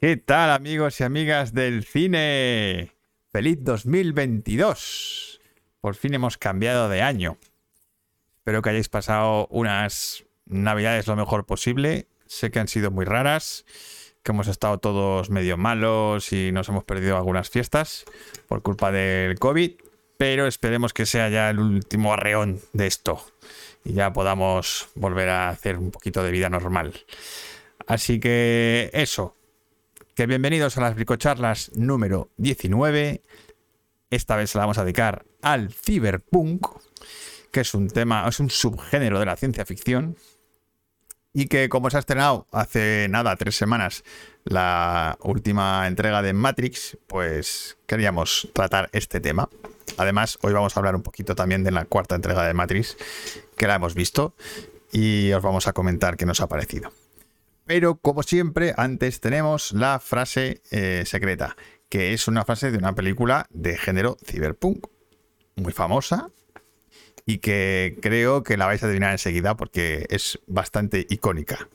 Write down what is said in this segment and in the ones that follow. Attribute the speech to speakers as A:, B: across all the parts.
A: ¿Qué tal amigos y amigas del cine? Feliz 2022. Por fin hemos cambiado de año. Espero que hayáis pasado unas navidades lo mejor posible. Sé que han sido muy raras, que hemos estado todos medio malos y nos hemos perdido algunas fiestas por culpa del COVID, pero esperemos que sea ya el último arreón de esto y ya podamos volver a hacer un poquito de vida normal. Así que eso, que bienvenidos a las bricocharlas número 19. Esta vez se la vamos a dedicar al ciberpunk, que es un tema, es un subgénero de la ciencia ficción. Y que como se ha estrenado hace nada, tres semanas, la última entrega de Matrix, pues queríamos tratar este tema. Además, hoy vamos a hablar un poquito también de la cuarta entrega de Matrix, que la hemos visto, y os vamos a comentar qué nos ha parecido. Pero como siempre, antes tenemos la frase eh, secreta, que es una frase de una película de género cyberpunk, muy famosa, y que creo que la vais a adivinar enseguida porque es bastante icónica.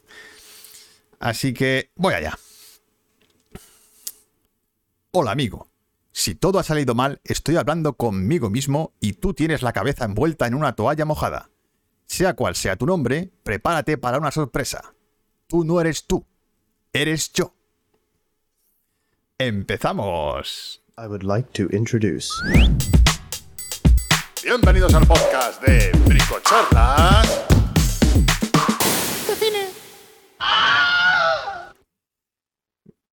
A: Así que voy allá. Hola amigo, si todo ha salido mal, estoy hablando conmigo mismo y tú tienes la cabeza envuelta en una toalla mojada. Sea cual sea tu nombre, prepárate para una sorpresa tú no eres tú, eres yo. Empezamos.
B: I would like to introduce.
C: Bienvenidos al podcast de Bricocharlas.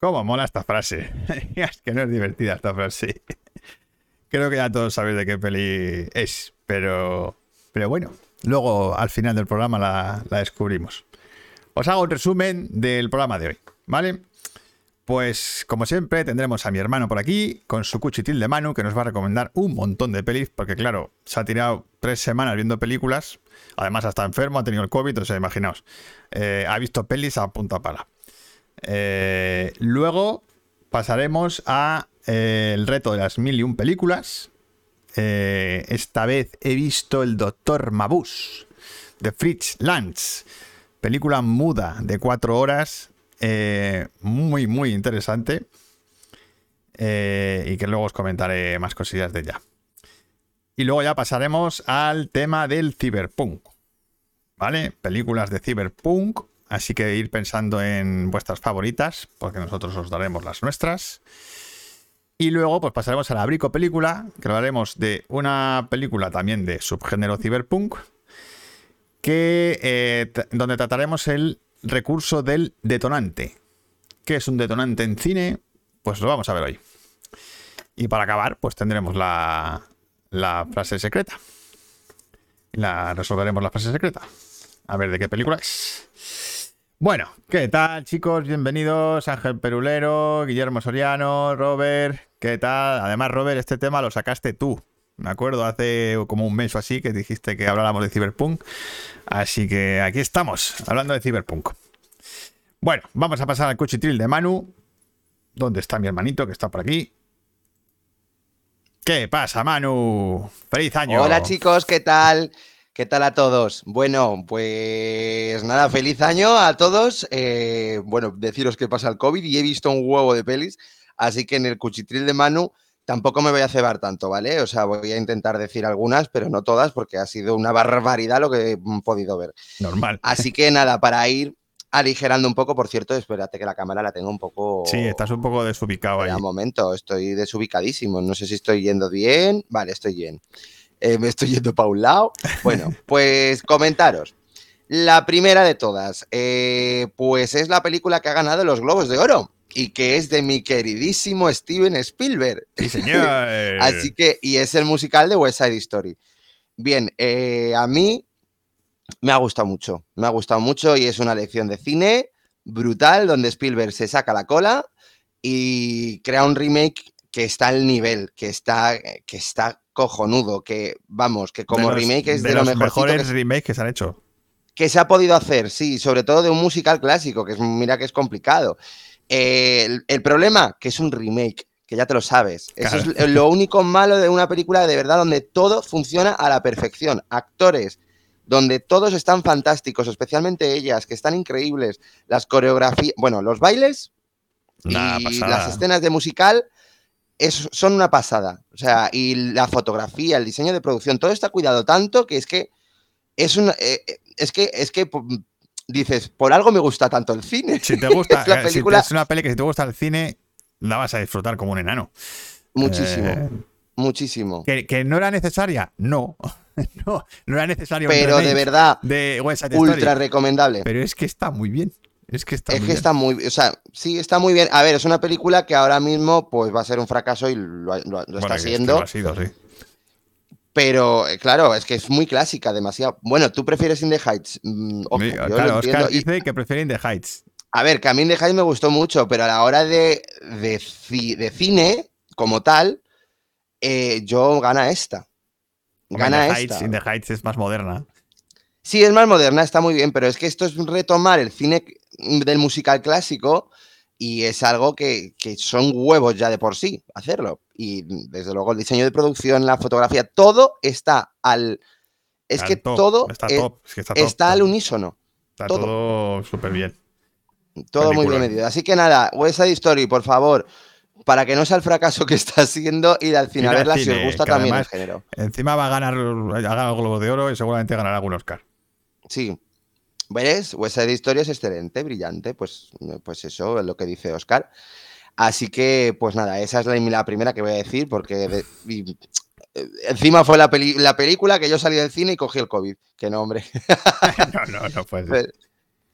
A: ¿Cómo mola esta frase? es que no es divertida esta frase. Creo que ya todos sabéis de qué peli es, pero, pero bueno, luego al final del programa la, la descubrimos os hago un resumen del programa de hoy, ¿vale? Pues como siempre tendremos a mi hermano por aquí con su cuchitil de Manu que nos va a recomendar un montón de pelis porque claro, se ha tirado tres semanas viendo películas, además hasta enfermo, ha tenido el COVID, o sea, imaginaos, eh, ha visto pelis a punta pala. Eh, luego pasaremos a eh, el reto de las mil y un películas. Eh, esta vez he visto El Doctor Mabuse de Fritz Lanz película muda de cuatro horas, eh, muy, muy interesante. eh, y que luego os comentaré más cosillas de ella. Y luego ya pasaremos al tema del ciberpunk. ¿Vale? Películas de ciberpunk. Así que ir pensando en vuestras favoritas, porque nosotros os daremos las nuestras. Y luego, pues pasaremos a la Brico Película, que hablaremos de una película también de subgénero ciberpunk, que, eh, t- donde trataremos el recurso del detonante. ¿Qué es un detonante en cine? Pues lo vamos a ver hoy. Y para acabar, pues tendremos la, la frase secreta. La resolveremos la frase secreta. A ver de qué película es. Bueno, ¿qué tal chicos? Bienvenidos Ángel Perulero, Guillermo Soriano, Robert. ¿Qué tal? Además, Robert, este tema lo sacaste tú. Me acuerdo hace como un mes o así que dijiste que habláramos de Cyberpunk. Así que aquí estamos, hablando de Cyberpunk. Bueno, vamos a pasar al cuchitril de Manu. ¿Dónde está mi hermanito que está por aquí? ¿Qué pasa, Manu? ¡Feliz año!
D: Hola chicos, ¿qué tal? ¿Qué tal a todos? Bueno, pues nada, feliz año a todos. Eh, bueno, deciros que pasa el COVID y he visto un huevo de pelis, así que en el cuchitril de Manu tampoco me voy a cebar tanto, ¿vale? O sea, voy a intentar decir algunas, pero no todas, porque ha sido una barbaridad lo que he podido ver.
A: Normal.
D: Así que nada, para ir aligerando un poco, por cierto, espérate que la cámara la tengo un poco...
A: Sí, estás un poco desubicado ahí.
D: Espera un momento, estoy desubicadísimo. No sé si estoy yendo bien. Vale, estoy bien. Eh, me estoy yendo para un lado. Bueno, pues comentaros. La primera de todas, eh, pues es la película que ha ganado los Globos de Oro y que es de mi queridísimo Steven Spielberg.
A: Sí, señor.
D: Así que, y es el musical de West Side Story. Bien, eh, a mí me ha gustado mucho, me ha gustado mucho y es una lección de cine brutal donde Spielberg se saca la cola y crea un remake que está al nivel, que está, que está cojonudo, que vamos, que como
A: De los-
D: remake es de, lo
A: los
D: mejorcito
A: mejores
D: que
A: remakes que se han hecho.
D: que se ha podido hacer, sí, sobre todo de un musical clásico, que es, mira que es complicado. Eh, el, el problema, que es un remake, que ya te lo sabes. Eso es
A: Claro.
D: lo único malo de una película de verdad donde todo funciona a la perfección. Actores, donde todos están fantásticos, especialmente ellas, que están increíbles. Las coreografías, bueno, los bailes,
A: Una
D: y
A: pasada.
D: las escenas de musical es- son una pasada. O sea, y la fotografía, el diseño de producción, todo está cuidado tanto que es que es una, eh, eh, es que es que po- dices, por algo me gusta tanto el cine.
A: Si te gusta,
D: Es la
A: eh, si te-
D: película-
A: es una peli que si te gusta el cine, la vas a disfrutar como un enano.
D: Muchísimo,
A: Eh,
D: muchísimo.
A: ¿que, que no era necesaria, no. no, no era necesario. un
D: Pero de
A: remake
D: verdad,
A: De West Side Story.
D: ultra recomendable.
A: Pero es que está muy bien. Es que está
D: Es
A: muy
D: que
A: bien.
D: está muy, o sea, sí, está muy bien. A ver, es una película que ahora mismo pues va a ser un fracaso y lo, lo- lo
A: Bueno, que
D: está
A: es que
D: siendo.
A: lo ha sido, sí.
D: Pero eh, claro, es que es muy clásica, demasiado. Bueno, tú prefieres In the Heights. mm, ojo,
A: Sí,
D: yo lo
A: claro, Oscar
D: entiendo. Y-
A: dice que prefieren The Heights.
D: a ver, que a mí In the Heights me gustó mucho, pero a la hora de, de, ci- de cine, como tal, eh, yo gana esta.
A: Hombre,
D: Gana
A: The
D: esta.
A: Heights, In The Heights es más moderna.
D: Sí, es más moderna, está muy bien, pero es que esto es retomar el cine mm, del musical clásico y es algo que, que son huevos ya de por sí hacerlo. Y mm, desde luego el diseño de producción, la fotografía, todo está al... Es
A: Al
D: que
A: top,
D: todo
A: está,
D: es-
A: top, es que está, top,
D: está al unísono,
A: Está
D: todo.
A: todo súper bien.
D: todo muy
A: Película.
D: bien medido. Así que nada, West Side Story, por favor, para que no sea el fracaso que está siendo, ir al cine
A: Ir
D: a
A: al
D: verla si os
A: cine,
D: gusta
A: que
D: también
A: además-
D: el género.
A: Encima va a ganar, ha ganado el Globo de Oro y seguramente ganará algún Oscar.
D: Sí. ¿Ves? West Side Story es excelente, brillante, pues, eh, pues eso es lo que dice Oscar. Así que, pues nada, esa es la, la primera que voy a decir, porque de- y, eh, encima fue la, peli- la película que yo salí del cine y cogí el COVID. Que no, hombre,
A: No, no, no puede ser.
D: Pero-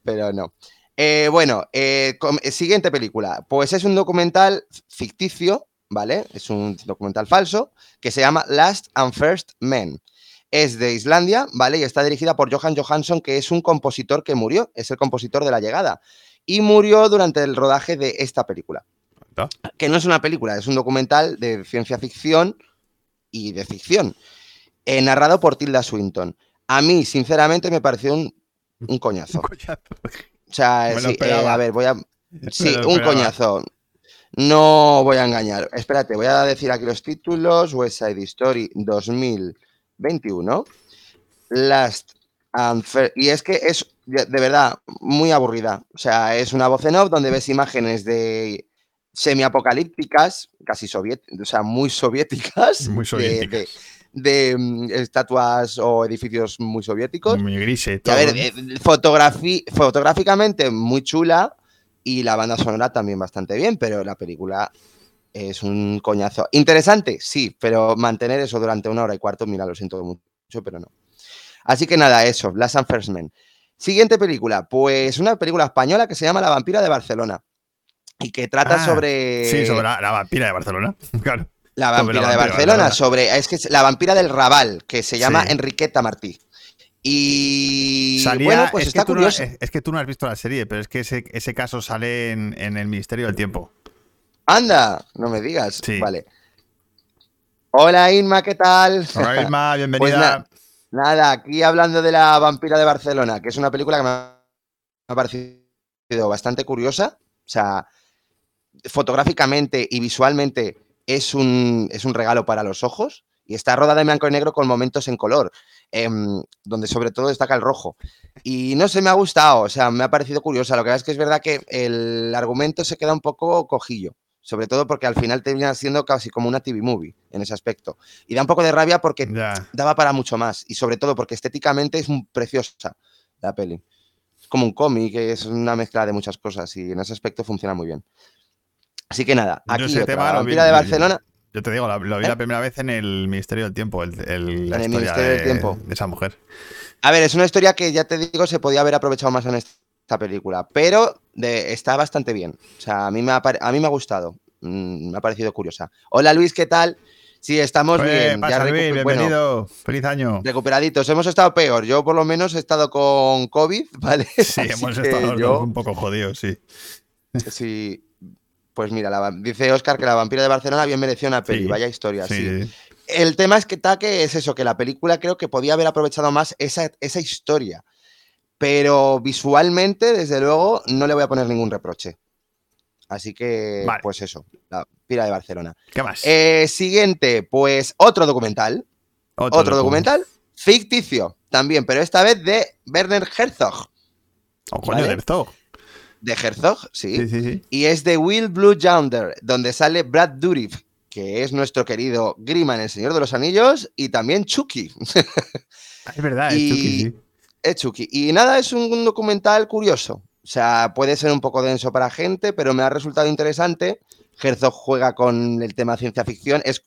D: pero no. Eh, bueno, eh, com- eh, siguiente película. Pues es un documental ficticio, ¿vale? Es un documental falso que se llama Last and First Men. Es de Islandia, ¿vale? Y está dirigida por Johan Johansson, que es un compositor que murió, es el compositor de La Llegada. Y murió durante el rodaje de esta película.
A: Anda.
D: Que no es una película, es un documental de ciencia ficción y de ficción, eh, narrado por Tilda Swinton. A mí, sinceramente, me pareció un, un coñazo. O sea,
A: Me lo
D: sí, eh,
A: esperaba.
D: a ver, voy a. Sí, un
A: esperaba.
D: coñazo. No voy a engañar. Espérate, voy a decir aquí los títulos: West Side Story 2021. Last and First. Y es que es de de verdad muy aburrida. O sea, es una voz en off donde ves imágenes de semiapocalípticas, casi soviéticas, o sea, muy soviéticas.
A: Muy
D: de-
A: soviéticas.
D: De, de, mm, estatuas o edificios muy soviéticos.
A: Muy grise.
D: Y
A: Todo.
D: a ver, eh, fotografi- fotográficamente muy chula y la banda sonora también bastante bien, pero la película es un coñazo. Interesante, sí, pero mantener eso durante una hora y cuarto, mira, lo siento mucho, pero no. Así que nada, eso, Last and First Men. Siguiente película, pues una película española que se llama La vampira de Barcelona y que trata
A: Ah,
D: sobre,
A: Sí, sobre la, la vampira de Barcelona. Claro.
D: la
A: sobre la
D: vampira de
A: vampira de
D: Barcelona,
A: Barcelona.
D: sobre, es que es la vampira del Raval, que se llama
A: Sí.
D: Enriqueta Martí. Y
A: Salía-
D: bueno, pues
A: es,
D: está
A: que tú no-
D: curiosa.
A: es- es que tú no has visto la serie, pero es que ese, ese caso sale en, en el Ministerio del Tiempo.
D: Anda, no me digas.
A: Sí.
D: Vale. Hola Inma, ¿qué tal?
A: Hola, Isma,
D: Pues
A: bienvenida.
D: na- nada, aquí hablando de la vampira de Barcelona, que es una película que me ha, me ha parecido bastante curiosa. O sea, fotográficamente y visualmente es un, es un regalo para los ojos. Y está rodada en blanco y negro con momentos en color, em, donde sobre todo destaca el rojo. Y no sé, me ha gustado, o sea, me ha parecido curiosa. Lo que pasa es que es verdad que el argumento se queda un poco cojillo, sobre todo porque al final termina siendo casi como una TV movie en ese aspecto. Y da un poco de rabia porque
A: Ya.
D: daba para mucho más. Y sobre todo porque estéticamente es un- preciosa la peli. Es como un cómic, es una mezcla de muchas cosas y en ese aspecto funciona muy bien. Así que nada,
A: Yo
D: aquí
A: ese
D: otra,
A: tema
D: la
A: lo vi-
D: vampira de
A: lo vi-
D: Barcelona.
A: Yo te digo, la- lo vi
D: ¿Eh?
A: la primera vez en el Ministerio del Tiempo, el, el- la
D: En el
A: historia
D: Ministerio
A: de,
D: del Tiempo.
A: de esa mujer.
D: A ver, es una historia que ya te digo se podía haber aprovechado más en esta película, pero de- está bastante bien. O sea, a mí me ha, par- a mí me ha gustado, Mm, me ha parecido curiosa. Hola Luis, ¿qué tal? Sí, estamos
A: Oye,
D: Pues bien. ya
A: pasa, Luis,
D: recu- bueno,
A: Pues, bienvenido. Feliz año.
D: recuperaditos. Hemos estado peor. Yo por lo menos he estado con COVID, ¿vale?
A: Sí,
D: Así
A: hemos
D: que
A: estado los
D: yo-
A: dos un poco jodidos, sí.
D: Sí. Pues mira, la va- dice Oscar que la vampira de Barcelona bien mereció una peli,
A: Sí,
D: vaya historia. Sí.
A: Sí, sí.
D: El tema es que Taque es eso, que la película creo que podía haber aprovechado más esa, esa historia. Pero visualmente, desde luego, no le voy a poner ningún reproche. Así que,
A: Vale.
D: pues eso, la vampira de Barcelona.
A: ¿Qué más?
D: Eh, siguiente, pues otro documental. Otro,
A: docu.
D: documental ficticio también, pero esta vez de Werner Herzog.
A: Oh, coño,
D: ¿vale?
A: del zoo.
D: de Herzog, sí.
A: Sí, sí, sí.
D: Y es de Will Blue Yonder, donde sale Brad Dourif, que es nuestro querido Grima en El Señor de los Anillos, y también Chucky.
A: Ah, Es verdad, es
D: Y-
A: Chucky, sí.
D: Es Chucky. Y nada, es un documental curioso. O sea, puede ser un poco denso para gente, pero me ha resultado interesante. Herzog juega con el tema ciencia ficción. Es,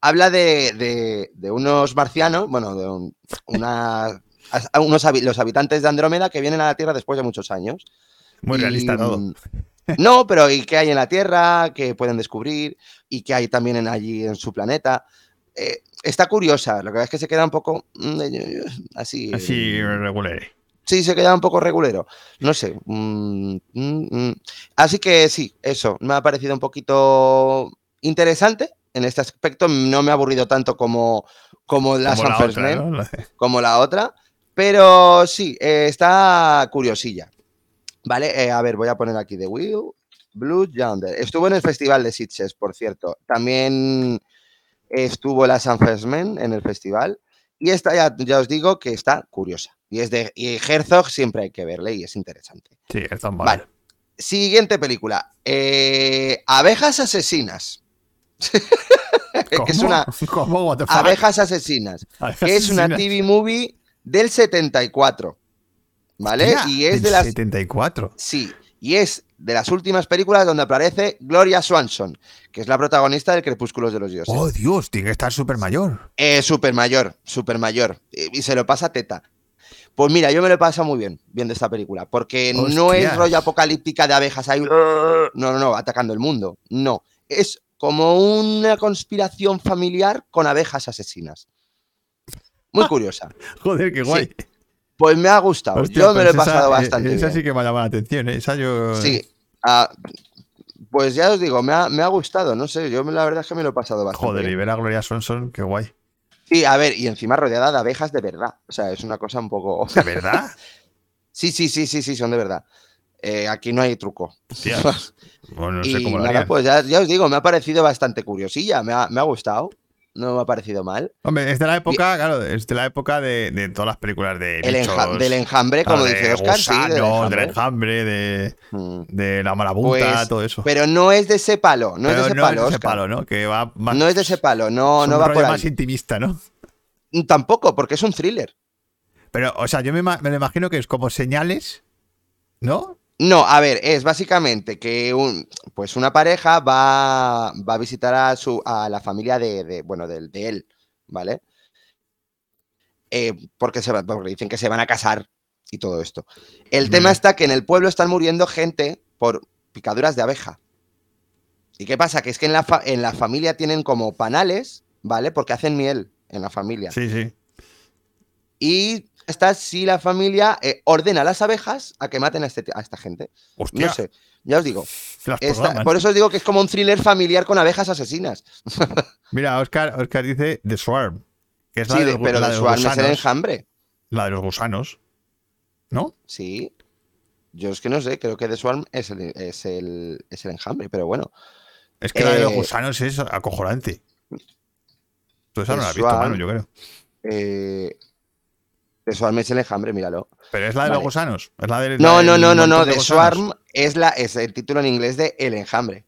D: habla de, de- de unos marcianos, bueno, de un- una- a- unos habi- los habitantes de Andrómeda que vienen a la Tierra después de muchos años.
A: Muy
D: Y,
A: realista todo.
D: mm, No, pero ¿y qué hay en la Tierra? ¿Qué pueden descubrir? ¿Y qué hay también en, allí en su planeta? Eh, está curiosa, lo que es que se queda un poco mm, eh, así.
A: Así
D: eh,
A: regular.
D: Sí, se queda un poco regulero. No sé. mm, mm, mm. Así que sí, eso. Me ha parecido un poquito interesante en este aspecto. No me ha aburrido tanto como, como la
A: Como
D: San
A: la
D: First
A: otra,
D: Men,
A: ¿no? La-
D: como la otra. Pero sí, eh, está curiosilla. Vale, eh, a ver, voy a poner aquí The Will Blue Yonder. Estuvo en el Festival de Sitges, por cierto. También estuvo la San Fersmen en el festival. Y esta ya, ya os digo que está curiosa. Y es de y Herzog, siempre hay que verle y es interesante.
A: Sí, están mal.
D: Vale. Siguiente película. eh, Abejas asesinas.
A: ¿Cómo?
D: que es una
A: ¿Cómo? What the fuck?
D: Abejas asesinas.
A: Abejas
D: que es una
A: asesinas.
D: TV movie del 74. ¿Vale?
A: Hostia,
D: Y es
A: del
D: de las.
A: 74.
D: Sí, y es de las últimas películas donde aparece Gloria Swanson, que es la protagonista del Crepúsculos de los Dioses.
A: Oh, Dios, tiene que estar súper mayor.
D: Eh, super mayor, super mayor. Y se lo pasa teta. Pues mira, yo me lo he pasado muy bien viendo esta película, porque no es
A: Hostias.
D: rollo apocalíptica de abejas ahí. No, no, no, atacando el mundo. No. Es como una conspiración familiar con abejas asesinas.
A: Ah.
D: Muy curiosa.
A: Joder, qué guay.
D: Pues me ha gustado.
A: Hostia,
D: yo me lo he
A: pues esa-
D: pasado
A: eh,
D: bastante.
A: Esa
D: bien.
A: sí que me ha llamado la atención. ¿eh? Esa yo.
D: Sí. ah, pues ya os digo, me ha, me ha gustado, no sé, yo me- la verdad es que me lo he pasado bastante.
A: Joder, y
D: bien.
A: ver a Gloria Swanson, qué guay.
D: Sí, a ver, y encima rodeada de abejas de verdad. O sea, es una cosa un poco.
A: ¿De verdad?
D: Sí, sí, sí, sí, sí, son de verdad. Eh, aquí no hay truco.
A: Hostia. Bueno, no sé
D: Pues, y
A: cómo lo
D: nada,
A: harían.
D: pues ya, ya os digo, me ha parecido bastante curiosilla, me ha, me ha gustado, no me ha parecido mal.
A: Hombre, es de la época, claro, es de la época de, de todas las películas de.
D: El enja-
A: bichos,
D: del enjambre,
A: claro,
D: como
A: de
D: dice Oscar, sí, del
A: gusanos, del
D: enjambre.
A: enjambre, de,
D: Mm.
A: de la marabunta,
D: Pues,
A: todo eso.
D: Pero no es de ese palo, no es de
A: Pero
D: ese palo,
A: es de ese
D: Óscar.
A: palo, ¿no? Que va más,
D: No es de ese palo, no,
A: es
D: no
A: un
D: va
A: rollo
D: por ahí.
A: más intimista, ¿no?
D: Tampoco, porque es un thriller.
A: Pero, o sea, yo me, ima- me lo imagino que es como señales, ¿no?
D: No, a ver, es básicamente que un, pues una pareja va, va a visitar a, su, a la familia de, de, bueno, del- de, él, ¿vale? Eh, porque, se, va- porque dicen que se van a casar y todo esto. El tema
A: Ya.
D: está que en el pueblo están muriendo gente por picaduras de abeja. ¿Y qué pasa? Que es que en la, fa- en la familia tienen como panales, ¿vale? Porque hacen miel en la familia.
A: Sí, sí.
D: Y está si la familia eh, ordena a las abejas a que maten a, este t- a esta gente.
A: Hostia,
D: No sé, ya os digo.
A: las
D: Esta-
A: programan.
D: por eso os digo que es como un thriller familiar con abejas asesinas.
A: Mira, Oscar, Oscar dice The Swarm, que es la,
D: Sí,
A: de,
D: de-
A: los, gu-
D: pero
A: la
D: de
A: de
D: su
A: los
D: alma es el
A: gusanos.
D: enjambre.
A: La de los gusanos. ¿No?
D: Sí. Yo es que no sé, creo que de Swarm es el, es el, es el enjambre, pero bueno.
A: Es que la de los
D: Eh,
A: gusanos es acojonante. Tú esa no
D: The
A: la has visto,
D: Swarm.
A: mano, yo creo.
D: eh, de Swarm es el enjambre, míralo.
A: Pero es la de los
D: Vale.
A: gusanos. Es la de, la
D: No, no,
A: del
D: no, no, no.
A: montón de
D: De
A: gusanos.
D: Swarm es, la, es el título en inglés de El enjambre.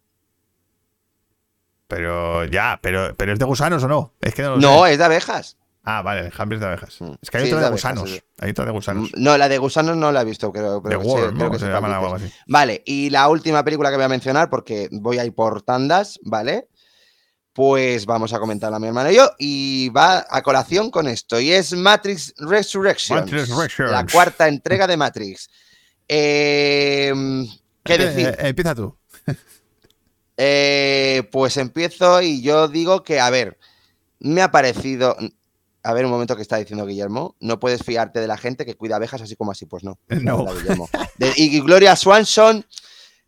A: Pero ya, pero, pero ¿es de gusanos o no? Es que no lo
D: No,
A: sé.
D: es de abejas.
A: Ah, vale, enjambres de abejas.
D: Mm.
A: Es que hay otra
D: Sí, es
A: de
D: de abejas,
A: gusanos.
D: sí, sí.
A: Hay otra de gusanos.
D: No, la de gusanos no la he visto, creo.
A: The
D: pero sé-
A: Worm,
D: creo
A: ¿no?
D: que
A: Se
D: sé
A: llama
D: cuál
A: la
D: dices.
A: algo así.
D: Vale, y la última película que voy a mencionar, porque voy a ir por tandas, ¿vale? Pues vamos a comentarla mi hermano y yo, y va a colación con esto, y es Matrix Resurrection.
A: Matrix Resurrections.
D: La cuarta entrega de Matrix. Em, ¿Qué
A: Eh,
D: decir?
A: eh, empieza tú.
D: Eh, pues empiezo y yo digo que, a ver, me ha parecido... A ver, un momento que está diciendo Guillermo. No puedes fiarte de la gente que cuida abejas así como así. Pues no. la
A: No.
D: verdad, Guillermo. De- y Gloria Swanson,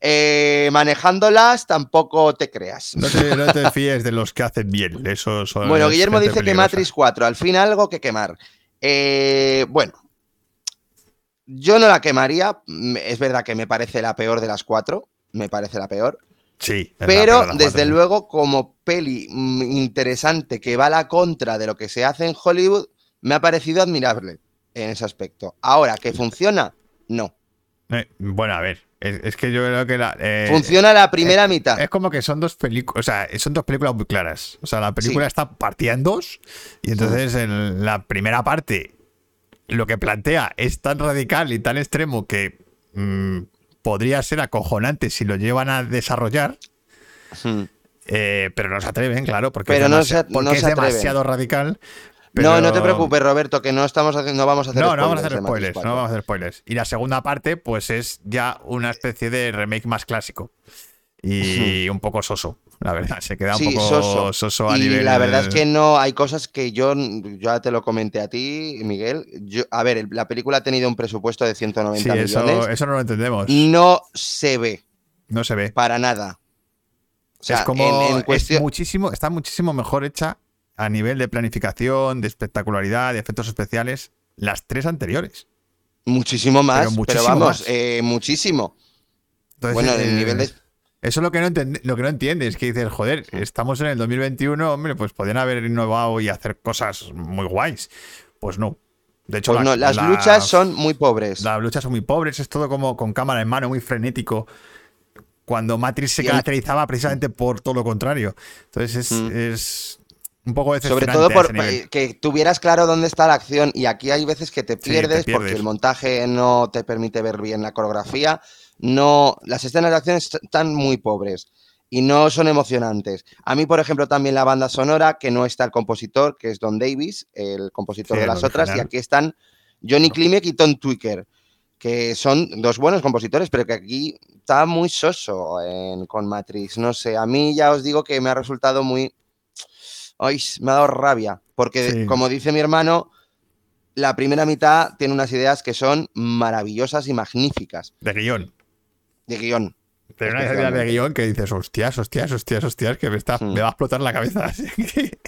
D: eh, manejándolas, tampoco te creas.
A: No te, no te fíes de los que hacen bien. Eso son
D: Bueno,
A: es
D: Guillermo
A: gente
D: dice que
A: peligrosa.
D: Matrix 4, al fin algo que quemar. Eh, bueno, yo no la quemaría. mm, Es verdad que me parece la peor de las cuatro. Me parece la peor.
A: Sí. es la peor
D: Pero
A: de las
D: desde
A: cuatro.
D: luego, como peli mm, interesante que va a la contra de lo que se hace en Hollywood, me ha parecido admirable en ese aspecto. Ahora, ¿que funciona? No.
A: Eh, bueno, a ver. Es, es que yo creo que la. eh,
D: Funciona la primera mitad.
A: Es como que son dos películas. O sea, son dos películas muy claras. O sea, la película
D: Sí.
A: está partida en dos. Y entonces en la primera parte lo que plantea es tan radical y tan extremo que mm, podría ser acojonante si lo llevan a desarrollar.
D: Mm.
A: Eh, pero no se atreven, claro, porque
D: Pero
A: es,
D: no
A: demasi-
D: se- no
A: porque
D: se
A: es
D: atreven.
A: demasiado radical.
D: No, no te
A: pero-
D: preocupes, Roberto, que no estamos haciendo, no vamos a hacer
A: No, no vamos a
D: spoilers
A: hacer
D: de Matrix
A: spoilers, no
D: 4.
A: vamos a hacer spoilers. Y la segunda parte, pues es ya una especie de remake más clásico. Y un poco soso, la verdad. Se queda un
D: Sí,
A: poco soso,
D: soso.
A: a
D: y
A: nivel.
D: la verdad es que no hay cosas que yo yo ya te lo comenté a ti, Miguel. Yo, a ver, el- la película ha tenido un presupuesto de 190
A: Sí, eso,
D: millones.
A: eso no lo entendemos.
D: No se ve
A: No se ve.
D: para nada. O sea,
A: es como.
D: en, en
A: es
D: cuestión,
A: muchísimo, está muchísimo mejor hecha a nivel de planificación, de espectacularidad, de efectos especiales, las tres anteriores.
D: muchísimo más, pero,
A: muchísimo
D: vamos,
A: más.
D: eh, muchísimo.
A: Entonces,
D: bueno, el
A: eh,
D: nivel de
A: Eso es lo que no, entiende, lo que no entiendes, que dices, joder, estamos en el 2021, hombre, pues podían haber innovado y hacer cosas muy guays. Pues no. De hecho,
D: pues
A: la-
D: no, las
A: la-
D: luchas son muy pobres.
A: Las luchas son muy pobres, es todo como con cámara en mano, muy frenético. Cuando Matrix se
D: Y el-
A: caracterizaba precisamente por todo lo contrario. Entonces es,
D: Mm.
A: es un poco
D: Sobre
A: decepcionante.
D: todo
A: a ese
D: por
A: nivel.
D: eh, que tuvieras claro dónde está la acción y aquí hay veces que te
A: te
D: pierdes,
A: pierdes.
D: porque el montaje no te permite ver bien la coreografía, no las escenas de acción est- están muy pobres y no son emocionantes. A mí, por ejemplo, también la banda sonora que no está el compositor, que es Don Davis, el compositor
A: Sí,
D: de
A: el
D: las otras y
A: original.
D: aquí están Johnny Klimek y Tom Twicker, que son dos buenos compositores, pero que aquí está muy soso en- con Matrix. No sé, a mí ya os digo que me ha resultado muy. Ay, me ha dado rabia. Porque,
A: Sí.
D: como dice mi hermano, la primera mitad tiene unas ideas que son maravillosas y magníficas
A: De guión.
D: de guión.
A: Pero una idea de
D: Especialmente.
A: guión que dices, hostias, hostias, hostias, hostias, que me, está,
D: Mm.
A: me va a explotar la cabeza. Así que-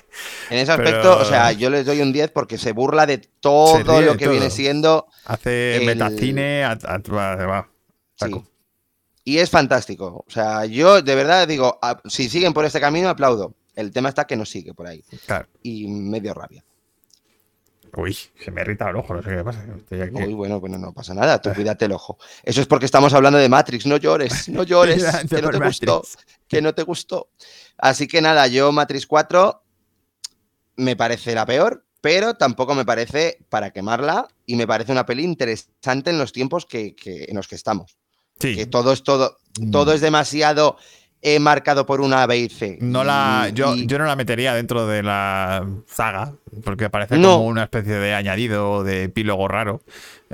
D: En
A: Pero-
D: ese aspecto, o sea, yo les doy un 10 porque se burla de todo
A: ríe de
D: lo que
A: todo.
D: viene siendo.
A: Hace
D: El-
A: metacine, a- a- va- va,
D: sí.
A: saco.
D: Y es fantástico. O sea, yo de verdad digo, a- si siguen por este camino, aplaudo. El tema está que no sigue por ahí.
A: Claro.
D: Y medio rabia.
A: Uy, se me irrita el ojo, no sé qué pasa. Estoy aquí.
D: Uy, bueno, bueno, no pasa nada, tú cuídate el ojo. Eso es porque estamos hablando de Matrix, no llores, no llores,
A: Cuídate
D: que no
A: por
D: te gustó,
A: Matrix.
D: que no te gustó. Así que nada, yo Matrix 4 me parece la peor, pero tampoco me parece para quemarla y me parece una peli interesante en los tiempos que, que- en los que estamos.
A: Sí. Mm.
D: Que todo es todo, todo es demasiado eh, marcado por una A, B y C.
A: No la,
D: Y-
A: yo,
D: y-
A: yo no la metería dentro de la saga, porque parece
D: No.
A: como una especie de añadido o de epílogo raro.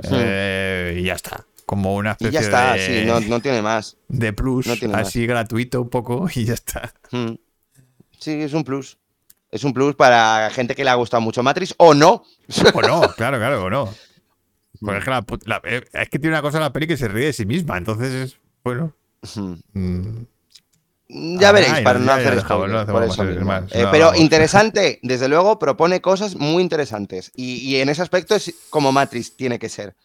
D: Sí.
A: Eh, y ya está. Como una
D: y
A: especie
D: ya está,
A: de,
D: sí, no, no tiene más.
A: de plus,
D: no tiene más.
A: así gratuito un poco, y ya está.
D: Mm. Sí, es un plus. Es un plus para gente que le ha gustado mucho Matrix o no.
A: O no, claro, claro, o no. Porque es, que la put- la- eh, es que tiene una cosa la peli que se ríe de sí misma, entonces es, bueno. mm,
D: Ya
A: Ah,
D: veréis,
A: ya,
D: para no
A: ya, ya
D: hacer
A: dejamos,
D: spoilers,
A: no hacemos
D: por
A: más,
D: eso
A: es
D: mismo.
A: más,
D: Eh,
A: no
D: pero
A: hagamos.
D: interesante, desde luego, propone cosas muy interesantes. Y, y en ese aspecto es como Matrix tiene que ser.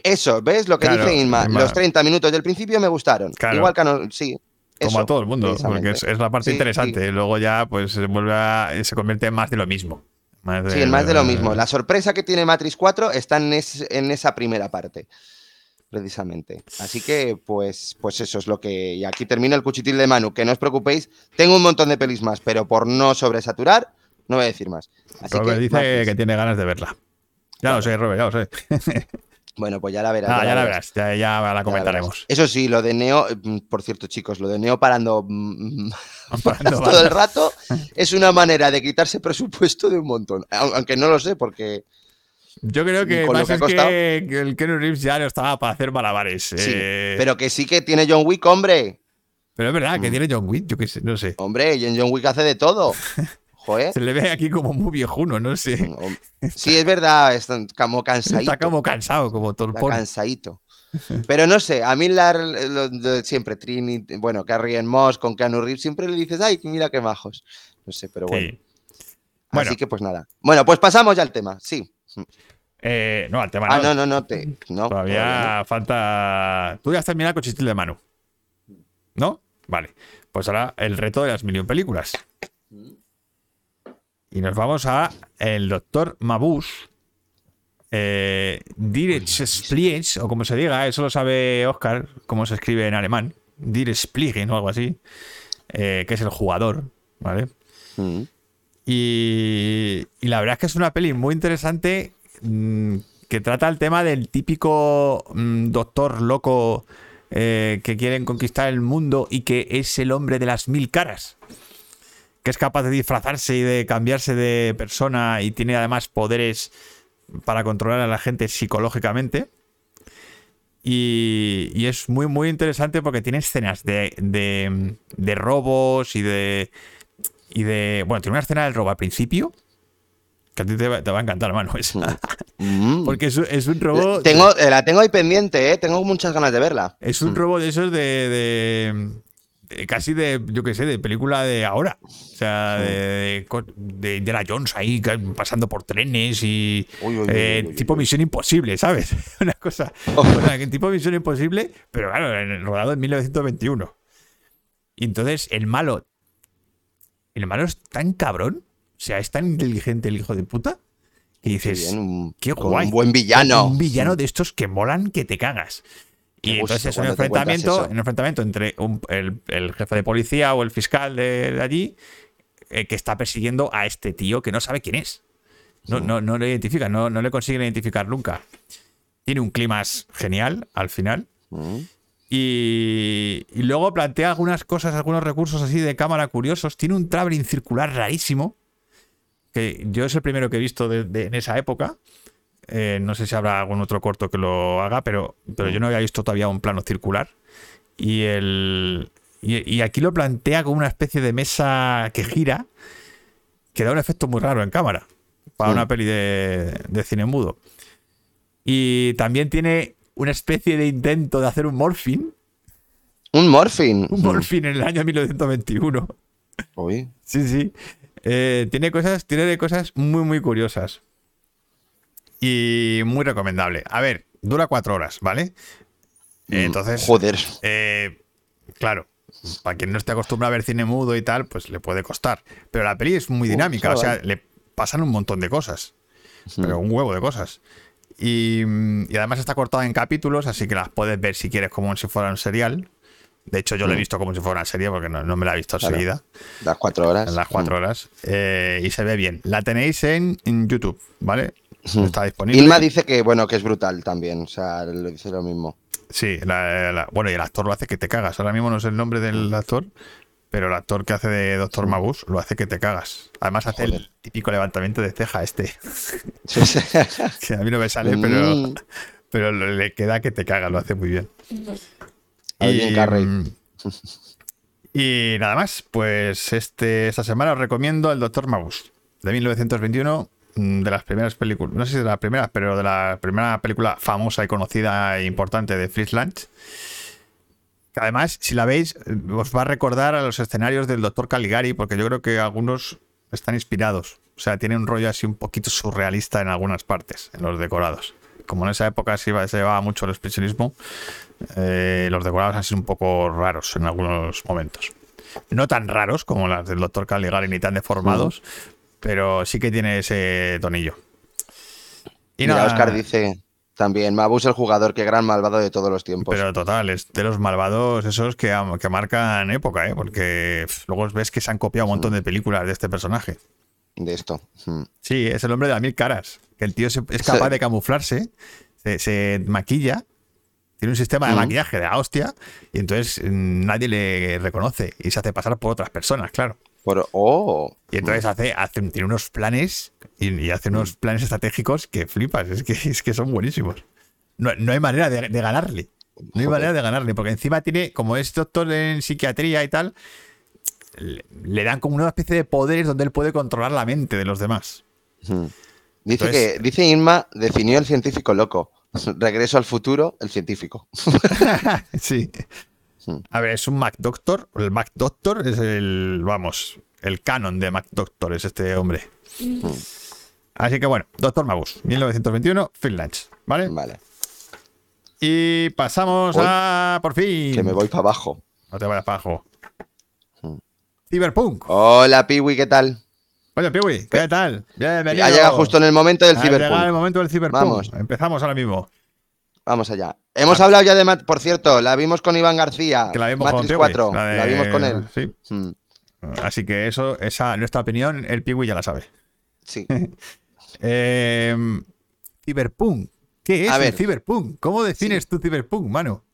D: Eso, ¿ves lo que
A: Claro,
D: dice Inma?
A: Inma.
D: los 30 minutos del principio me gustaron.
A: Claro.
D: Igual que a no- sí.
A: Como
D: eso,
A: a todo el mundo, porque
D: precisamente.
A: es, es la parte
D: Sí,
A: interesante. Luego ya pues se vuelve a- se convierte en más de lo mismo. Más
D: Sí, en más
A: eh,
D: de lo mismo. La sorpresa que tiene Matrix 4 está en, es- en esa primera parte, precisamente. Así que, pues, pues eso es lo que... Y aquí termina el cuchitil de Manu. Que no os preocupéis, tengo un montón de pelis más, pero por no sobresaturar, no voy a decir más. Así
A: Robert
D: que,
A: dice
D: Matrix.
A: que tiene ganas de verla. Ya lo sé, Robert, ya lo sé.
D: Bueno, pues ya la verás.
A: Ah, ya la verás, ya, ya la
D: ya la verás.
A: comentaremos.
D: Eso sí, lo de Neo, mm, por cierto, chicos, lo de Neo parando mm,
A: Parando
D: todo el
A: balas.
D: rato es una manera de quitarse presupuesto de un montón. Au- Aunque no lo sé, porque
A: Yo creo que
D: con lo
A: más
D: que ha
A: es
D: costado.
A: que que el Keanu Reeves ya no estaba para hacer malabares.
D: sí.
A: eh, pero,
D: Pero que sí que tiene John Wick, hombre.
A: es verdad que
D: Mm.
A: tiene John Wick, yo qué sé, no sé.
D: Hombre, y en John Wick hace de todo. Joder.
A: Se le ve aquí como muy viejuno, no sé.
D: Hom- Sí, es verdad, Mm, está como cansadito.
A: Está como cansado, como
D: está
A: torpón.
D: cansadito. Pero no sé, a mí la, lo de siempre Trinity, bueno, Carrie en Moss con Keanu Reeves, siempre le dices, ay, mira qué majos. No sé, pero bueno.
A: Sí. Bueno,
D: Así que pues nada. Bueno, pues pasamos ya al tema, sí.
A: eh, no, al tema
D: ah,
A: no.
D: no, no, no, te, no,
A: Todavía
D: todavía
A: falta. Tú ya has terminado con Chistil de Manu. ¿No? Vale. Pues ahora el reto de las million películas. Y nos vamos a el doctor Mabuse Eh, Dire Spliens, o como se diga, eso lo sabe Oscar, cómo se escribe en alemán. Dire Spligen o algo así, eh, que es el jugador, ¿vale?
D: Mm.
A: Y, y la verdad es que es una peli muy interesante mm, que trata el tema del típico mm, doctor loco eh, que quieren conquistar el mundo y que es el hombre de las mil caras. Que es capaz de disfrazarse y de cambiarse de persona y tiene además poderes para controlar a la gente psicológicamente. Y, y es muy, muy interesante porque tiene escenas de, de- de robos y de, y de. Bueno, tiene una escena del robo al principio. Que a ti te va, te va a encantar, mano. Esa.
D: Mm.
A: Porque es, un- es un robo.
D: Tengo, eh, la tengo ahí pendiente, ¿eh? tengo muchas ganas de verla.
A: Es un robo de esos de. de- de- casi de, yo qué sé, de película de ahora. O sea,
D: Mm.
A: de, de, co- de Indiana Jones ahí ca- pasando por trenes y.
D: Uy, uy, uy,
A: eh,
D: uy, uy,
A: tipo
D: uy.
A: Misión Imposible, ¿sabes? Una cosa. o sea, que tipo Misión Imposible, pero claro, en- rodado en 1921. Y entonces el malo. El malo es tan cabrón. O sea, es tan inteligente el hijo de puta. Que
D: Qué
A: dices.
D: bien, un,
A: qué
D: como
A: guay.
D: un buen villano.
A: Un villano de estos que molan que te cagas.
D: Qué
A: Y
D: gusto
A: entonces es un
D: cuando te encuentras
A: enfrentamiento,
D: eso.
A: un enfrentamiento entre un- el, el jefe de policía o el fiscal de, de allí eh, que está persiguiendo a este tío que no sabe quién es. No, no, no le identifica, no, no le consiguen identificar nunca. Tiene un clima genial al final.
D: Mm.
A: Y, y luego plantea algunas cosas, algunos recursos así de cámara curiosos. Tiene un traveling circular rarísimo, que yo es el primero que he visto de- de- en esa época. Eh, no sé si habrá algún otro corto que lo haga, pero, pero yo no había visto todavía un plano circular. Y, el, y, y aquí lo plantea como una especie de mesa que gira, que da un efecto muy raro en cámara, para
D: Sí.
A: una peli de, de cine mudo. Y también tiene una especie de intento de hacer un morphing,
D: Un morfin. Mm.
A: un morphing en el año 1921.
D: Uy.
A: Sí, sí. Eh, tiene cosas, tiene de cosas muy, muy curiosas. Y muy recomendable. A ver, dura cuatro horas, ¿vale? Eh, Entonces,
D: Mm, Joder.
A: eh, claro, para quien no esté acostumbrado a ver cine mudo y tal, pues le puede costar. Pero la peli es muy
D: Uh,
A: dinámica, o sea,
D: chaval.
A: le pasan un montón de cosas. Pero un huevo de cosas. Y, mm, y además está cortada en capítulos, así que las puedes ver si quieres como si fuera un serial. De hecho, yo lo he visto como si fuera una serie porque no, no me la he visto
D: Mm. Claro.
A: enseguida.
D: Las cuatro horas. Mm.
A: En las cuatro horas. Eh, y se ve bien. La tenéis en, en YouTube, ¿vale? Está disponible.
D: Inma dice que bueno, que es brutal también. O sea, lo dice lo mismo.
A: Sí, la- la- bueno, y el actor lo hace que te cagas. Ahora mismo no sé el nombre
D: Mm.
A: del actor, pero el actor que hace de Doctor Magus lo hace que te cagas. Además hace el
D: Joder.
A: típico levantamiento de ceja este, que a mí no me sale, pero,
D: Mm.
A: pero le queda que te cagas, lo hace muy bien.
D: Alguien Carrey.
A: mm, y nada más, pues este, esta semana os recomiendo El Doctor Magus, de 1921, mm, de las primeras películas, no sé si de las primeras, pero de la primera película famosa y conocida e importante de Friesland. Que además, si la veis, eh, os va a recordar a los escenarios del Doctor Caligari, porque yo creo que algunos están inspirados. O sea, tiene un rollo así un poquito surrealista en algunas partes, en los decorados. Como en esa época se, iba- se llevaba mucho el expresionismo, eh, los decorados han sido un poco raros en algunos momentos. No tan raros como las del Dr. Caligari ni tan deformados,
D: Mm.
A: pero sí que tiene ese tonillo. Y
D: Mira,
A: nada,
D: Oscar dice también, Mabus el jugador, qué gran malvado de todos los tiempos.
A: pero total, es de los malvados esos que, am- que marcan época, ¿eh? porque pf, luego ves que se han copiado un montón de películas de este personaje.
D: De esto. Mm.
A: Sí, es el hombre de las mil caras. Que el tío se- es capaz de camuflarse, se, se maquilla, tiene un sistema de
D: Ujú.
A: maquillaje de la hostia, y entonces mm, nadie le reconoce y se hace pasar por otras personas, claro.
D: Por, oh.
A: Y entonces hace, hace- tiene unos planes y, y hace unos planes estratégicos que flipas, es que, es que son buenísimos. No, no hay manera de, de ganarle. No hay
D: Joder.
A: manera de ganarle, porque encima tiene, como es doctor en psiquiatría y tal, le, le dan como una especie de poderes donde él puede controlar la mente de los demás.
D: Mm. Dice
A: Entonces-
D: que, dice Inma, definió el científico loco. Regreso al futuro, el científico.
A: sí.
D: Hmm.
A: A ver, es un Mac Doctor. El Mac Doctor es el, vamos, el canon de Mac Doctor es este hombre.
D: Hmm.
A: Así que bueno, Doctor Magus, 1921, Finland, ¿vale?
D: Vale,
A: Y pasamos
D: Uy.
A: a, por fin,
D: que me voy Hmm. para abajo.
A: no te vayas para abajo. Cyberpunk,
D: Hola, Piwi, ¿qué tal?
A: Oye, Piwi, ¿qué tal? Bienvenido.
D: Ha llegado justo en el momento del
A: Ha llegado
D: Cyberpunk.
A: el momento del ciberpunk.
D: Vamos.
A: Empezamos ahora mismo.
D: Vamos allá. Hemos hablado ya de Matt, por cierto, la vimos con Iván García.
A: Ah. Que la vimos
D: Matrix
A: con Piwi,
D: 4,
A: de-
D: la vimos con él.
A: Sí.
D: Mm,
A: Así que eso, esa nuestra opinión, el Piwi ya la sabe.
D: Sí.
A: Eh, ciberpunk. ¿Qué es
D: Em, A ver.
A: el ciberpunk? ¿Cómo defines tu ciberpunk, mano?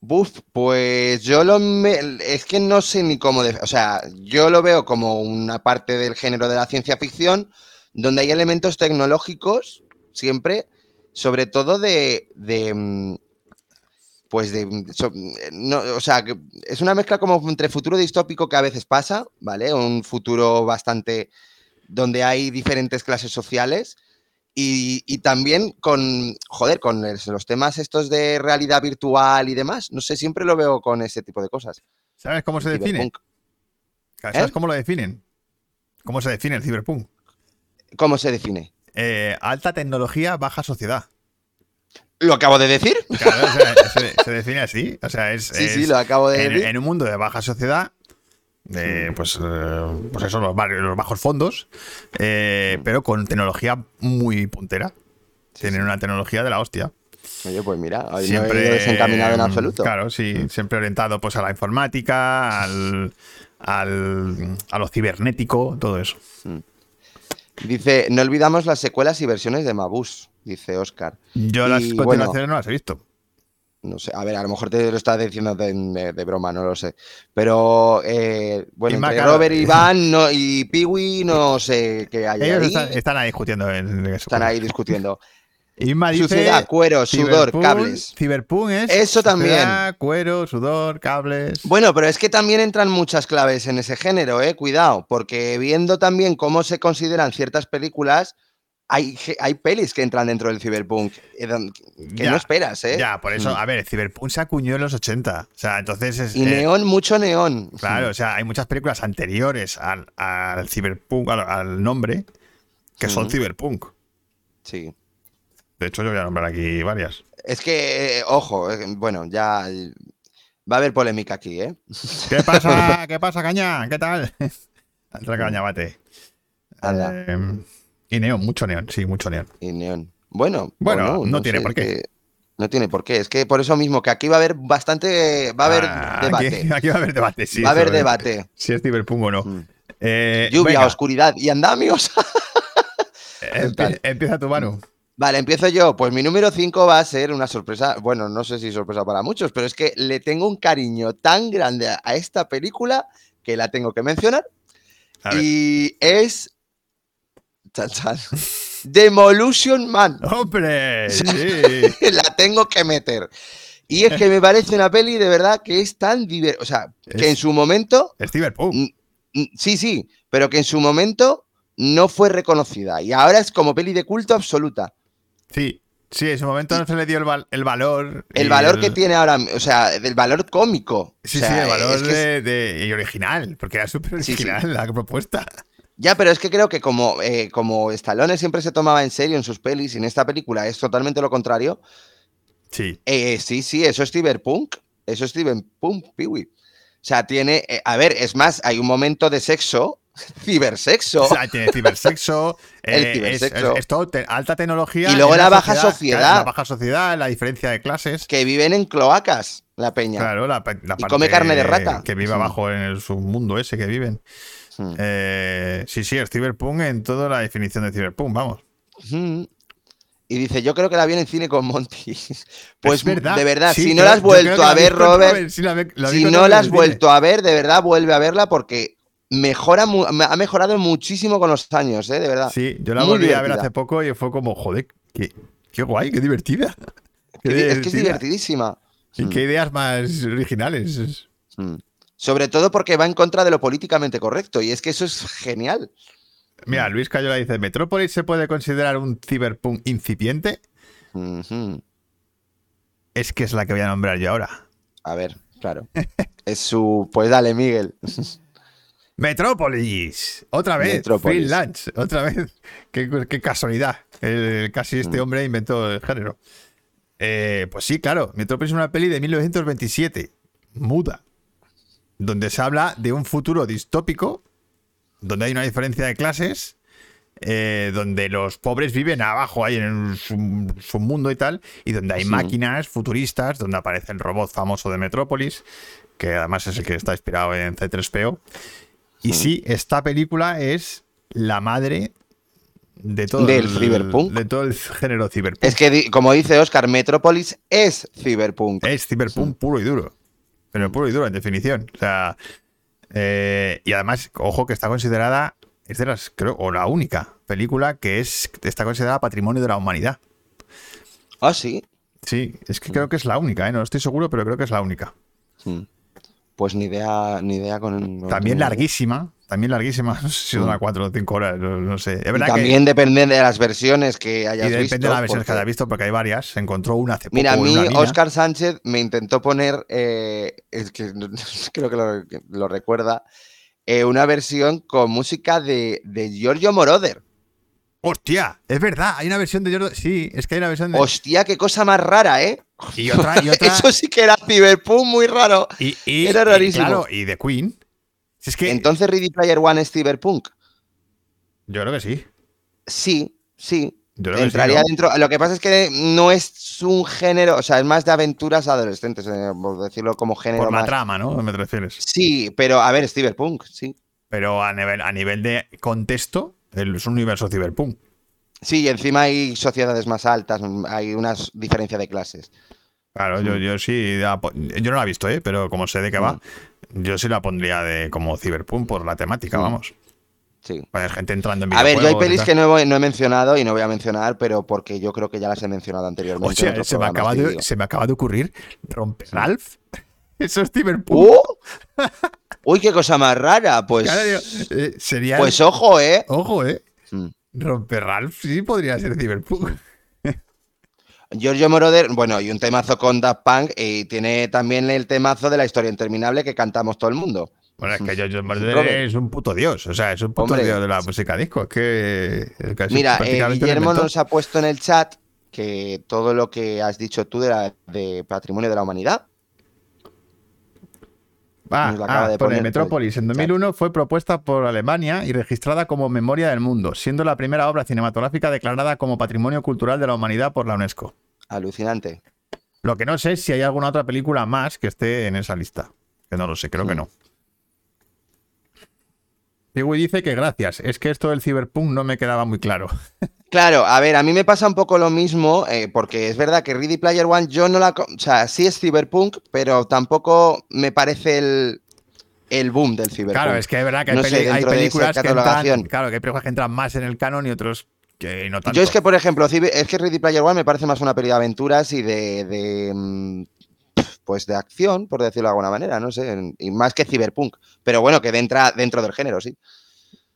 D: Buf, pues yo lo me- es que no sé ni cómo, de- o sea, yo lo veo como una parte del género de la ciencia ficción donde hay elementos tecnológicos siempre, sobre todo de, de, mm, pues de, mm, so- no, o sea, que es una mezcla como entre futuro distópico que a veces pasa, ¿vale? Un futuro bastante donde hay diferentes clases sociales y, y también con, joder, con los los temas estos de realidad virtual y demás. No sé, siempre lo veo con ese tipo de cosas.
A: ¿Sabes cómo se
D: El
A: define?
D: ciberpunk.
A: ¿Sabes
D: ¿Eh?
A: cómo lo definen? ¿Cómo se define el ciberpunk?
D: ¿Cómo se define?
A: Eh, alta tecnología, baja sociedad.
D: ¿Lo acabo de decir?
A: Claro, o sea, se, se define así. O sea, es,
D: Sí,
A: es-
D: sí, lo acabo de
A: en,
D: decir.
A: en un mundo de baja sociedad, de, pues, eh, pues eso, los, barrios- los bajos fondos, eh,
D: Mm.
A: pero con tecnología muy puntera. Tienen una tecnología de la hostia.
D: Oye, pues mira, hoy no he ido desencaminado en
A: eh,
D: absoluto. Mm.
A: Claro, sí, siempre orientado pues a la informática, al, al- a lo cibernético, todo eso.
D: Dice, no olvidamos las secuelas y versiones de Mabus, dice Oscar.
A: Yo las
D: Y,
A: continuaciones
D: bueno,
A: no las he visto.
D: no sé, a ver, a lo mejor te lo estás diciendo de, de- de broma, no lo sé. Pero eh, bueno,
A: Y
D: entre
A: Maca-
D: Robert, Iván no, y Piwi, no sé qué hay
A: Ellos
D: ahí.
A: están, están ahí discutiendo. en- en eso.
D: Están ahí discutiendo.
A: Inma dice,
D: Suciedad, cuero, sudor,
A: Cyberpunk-
D: cables.
A: Cyberpunk es.
D: Eso también.
A: suciedad, Cuero, sudor, cables.
D: Bueno, pero es que también entran muchas claves en ese género, eh, cuidado, porque viendo también cómo se consideran ciertas películas, hay, ge- hay pelis que entran dentro del cyberpunk eh, don- que
A: Ya,
D: no esperas, ¿eh?
A: Ya, por eso, a ver, Cyberpunk se acuñó en los 80. O sea, entonces es.
D: Y
A: eh,
D: neón, mucho neón.
A: Claro, o sea, hay muchas películas anteriores al, al Cyberpunk, al, al nombre, que son
D: Ujú.
A: Cyberpunk.
D: Sí.
A: De hecho, yo voy a nombrar aquí varias.
D: Es que, eh, ojo, eh, bueno, ya eh, va a haber polémica aquí, ¿eh?
A: ¿Qué pasa? ¿Qué pasa, Caña? ¿Qué tal? Entra Caña, bate.
D: Anda,
A: Eh, y neón, mucho neón, sí, mucho neón.
D: y neón. Bueno, o
A: Bueno, no tiene
D: sé,
A: por
D: es
A: qué.
D: que No tiene por qué. Es que por eso mismo que aquí va a haber bastante, va a haber
A: Ah,
D: debate.
A: Aquí, aquí va a haber debate, sí.
D: va a haber
A: sobre
D: debate.
A: Si es Cyberpunk o no.
D: Mm.
A: Eh,
D: Lluvia,
A: venga,
D: oscuridad y andamios.
A: empie- empieza tu mano.
D: Vale, empiezo yo. Pues mi número 5 va a ser una sorpresa. Bueno, no sé si sorpresa para muchos, pero es que le tengo un cariño tan grande a- a esta película que la tengo que mencionar.
A: A ver.
D: Y es. Chan, chan. Demolution Man.
A: ¡Hombre! Sí.
D: La tengo que meter. Y es que me parece una peli de verdad que es tan divertida. O sea, que en
A: Es-
D: su momento.
A: es Cyberpunk.
D: mm, Sí, sí, pero que en su momento no fue reconocida. Y ahora es como peli de culto absoluta.
A: Sí. Sí, en su momento no se le dio el, val- el valor. y
D: El valor que tiene ahora, o sea, del valor cómico.
A: Sí,
D: O sea,
A: sí, el valor
D: es que es-
A: de, de- y original, porque era súper
D: Sí, sí.
A: original la propuesta.
D: Ya, pero es que creo que como, eh, como Stallone siempre se tomaba en serio en sus pelis, y en esta película es totalmente lo contrario.
A: Sí.
D: eh, sí, sí, eso es cyberpunk. Eso es cyberpunk, piwi. O sea, tiene. eh, a ver, es más, hay un momento de sexo, cibersexo.
A: O sea, tiene cibersexo,
D: El
A: eh, es-
D: cibersexo.
A: es- es todo te- alta tecnología.
D: Y luego
A: en
D: la baja sociedad.
A: La baja sociedad, la diferencia de clases.
D: que viven en cloacas, la peña.
A: Claro, la, pa- la
D: Y come carne de rata.
A: Que vive
D: Sí.
A: abajo en el submundo ese que viven.
D: Mm.
A: Eh, sí, sí, el ciberpunk en toda la definición de ciberpunk, vamos.
D: Mm. Y dice, yo creo que la vi en el cine con Monty. Pues
A: Es verdad.
D: de verdad,
A: Sí,
D: si no
A: creo-
D: la
A: yo
D: has
A: creo que
D: vuelto
A: la
D: a
A: vi
D: ver,
A: con
D: Robert,
A: sí, la vi- la vi
D: si
A: con
D: no
A: Robert
D: la
A: en
D: has
A: el
D: vuelto a ver, de verdad, vuelve a verla porque mejora, mu- ha mejorado muchísimo con los años, ¿eh? De verdad.
A: cine. Sí, yo la
D: Muy
A: volví a ver
D: divertida.
A: hace poco y fue como, joder, qué, qué guay, qué divertida.
D: Que di- es que es
A: divertida.
D: divertidísima.
A: Y
D: Mm,
A: qué ideas más originales.
D: mm. Sobre todo porque va en contra de lo políticamente correcto. Y es que eso es genial.
A: Mira, Luis Cayola dice, ¿Metrópolis se puede considerar un ciberpunk incipiente?
D: Ujú.
A: Es que es la que voy a nombrar yo ahora.
D: A ver, claro. Es su. Pues dale, Miguel.
A: Metrópolis, otra vez. Free
D: Metrópolis.
A: lunch, otra vez. Qué, qué casualidad. El- casi este
D: Mm.
A: hombre inventó el género. Eh, pues sí, claro. Metrópolis es una peli de 1927, muda, donde se habla de un futuro distópico donde hay una diferencia de clases, eh, donde los pobres viven abajo, ahí en su, su mundo y tal, y donde hay
D: Sí.
A: máquinas futuristas, donde aparece el robot famoso de Metrópolis, que además es el que está inspirado en C3PO. Y sí, esta película es la madre de todo
D: Del
A: el-
D: cyberpunk.
A: de todo el género ciberpunk.
D: Es que, di- como dice Oscar, Metrópolis es Cyberpunk.
A: Es ciberpunk puro y duro. Pero puro y duro, en definición. O sea, eh, y además, ojo que está considerada, es de las, creo, o la única película que es está considerada patrimonio de la humanidad.
D: Ah, sí.
A: Sí, es que creo que es la única, ¿eh? no estoy seguro, pero creo que es la única.
D: Mm. Pues ni idea, ni idea con. con-
A: También larguísima, también larguísima, no sé si dura cuatro o cinco horas, no, no sé. Es
D: Mm. Y
A: verdad
D: también depende de las versiones que
A: que y
D: hayas
A: depende
D: visto.
A: de la versión que
D: porque-
A: hayas visto, porque hay varias. Se encontró una hace poco.
D: Mira, a
A: en
D: mí
A: una niña.
D: Oscar Sánchez me intentó poner, eh, es que no- creo que lo, que lo recuerda, eh, una versión con música de, de Giorgio Moroder.
A: ¡Hostia! Es verdad, hay una versión de Jordan. Sí, es que hay una versión de.
D: Hostia, qué cosa más rara, ¿eh?
A: Y otra, y otra.
D: Eso sí que era Cyberpunk muy raro.
A: Y, y-
D: Era
A: y,
D: rarísimo.
A: claro, y de Queen. Si es que
D: Entonces, Ready Player One es Cyberpunk.
A: yo creo que sí.
D: Sí, sí.
A: Yo creo que sí,
D: Entraría
A: ¿no?
D: dentro. Lo que pasa es que no es un género, o sea, es más de aventuras adolescentes, eh, por decirlo como género.
A: Por la
D: más.
A: trama, ¿no? Me refieres.
D: Sí, pero a ver, es Cyberpunk, sí.
A: Pero a nivel, a nivel de contexto, el- es un universo ciberpunk.
D: Sí, y encima hay sociedades más altas, mm, hay una s- diferencia de clases.
A: Claro,
D: Mm.
A: yo, yo sí. la po- Yo no la he visto, ¿eh? Pero como sé de qué va, yo sí la pondría de como ciberpunk por la temática,
D: Mm.
A: vamos.
D: Sí.
A: Hay gente entrando en
D: A ver, yo hay
A: videojuegos y
D: pelis
A: tal.
D: que no he, no he mencionado y no voy a mencionar, pero porque yo creo que ya las he mencionado anteriormente. en
A: Hostia,
D: otros
A: se me,
D: programas,
A: acaba
D: te
A: de,
D: digo.
A: se me acaba de ocurrir romper Ralph. Eso es ciberpunk.
D: ¡Uh! Uy, qué cosa más rara. Pues,
A: Claro, digo, eh, sería.
D: pues ojo, ¿eh?
A: Ojo, ¿eh?
D: Mm.
A: Romper Ralph sí podría ser ciberpunk.
D: Giorgio Moroder, bueno, y un temazo con Daft Punk y tiene también el temazo de la historia interminable que cantamos todo el mundo.
A: Bueno, es que George Moroder
D: Robert.
A: es un puto dios, o sea, es un puto
D: Hombre.
A: dios de la música disco. Es que. es casi
D: Mira, eh,
A: prácticamente lo
D: Guillermo
A: inventó.
D: nos ha puesto en el chat que todo lo que has dicho tú de, la- de Patrimonio de la Humanidad,
A: Ah,
D: nos lo acaba
A: ah,
D: de
A: pone,
D: poner, pues,
A: Metrópolis en 2001 fue propuesta por Alemania y registrada como Memoria del Mundo, siendo la primera obra cinematográfica declarada como Patrimonio Cultural de la Humanidad por la UNESCO.
D: alucinante.
A: Lo que no sé es si hay alguna otra película más que esté en esa lista. Que no lo sé, creo que no. Pewy dice que gracias, es que esto del ciberpunk no me quedaba muy claro.
D: Claro, a ver, a mí me pasa un poco lo mismo, eh, porque es verdad que Ready Player One yo no la... co- O sea, sí es Cyberpunk, pero tampoco me parece el, el boom del Cyberpunk.
A: Claro, es que es verdad que hay,
D: No sé,
A: peli- hay
D: dentro de esa
A: películas que entran,
D: catalogación.
A: claro, que hay películas que entran más en el canon y otros que no tanto.
D: Yo es que, por ejemplo, Cyber- es que Ready Player One me parece más una peli de aventuras y de... de, mm, pues de acción, por decirlo de alguna manera, no sé, en- y más que Cyberpunk. Pero bueno, que entra dentro del género, sí.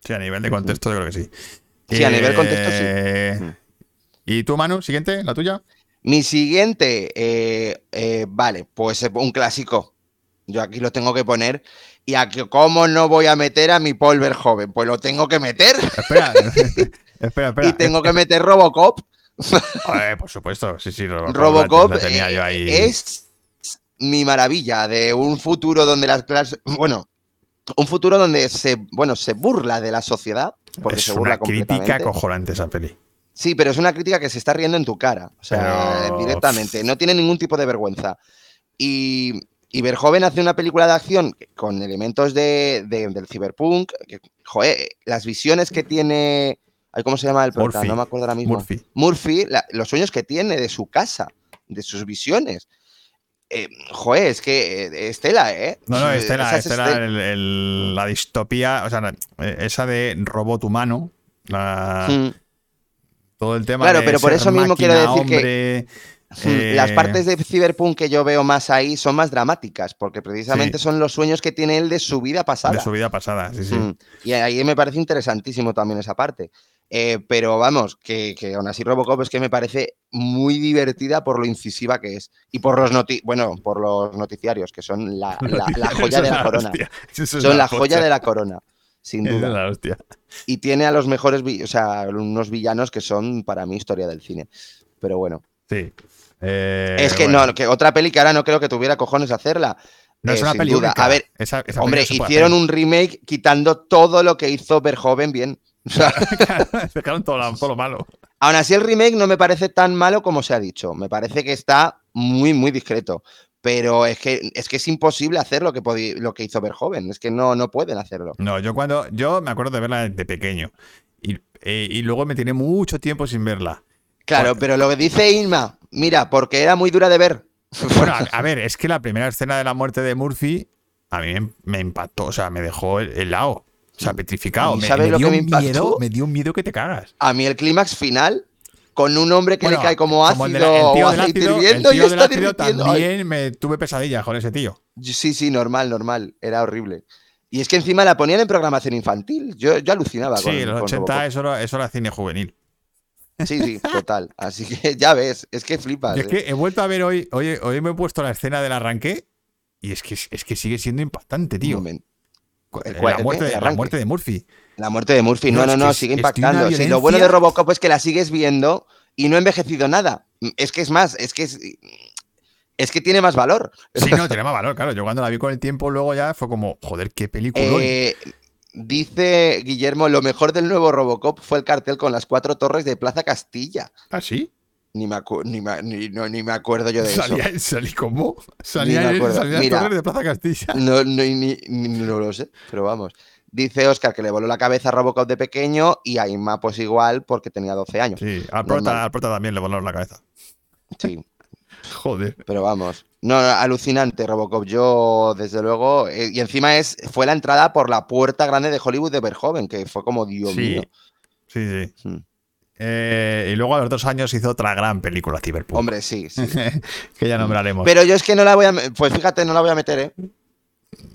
A: Sí, a nivel de contexto yo creo que sí.
D: Sí, a nivel contexto, sí.
A: sí. ¿Y tú, Manu? Siguiente, la tuya.
D: Mi siguiente, eh, eh, vale, pues eh, un clásico. Yo aquí lo tengo que poner. Y aquí, ¿cómo no voy a meter a mi Paul joven? Pues lo tengo que meter.
A: Espera, espera, espera.
D: Y tengo que meter Robocop.
A: Joder, por supuesto, sí, sí. Robocop,
D: Robocop
A: la tenía yo ahí.
D: eh, es mi maravilla de un futuro donde las clases. Bueno, un futuro donde se, bueno, se burla de la sociedad. Porque
A: Es
D: se burla
A: una crítica
D: completamente.
A: acojonante esa peli.
D: Sí, pero es una crítica que se está riendo en tu cara. O sea,
A: Pero-
D: directamente. No tiene ningún tipo de vergüenza. Y, y Verhoeven hace una película de acción con elementos de, de- del ciberpunk. que, joder, eh, las visiones que tiene. ay, ¿Cómo se llama el prota?
A: Murphy.
D: No me acuerdo ahora mismo.
A: Murphy.
D: Murphy, la- los sueños que tiene de su casa, de sus visiones. Eh, joder, es que eh, Estela, ¿eh?
A: No, no, esta era,
D: Esas este
A: esta era
D: estel-
A: el- el- la distopía, o sea, la- eh, esa de robot humano, la-
D: Mm.
A: todo el tema.
D: Claro,
A: de
D: pero por
A: ser
D: eso mismo quiero
A: máquina,
D: decir que- mm,
A: hombre, eh,
D: Las partes de Cyberpunk que yo veo más ahí son más dramáticas, porque precisamente son los sueños que tiene él de su vida pasada.
A: de su vida pasada, sí, sí.
D: Mm. Y ahí me parece interesantísimo también esa parte. Eh, pero vamos, que, que aún así Robocop es que me parece muy divertida por lo incisiva que es. Y por los noti bueno, por los noticiarios, que son la, la- la joya
A: Eso
D: de
A: es
D: la corona.
A: hostia, eso es
D: Son la joya
A: hostia,
D: de la corona, sin
A: eso es
D: duda.
A: la hostia.
D: Y tiene a los mejores, vi- o sea, unos villanos que son para mí historia del cine. Pero bueno.
A: Sí. Eh,
D: Es que
A: bueno. Eh,
D: no, que otra peli que ahora no creo que tuviera cojones hacerla.
A: No es
D: Eh,
A: una
D: sin
A: peli
D: duda.
A: única.
D: A ver,
A: Esa- esa peli
D: Hombre,
A: no se puede
D: hicieron
A: hacer.
D: un remake quitando todo lo que hizo Verhoeven bien. O sea,
A: Sacaron todo lo, todo lo malo.
D: Aún así, el remake no me parece tan malo como se ha dicho. Me parece que está muy, muy discreto. Pero es que es, que es imposible hacer lo que, podi- lo que hizo Verhoeven. Es que no, no pueden hacerlo.
A: No, yo cuando. Yo me acuerdo de verla de pequeño. Y, eh, y luego me tiré mucho tiempo sin verla.
D: Claro,
A: Bueno.
D: pero lo que dice Inma, mira, porque era muy dura de ver.
A: Bueno, a, a ver, es que la primera escena de la muerte de Murphy a mí me, me impactó, o sea, me dejó el- helado, o sea,
D: ¿A
A: petrificado.
D: mí
A: Me,
D: sabes
A: me
D: lo
A: dio
D: que me
A: un
D: impactó?
A: miedo, me dio un miedo que te cagas.
D: A mí el clímax final, con un hombre que
A: Bueno,
D: le cae como ácido
A: el de la- el tío
D: o
A: del
D: aceite
A: ácido- el
D: hirviendo y
A: tío del
D: está
A: ácido
D: divirtiendo. Ay,
A: También me tuve pesadillas con ese tío.
D: Sí, sí, normal, normal. Era horrible. Y es que encima la ponían en programación infantil. Yo, yo alucinaba con
A: Sí, los
D: con
A: 80
D: Robocop.
A: eso era, eso era cine juvenil.
D: Sí, sí, total. Así que ya ves, es que flipas.
A: Yo es
D: ¿eh?
A: que he vuelto a ver hoy, hoy, hoy me he puesto la escena del arranque y es que, es que sigue siendo impactante, tío.
D: Un momento.
A: Cu-
D: ¿El cuál?
A: La
D: ¿El
A: muerte,
D: qué? ¿El
A: de- la
D: arranque?
A: muerte de Murphy.
D: La muerte de Murphy,
A: No,
D: no,
A: es
D: no,
A: que
D: no,
A: es-
D: sigue
A: es de una
D: impactando. Sí, lo bueno de
A: violencia.
D: Robocop es que la sigues viendo y no ha envejecido nada. Es que es más, es que es, es que tiene más valor.
A: Sí, no, tenía más valor, claro. Yo cuando la vi con el tiempo luego ya fue como, joder, qué película.
D: Eh, dice Guillermo, lo mejor del nuevo Robocop fue el cartel con las cuatro torres de Plaza Castilla.
A: ¿Ah, sí?
D: Ni me, acu- ni me- ni- no, ni me acuerdo yo de eso.
A: Salía, salí como salía,
D: Ni me
A: en-
D: acuerdo.
A: salía en
D: Mira.
A: Torres de Plaza Castilla.
D: No, no, ni- ni- no lo sé, pero vamos. Dice Oscar que le voló la cabeza a Robocop de pequeño y a Inma pues igual porque tenía 12 años.
A: Sí, al
D: Normal.
A: prota, al prota también le volaron la cabeza.
D: Sí.
A: Joder.
D: Pero vamos, no, no, alucinante Robocop. Yo, desde luego, eh, y encima es fue la entrada por la puerta grande de Hollywood de Verhoeven, que fue como Dios
A: Sí,
D: mío.
A: sí, sí.
D: Hmm.
A: Eh, y luego a los dos años hizo otra gran película, Cyberpunk.
D: Hombre, sí, sí.
A: que ya nombraremos.
D: Pero yo es que no la voy a, me- pues fíjate, no la voy a meter, ¿eh?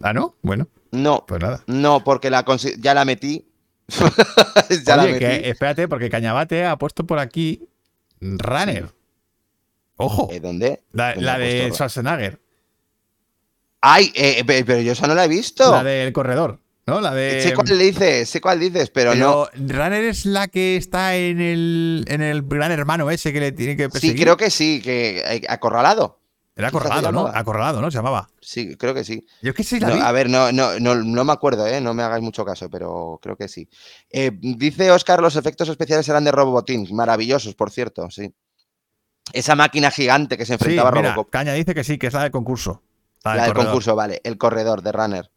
A: ah, ¿no? Bueno,
D: No,
A: pues nada.
D: no, porque la consi- ya la metí. ya la
A: Oye,
D: metí.
A: que eh, espérate, porque Cañabate ha puesto por aquí Runner. Ojo,
D: Eh, ¿Dónde?
A: la,
D: ¿Dónde
A: la
D: ha puesto
A: de
D: Ra-
A: Schwarzenegger,
D: Ay, eh, pe- pero yo esa no la he visto. Eh,
A: la del corredor, ¿no? La de.
D: sé cuál dices, sé cuál dices, pero, no.
A: Pero Runner es la que está en el, en el gran hermano ese que le tiene que
D: Sí,
A: perseguir.
D: creo que sí, que eh, acorralado.
A: Era
D: quizá se
A: acorralado, ¿no?
D: llamaba.
A: Acorralado, ¿no? Se llamaba.
D: Sí, creo que sí.
A: Yo es que sí la
D: No,
A: vi.
D: a ver, no, no, no, no me acuerdo, ¿eh? no me hagáis mucho caso, pero creo que sí. Eh, dice Oscar, los efectos especiales eran de Robotin, maravillosos, por cierto, sí. Esa máquina gigante que
A: Sí,
D: se enfrentaba a
A: mira,
D: Robocop.
A: Caña dice que sí, que es la del concurso. La
D: La del
A: Ah, corredor.
D: concurso, vale, el corredor de Runner.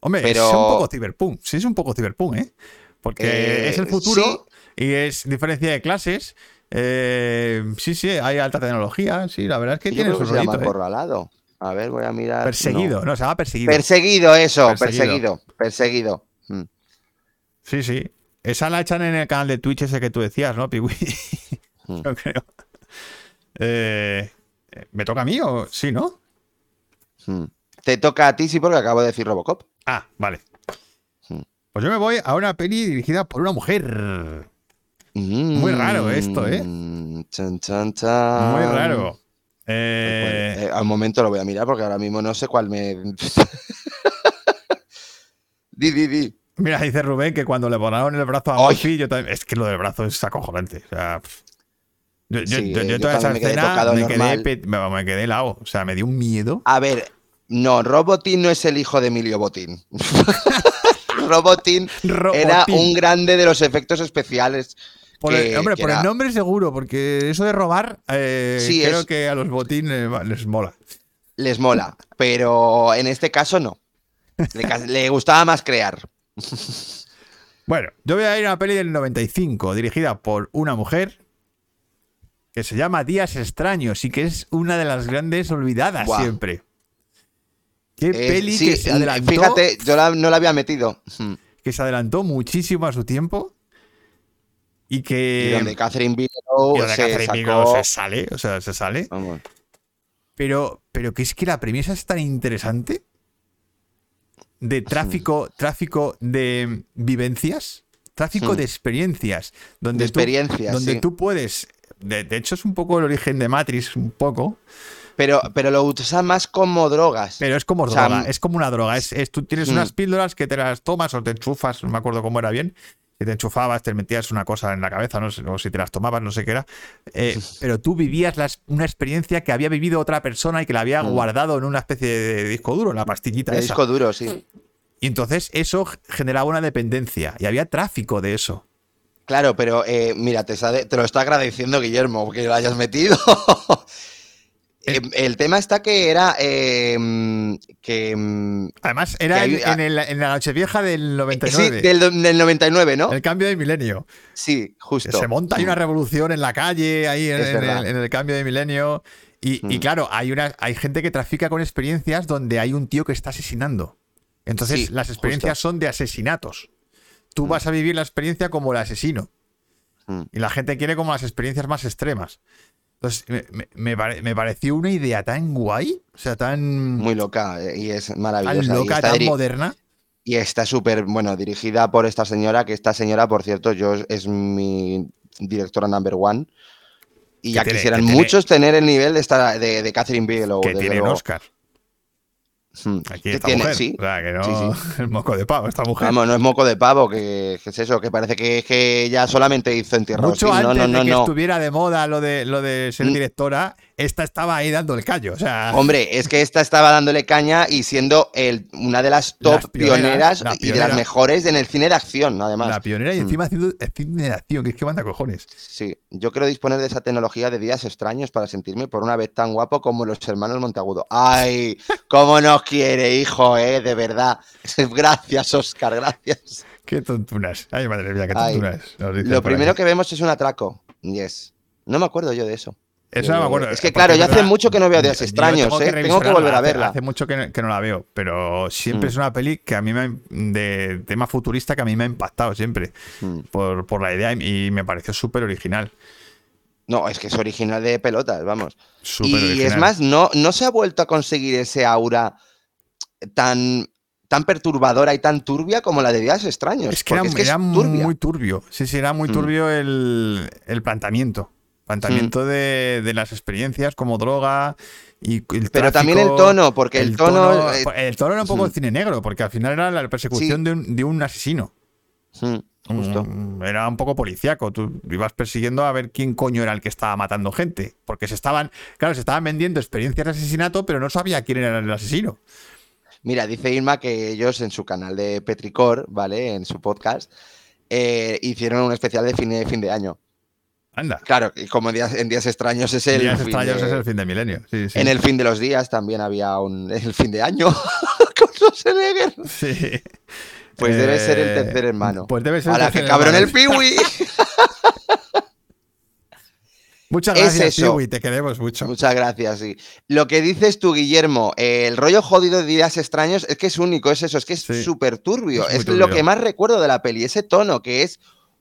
A: Hombre,
D: pero-
A: es un poco ciberpunk. Sí, es un poco ciberpunk, ¿eh? Porque
D: Eh,
A: es el futuro y es diferencia de clases. Eh, sí, sí, hay alta tecnología. Sí, la verdad es que
D: Yo
A: tiene
D: creo
A: su
D: que se llama
A: rollito, ¿eh?
D: acorralado. A ver, voy a mirar. no.
A: Perseguido, no. se llama perseguido.
D: Perseguido, eso, perseguido,
A: Perseguido.
D: perseguido. Mm.
A: sí, sí. Esa la echan en el canal de Twitch ese que tú decías, ¿no, Piwi?
D: Hmm.
A: Yo creo. Eh, ¿Me toca a mí o sí, no?
D: Mm. Te toca a ti, sí, porque acabo de decir Robocop.
A: Ah, vale.
D: Hmm.
A: Pues yo me voy a una peli dirigida por una mujer.
D: Muy
A: raro esto, ¿eh? Muy
D: Ah.
A: raro. Eh,
D: Bueno, eh, al momento lo voy a mirar porque ahora mismo no sé cuál me. di, di, di.
A: Mira, dice Rubén que cuando le volaron el brazo a
D: ¡Ay!
A: Murphy, yo también. Es que lo del brazo es acojonante. O sea, pff. yo, yo-
D: Sí,
A: yo- yo
D: yo
A: toda esa
D: también me quedé
A: escena
D: tocado
A: me quedé,
D: normal.
A: pe- me, me quedé helado. O sea, me dio un miedo.
D: A ver, no, Robotin no es el hijo de Emilio Botín. Robotin era
A: Robotín.
D: un grande de los efectos especiales.
A: Por el-
D: que-
A: hombre,
D: que
A: por
D: era-
A: el nombre seguro, porque eso de robar, eh,
D: Sí,
A: creo
D: es-
A: que a los botín eh, va- les mola.
D: Les mola, pero en este caso no. Le, ca- le gustaba más crear.
A: Bueno, yo voy a ir a una peli del 95, dirigida por una mujer que se llama Días Extraños y que es una de las grandes olvidadas
D: Guau.
A: siempre. Qué
D: Eh,
A: peli
D: sí,
A: que se adelantó.
D: Fíjate, yo la- no la había metido. Hmm.
A: que se adelantó muchísimo a su tiempo y
D: Y
A: que
D: donde Catherine
A: Eh,
D: Bigelow
A: y donde
D: se
A: Catherine
D: sacó-
A: Bigelow se sale, o sea, se sale.
D: Vamos.
A: Pero, pero que es que la premisa es tan interesante de tráfico, tráfico de vivencias, tráfico
D: Hmm.
A: de experiencias, donde,
D: De
A: tú-
D: experiencias,
A: donde
D: sí.
A: tú puedes. De, de hecho, es un poco el origen de Matrix, un poco,
D: Pero, pero lo usan más como drogas.
A: pero es como
D: O sea,
A: droga,
D: mm.
A: es como una droga. Es, es- tú tienes
D: Hmm.
A: unas píldoras que te las tomas o te enchufas, no me acuerdo cómo era bien, que te enchufabas, te metías una cosa en la cabeza, no sé, o si te las tomabas, no sé qué era. Eh, pero tú vivías las- una experiencia que había vivido otra persona y que la había
D: Mm.
A: guardado en una especie de disco duro, en la pastillita
D: De
A: esa.
D: disco duro, sí.
A: Y entonces eso generaba una dependencia y había tráfico de eso.
D: Claro, pero eh, mira, te, está de- te lo está agradeciendo Guillermo que lo hayas metido. Eh, el tema está que era eh, mm, que mm,
A: Además, era
D: Que hay-
A: en, en el- en la Nochevieja del
D: sí,
A: 99.
D: del, do- del 99, ¿no?
A: eh, El cambio de milenio.
D: Sí, justo.
A: Se monta, hay una revolución en la calle, ahí en,
D: Es
A: en el,
D: verdad.
A: en el cambio de milenio. Y, y
D: Mm.
A: claro, hay, una, hay gente que trafica con experiencias donde hay un tío que está asesinando. Entonces,
D: Sí,
A: las experiencias son de asesinatos. Tú vas a vivir la experiencia como el asesino.
D: Mm.
A: Y la gente quiere como las experiencias más extremas. Entonces, me, me- me pare- me pareció una idea tan guay, o sea, tan,
D: Muy loca eh, y es maravillosa.
A: tan
D: y
A: loca,
D: está
A: tan
D: diri-
A: moderna.
D: Y está súper, bueno, dirigida por esta señora, que esta señora, por cierto, yo es mi directora number one. Y
A: Que
D: ya
A: tiene-
D: quisieran
A: que tiene-
D: muchos tener el nivel de, esta, de, de Catherine Bigelow.
A: que
D: desde
A: tiene un
D: luego.
A: Oscar.
D: Mm.
A: Aquí
D: Que
A: esta
D: tiene,
A: mujer.
D: sí.
A: O sea, que no
D: Sí,
A: el moco de pavo, esta mujer.
D: Vamos, no es moco de pavo, que, que es eso, que parece que, que ya solamente hizo entierro.
A: Mucho
D: Sí, no,
A: antes
D: no, no,
A: de que
D: no.
A: estuviera de moda lo de, lo de ser
D: Mm.
A: directora, esta estaba ahí dando el callo. O
D: Ah.
A: sea,
D: Hombre, es que esta estaba dándole caña y siendo el, una de las top
A: Las pioneras,
D: pioneras,
A: la
D: y de
A: pionera.
D: las mejores en el cine de acción, además.
A: la pionera y
D: Mm.
A: encima haciendo cine de acción, que es que manda cojones.
D: Sí, yo quiero disponer de esa tecnología de días extraños para sentirme por una vez tan guapo como los hermanos Monteagudo. ¡Ay! ¿Cómo nos quiere, hijo, eh? De verdad. Gracias, Oscar, gracias.
A: Qué tontunas. Ay, madre mía, qué
D: Ay.
A: tontunas. nos dicen
D: Lo
A: por
D: primero
A: aquí.
D: que vemos es un atraco. Yes. No me acuerdo yo de eso.
A: Eso no me acuerdo,
D: Es que,
A: porque
D: claro, ya hace
A: verdad,
D: mucho que no veo Días
A: yo- yo
D: Extraños, ¿eh? Tengo que
A: revisionarla,
D: volver a
A: hace-
D: verla.
A: Hace mucho que no, que no la veo, pero siempre
D: Mm.
A: es una peli que a mí me ha, de tema futurista que a mí me ha impactado siempre
D: Mm.
A: por, por la idea y, y me pareció súper original.
D: No, es que es original de pelotas, vamos.
A: súper
D: y es
A: original.
D: más, no, no se ha vuelto a conseguir ese aura tan, tan perturbadora y tan turbia como la de Días Extraños.
A: Es que era,
D: porque
A: era
D: es turbia.
A: muy turbio. Sí, sí, era muy
D: Mm.
A: turbio el, el planteamiento. Planteamiento
D: Mm.
A: de, de las experiencias como droga y el
D: Pero
A: tráfico,
D: también el tono, porque el, tono. eh,
A: el tono pues, era un poco
D: mm.
A: el cine negro, porque al final era la persecución de, un, de un asesino.
D: mm, justo.
A: Mm, Era un poco policíaco. Tú ibas persiguiendo a ver quién coño era el que estaba matando gente. Porque se estaban, claro, se estaban vendiendo experiencias de asesinato, pero no sabía quién era el asesino.
D: Mira, dice Irma que ellos en su canal de Petricor, ¿vale? En su podcast, eh, hicieron un especial de fin de, fin de año.
A: Anda.
D: Claro, y como en días, en días extraños es el.
A: Días
D: fin
A: extraños
D: de-
A: es el fin de milenio. Sí, sí.
D: En el fin de los días también había un el fin de año con Schwarzenegger.
A: Sí.
D: Pues debe ser el
A: Eh,
D: tercer hermano.
A: Pues debe ser
D: ¡Hala,
A: tercer
D: qué cabrón
A: hermano.
D: el piwi!
A: Muchas
D: Es
A: gracias,
D: eso.
A: Piwi, te queremos mucho.
D: Muchas gracias, sí. Lo que dices tú, Guillermo, eh, el rollo jodido de días extraños es que es único, es eso, es que es
A: Sí.
D: súper turbio.
A: Es muy
D: Es, lo
A: turbio.
D: que más recuerdo de la peli, ese tono que es,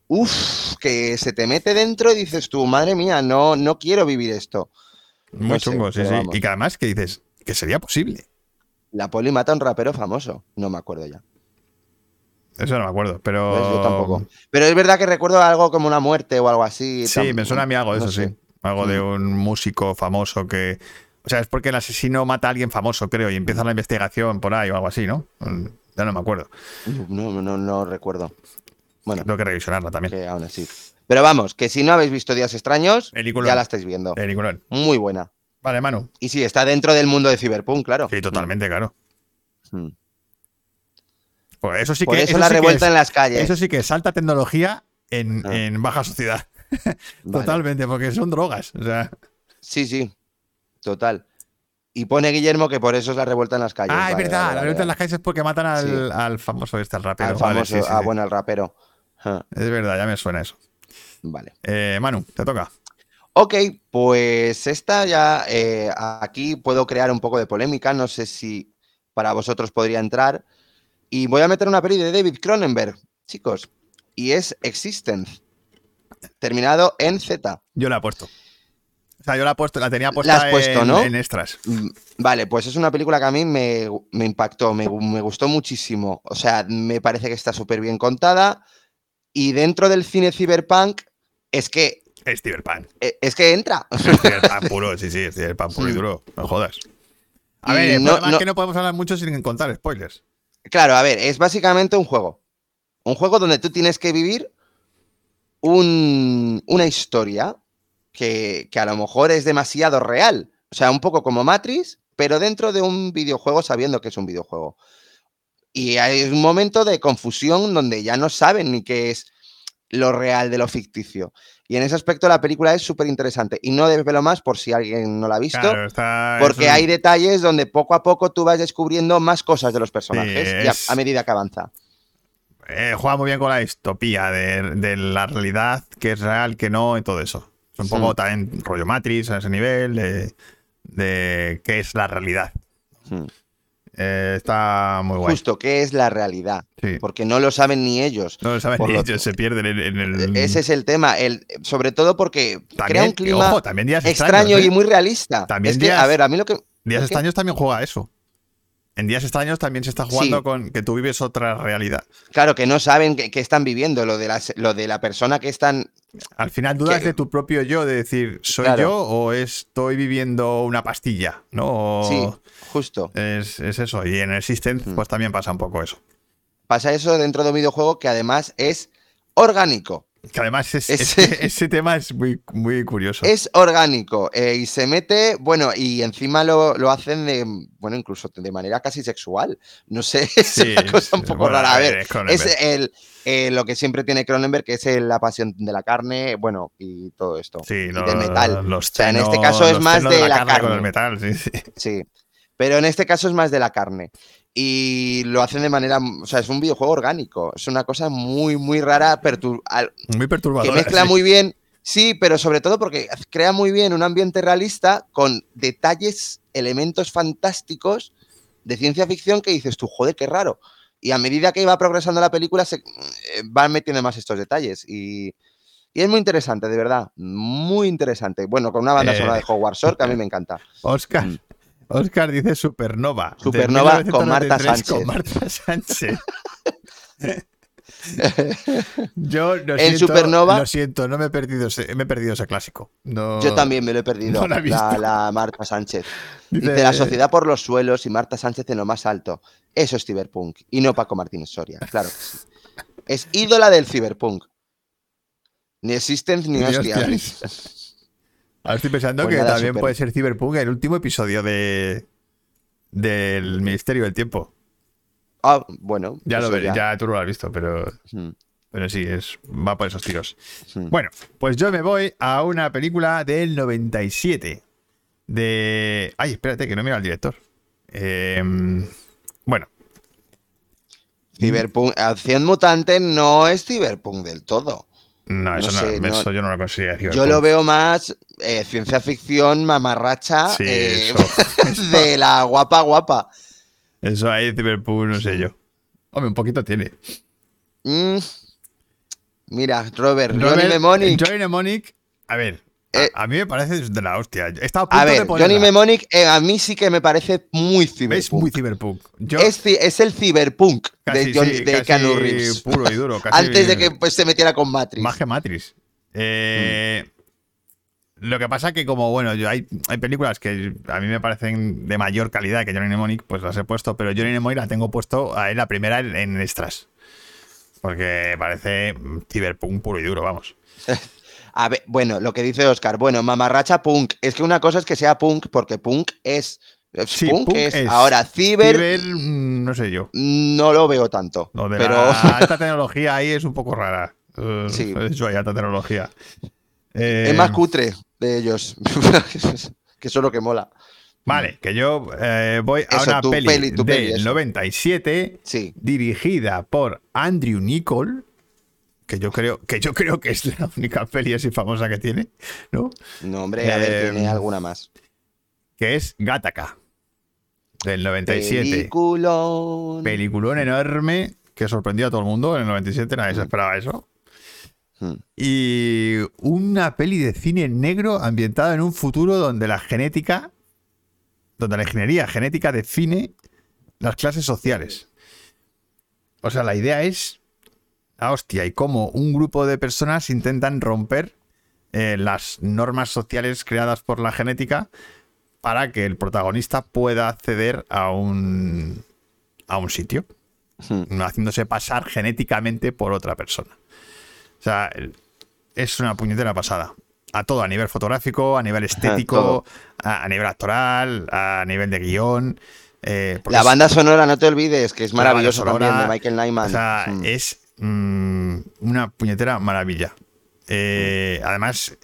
D: uff, que se te mete dentro y dices tú, madre mía, no, no quiero vivir esto.
A: Muy
D: no sé,
A: chungo, sí,
D: pero
A: sí.
D: vamos.
A: Y que además que dices que sería posible.
D: La poli mata a un rapero famoso, no me acuerdo ya.
A: Eso no me acuerdo, pero.
D: Pues yo tampoco. Pero es verdad que recuerdo algo como una muerte o algo así.
A: Sí,
D: tam-
A: me suena a mí algo de
D: no
A: eso,
D: sé.
A: sí. Algo de
D: Sí.
A: un músico famoso que. O sea, es porque el asesino mata a alguien famoso, creo, y empieza la investigación por ahí o algo así, ¿no? Mm, Ya no me acuerdo.
D: No, no, no, no recuerdo. Bueno,
A: Tengo que revisionarla también.
D: que aún así. Pero vamos, que si no habéis visto Días Extraños,
A: Película. Eh.
D: ya la estáis viendo.
A: Peliculón.
D: Muy buena.
A: Vale, Manu.
D: Y sí, está dentro del mundo de Cyberpunk, claro.
A: Sí, totalmente, claro.
D: Mm.
A: Pues eso sí que.
D: Por eso,
A: eso
D: la
A: sí que
D: revuelta
A: es-
D: en las calles.
A: Eso sí que es alta tecnología en,
D: Ah.
A: en baja sociedad.
D: Vale.
A: Totalmente, porque son drogas. O sea.
D: Sí, sí. Total. Y pone Guillermo que por eso es la revuelta en las calles.
A: Ah, es
D: Vale,
A: verdad,
D: vale,
A: la
D: vale,
A: violencia en
D: vale.
A: las calles es porque matan al,
D: Sí.
A: al famoso este, al rapero.
D: Al
A: Vale,
D: famoso-
A: sí, sí,
D: ah,
A: sí.
D: bueno, al rapero. Ja,
A: Es verdad, ya me suena eso.
D: Vale.
A: Eh, Manu, te toca.
D: Ok, pues esta ya eh, aquí puedo crear un poco de polémica. No sé si para vosotros podría entrar. Y voy a meter una peli de David Cronenberg, chicos. Y es Existence. Terminado en Z.
A: Yo la he puesto. O sea, yo la he puesto, la tenía puesta
D: La has puesto,
A: en,
D: ¿no?
A: en extras.
D: Mm, Vale, pues es una película que a mí me, me impactó, me, gu- me gustó muchísimo. O sea, me parece que está súper bien contada. Y dentro del cine cyberpunk es que,
A: Es Cyberpunk.
D: e- es que entra.
A: Es Cyberpunk puro, sí, sí, es Cyberpunk puro y
D: Sí.
A: duro. No jodas. A
D: Mm. Y
A: ver, el
D: no-
A: problema es
D: no-
A: que no podemos hablar mucho sin contar spoilers.
D: Claro, a ver, es básicamente un juego. Un juego donde tú tienes que vivir un- una historia que, que a lo mejor es demasiado real. O sea, un poco como Matrix, pero dentro de un videojuego sabiendo que es un videojuego. Y hay un momento de confusión donde ya no saben ni qué es lo real de lo ficticio. Y en ese aspecto la película es súper interesante. Y no desvelo más por si alguien no la ha visto.
A: Claro, está-
D: Porque
A: Ah, es un-
D: hay detalles donde poco a poco tú vas descubriendo más cosas de los personajes y a-
A: es-
D: a, medida que avanza.
A: eh, juega muy bien con la distopía de, de la realidad que es real, que no, y todo eso. Es un
D: Sí.
A: poco también rollo Matrix a ese nivel, de, de qué es la realidad.
D: Mm.
A: Eh, está muy guay.
D: Justo, ¿qué es la realidad?
A: Sí.
D: Porque no lo saben ni ellos.
A: No lo saben
D: por
A: ni
D: lo- E-,
A: ellos, se pierden en, en el.
D: Ese es el tema. El, sobre todo porque crea
A: Mm. también,
D: un clima
A: ojo, también días
D: extraño
A: extraños. ¿eh?
D: y muy realista.
A: También
D: es que,
A: días-
D: a ver, a mí lo que.
A: Días
D: es que-
A: extraños también juega eso. En días extraños también se está jugando
D: Sí.
A: con que tú vives otra realidad.
D: Claro, que no saben qué qué están viviendo, lo de, las- lo de la persona que están.
A: Al final dudas
D: Que-
A: de tu propio yo, de decir, ¿soy
D: Claro.
A: yo o estoy viviendo una pastilla? ¿No? O-
D: Sí, justo.
A: Es, es eso. Y en el System,
D: Mm.
A: pues también pasa un poco eso.
D: Pasa eso dentro de un videojuego que además es orgánico.
A: Que además es-
D: Ese-
A: ese, ese tema es muy, muy curioso.
D: Es orgánico eh, y se mete, bueno, y encima lo, lo hacen de, bueno, incluso de manera casi sexual. No sé, es
A: Sí,
D: una cosa un
A: sí,
D: poco
A: bueno,
D: rara. A ver,
A: es Cronenberg.
D: es el, eh, lo que siempre tiene Cronenberg, que es el- la pasión de la carne, bueno, y todo esto.
A: Sí,
D: y
A: lo-
D: del metal.
A: Los
D: sea, en
A: tenos-
D: este caso es
A: los
D: más
A: tenos
D: de la
A: con
D: carne.
A: el metal, sí, sí.
D: Sí. Pero en este caso es más de la carne. Y lo hacen de manera, o sea, es un videojuego orgánico. Es una cosa muy, muy rara, pertur- al-
A: Muy perturbador.
D: que mezcla muy bien, sí, pero sobre todo porque crea muy bien un ambiente realista con detalles, elementos fantásticos de ciencia ficción que dices tú, joder, qué raro. Y a medida que va progresando la película, se eh, van metiendo más estos detalles. Y, y es muy interesante, de verdad. Muy interesante. Bueno, con una banda
A: Eh.
D: sonora de Howard Shore que a mí me encanta.
A: Oscar,
D: Mm.
A: Oscar dice Supernova. de
D: Supernova con Marta
A: 1993 Con
D: Sánchez.
A: Marta Sánchez. Yo lo
D: En
A: siento,
D: Supernova-
A: Lo siento, no me he perdido ese, me he perdido ese clásico. No-
D: Yo también me lo he perdido.
A: Oh. no la he visto.
D: la Marta Sánchez. Dice
A: eh,
D: la sociedad por los suelos y Marta Sánchez en lo más alto. Eso es ciberpunk. Y no Paco Martínez Soria, claro que sí. Es ídola del ciberpunk. Ni existence ni
A: Ni
D: hostias.
A: hostias. Ahora estoy pensando
D: Pues
A: que
D: nada,
A: también
D: super.
A: puede ser Cyberpunk el último episodio de del Ministerio del Tiempo.
D: Ah, bueno.
A: Ya lo
D: eso
A: veré, ya tú no lo has visto, pero,
D: Mm,
A: pero sí, es, va por esos tiros.
D: mm.
A: Bueno, pues yo me voy a una película del 97. De. Ay, espérate, que no mira al director. Eh, bueno,
D: Ciberpunk. Acción mutante no es ciberpunk del todo.
A: no,
D: No
A: eso, no,
D: sé, no-
A: eso yo no lo considero.
D: Yo
A: Cyberpunk.
D: lo veo más eh, ciencia ficción mamarracha
A: Sí,
D: eh,
A: eso,
D: de la guapa guapa.
A: eso ahí, Cyberpunk, no sé yo. Hombre, un poquito tiene.
D: Mm. Mira, Robert,
A: Robert-
D: Johnny Mnemonic.
A: Johnny Mnemonic, a ver, a-
D: Eh,
A: a, mí me parece de la hostia. He estado a punto
D: A
A: de
D: ver,
A: ponerla.
D: Johnny Mnemonic eh, a mí sí que me parece muy
A: Es muy
D: ciberpunk.
A: cyberpunk. Yo
D: Es, ci- es el ciberpunk
A: casi,
D: de, Johnny,
A: sí,
D: de
A: casi
D: Keanu Reeves.
A: puro y duro. casi
D: Antes de que pues, se metiera con Matrix.
A: Más que Matrix. Eh, Lo que pasa que como, bueno, yo hay, hay películas que a mí me parecen de mayor calidad que Johnny Mnemonic, pues las he puesto, pero Johnny Mnemonic la tengo puesto ahí la primera en, en extras. Porque parece mm, cyberpunk puro y duro, vamos.
D: A ver, bueno, lo que dice Oscar, bueno, mamarracha punk. Es que una cosa es que sea punk, porque punk es. es
A: Sí,
D: punk,
A: punk
D: es.
A: es.
D: Ahora, ciber,
A: Ciber, mm, no sé yo.
D: no lo veo tanto.
A: Lo de
D: pero
A: la alta tecnología ahí es un poco rara. Eh,
D: Sí.
A: De hecho, hay alta tecnología. Eh,
D: es más cutre de ellos. que eso es lo que mola.
A: vale, que yo eh, voy a
D: Eso,
A: una
D: tu
A: peli,
D: peli, tu peli,
A: del
D: eso.
A: 97
D: Sí.
A: dirigida por Andrew Nichol, que yo creo que yo creo que es la única peli así famosa que tiene, ¿no?
D: No, hombre, a ver,
A: Eh,
D: tiene alguna más.
A: Que es Gattaca del 97.
D: Peliculón.
A: Peliculón enorme que sorprendió a todo el mundo. En el 97 nadie se esperaba eso.
D: Mm.
A: Y una peli de cine negro ambientada en un futuro donde la genética, donde la ingeniería genética define las clases sociales. O sea, la idea es la hostia y cómo un grupo de personas intentan romper eh, las normas sociales creadas por la genética para que el protagonista pueda acceder a un, a un sitio. haciéndose pasar genéticamente por otra persona. O sea, el- es una puñetera pasada. A todo, a nivel fotográfico, a nivel estético,
D: todo.
A: a, a nivel actoral, a nivel de guión. eh, porque
D: La
A: es-
D: banda sonora, no te olvides, que es
A: la banda
D: maravilloso
A: sonora,
D: también, de Michael Nyman.
A: O sea,
D: Mm.
A: es mm, una puñetera maravilla. Eh, además,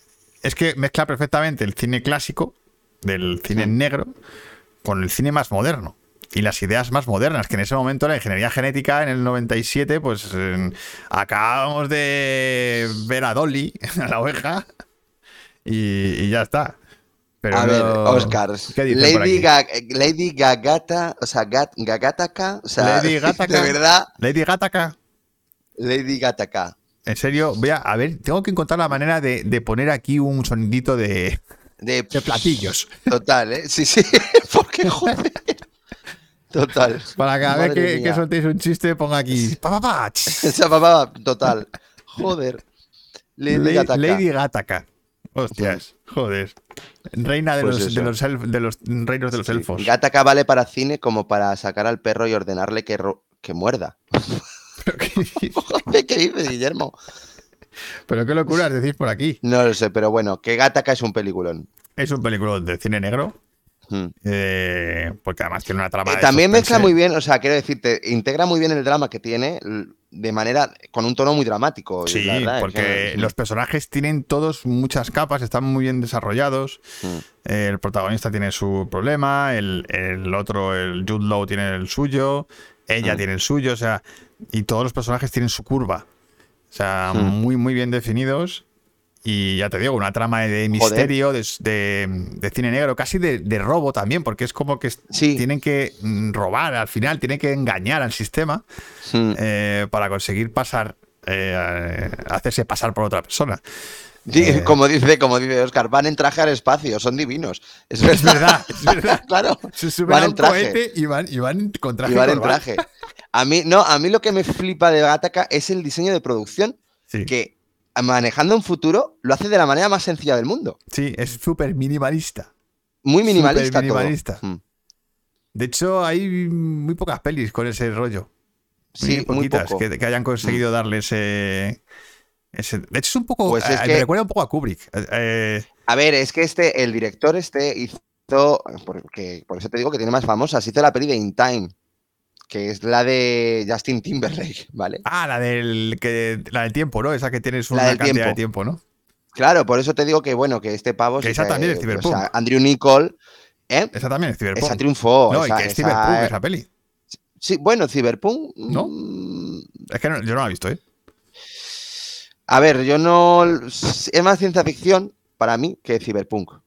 A: es que mezcla perfectamente el cine clásico del cine negro con el cine más moderno y las ideas más modernas, que en ese momento la ingeniería genética en el 97, pues en- acabamos de ver a Dolly, a la oveja, y, y ya está. Pero
D: a
A: no-
D: ver, Oscars.
A: ¿Qué dicen por
D: Lady,
A: aquí?
D: Ga- eh, Lady Gagata, o sea, Gat- Gagataka, o sea,
A: Lady Gataca.
D: de verdad,
A: Lady Gataca.
D: Lady Gataka.
A: En serio, voy a, a ver, tengo que encontrar la manera de, de poner aquí un sonidito de,
D: De,
A: de platillos.
D: Total, ¿eh? Sí, sí, porque joder. Total.
A: Para cada
D: Madre
A: vez que, que
D: mía.
A: soltéis un chiste, ponga aquí. pa, pa, pa, ch.
D: Esa bababa, total. Joder. Lady
A: Le-
D: Gataca.
A: Lady Gataca. Hostias, joder. Reina de,
D: Pues
A: los, de,
D: eso.
A: los elf- de los reinos de los
D: Sí,
A: elfos.
D: Gataca vale para cine como para sacar al perro y ordenarle que, ro- que muerda.
A: Pero qué,
D: Joder, ¿Qué dices, Guillermo?
A: pero qué locuras decís por aquí.
D: No lo sé, pero bueno, que Gataca es un peliculón.
A: Es un película de cine negro.
D: Mm.
A: eh, porque además tiene una trama.
D: Eh,
A: de
D: también mezcla
A: suspense.
D: muy bien, o sea, quiero decirte, integra muy bien el drama que tiene l- de manera, con un tono muy dramático.
A: Sí,
D: la verdad,
A: porque
D: es que-
A: los personajes tienen todos muchas capas, están muy bien desarrollados.
D: Mm.
A: El protagonista tiene su problema, el, el otro, el Jude Law, tiene el suyo, ella
D: Mm.
A: tiene el suyo, o sea, y todos los personajes tienen su curva. O sea,
D: Mm.
A: muy, muy bien definidos. Y ya te digo, una trama de misterio, de, de- de cine negro, casi de, de robo también, porque es como que es-
D: Sí.
A: tienen que mm, robar al final, tienen que engañar al sistema
D: Mm.
A: eh, para conseguir pasar, eh, a- hacerse pasar por otra persona.
D: Di-
A: Eh.
D: Como dice, como dice Oscar, van en traje al espacio, son divinos. Es
A: Es
D: verdad,
A: verdad, es verdad.
D: claro.
A: Se suben
D: Van
A: a
D: en
A: un
D: traje.
A: cohete y van, y van con traje.
D: Y van
A: y
D: en
A: corbata.
D: traje. A mí, no, a mí lo que me flipa de Gataca es el diseño de producción
A: Sí,
D: que manejando un futuro lo hace de la manera más sencilla del mundo.
A: sí, es súper minimalista.
D: Muy minimalista. todo.
A: minimalista.
D: Mm.
A: De hecho, hay muy pocas pelis con ese rollo. Muy
D: Sí, muy
A: poquitas
D: poco. Mm.
A: que, que hayan conseguido darle ese, ese- De hecho, es un poco.
D: Pues es
A: eh,
D: que-
A: Me recuerda un poco a Kubrick. Eh, eh,
D: A ver, es que este, el director este hizo, porque, por eso te digo que tiene más famosas, hizo la peli de In Time, que es la de Justin Timberlake, ¿vale?
A: ah, la del, que, la del tiempo, ¿no? Esa que tienes
D: La
A: una
D: del
A: cantidad de tiempo, ¿no?
D: Claro, por eso te digo que, bueno, que este pavo...
A: Que
D: sí
A: esa también es
D: o
A: Cyberpunk.
D: sea, Andrew Nicole, ¿eh?
A: Esa también es Cyberpunk.
D: Esa triunfó.
A: no,
D: esa-
A: y que es
D: esa- eh.
A: Cyberpunk esa peli.
D: Sí, bueno, Cyberpunk...
A: ¿No?
D: mm,
A: Es que no- yo no la he visto, ¿eh?
D: A ver, yo no... Es más ciencia ficción para mí que Cyberpunk. O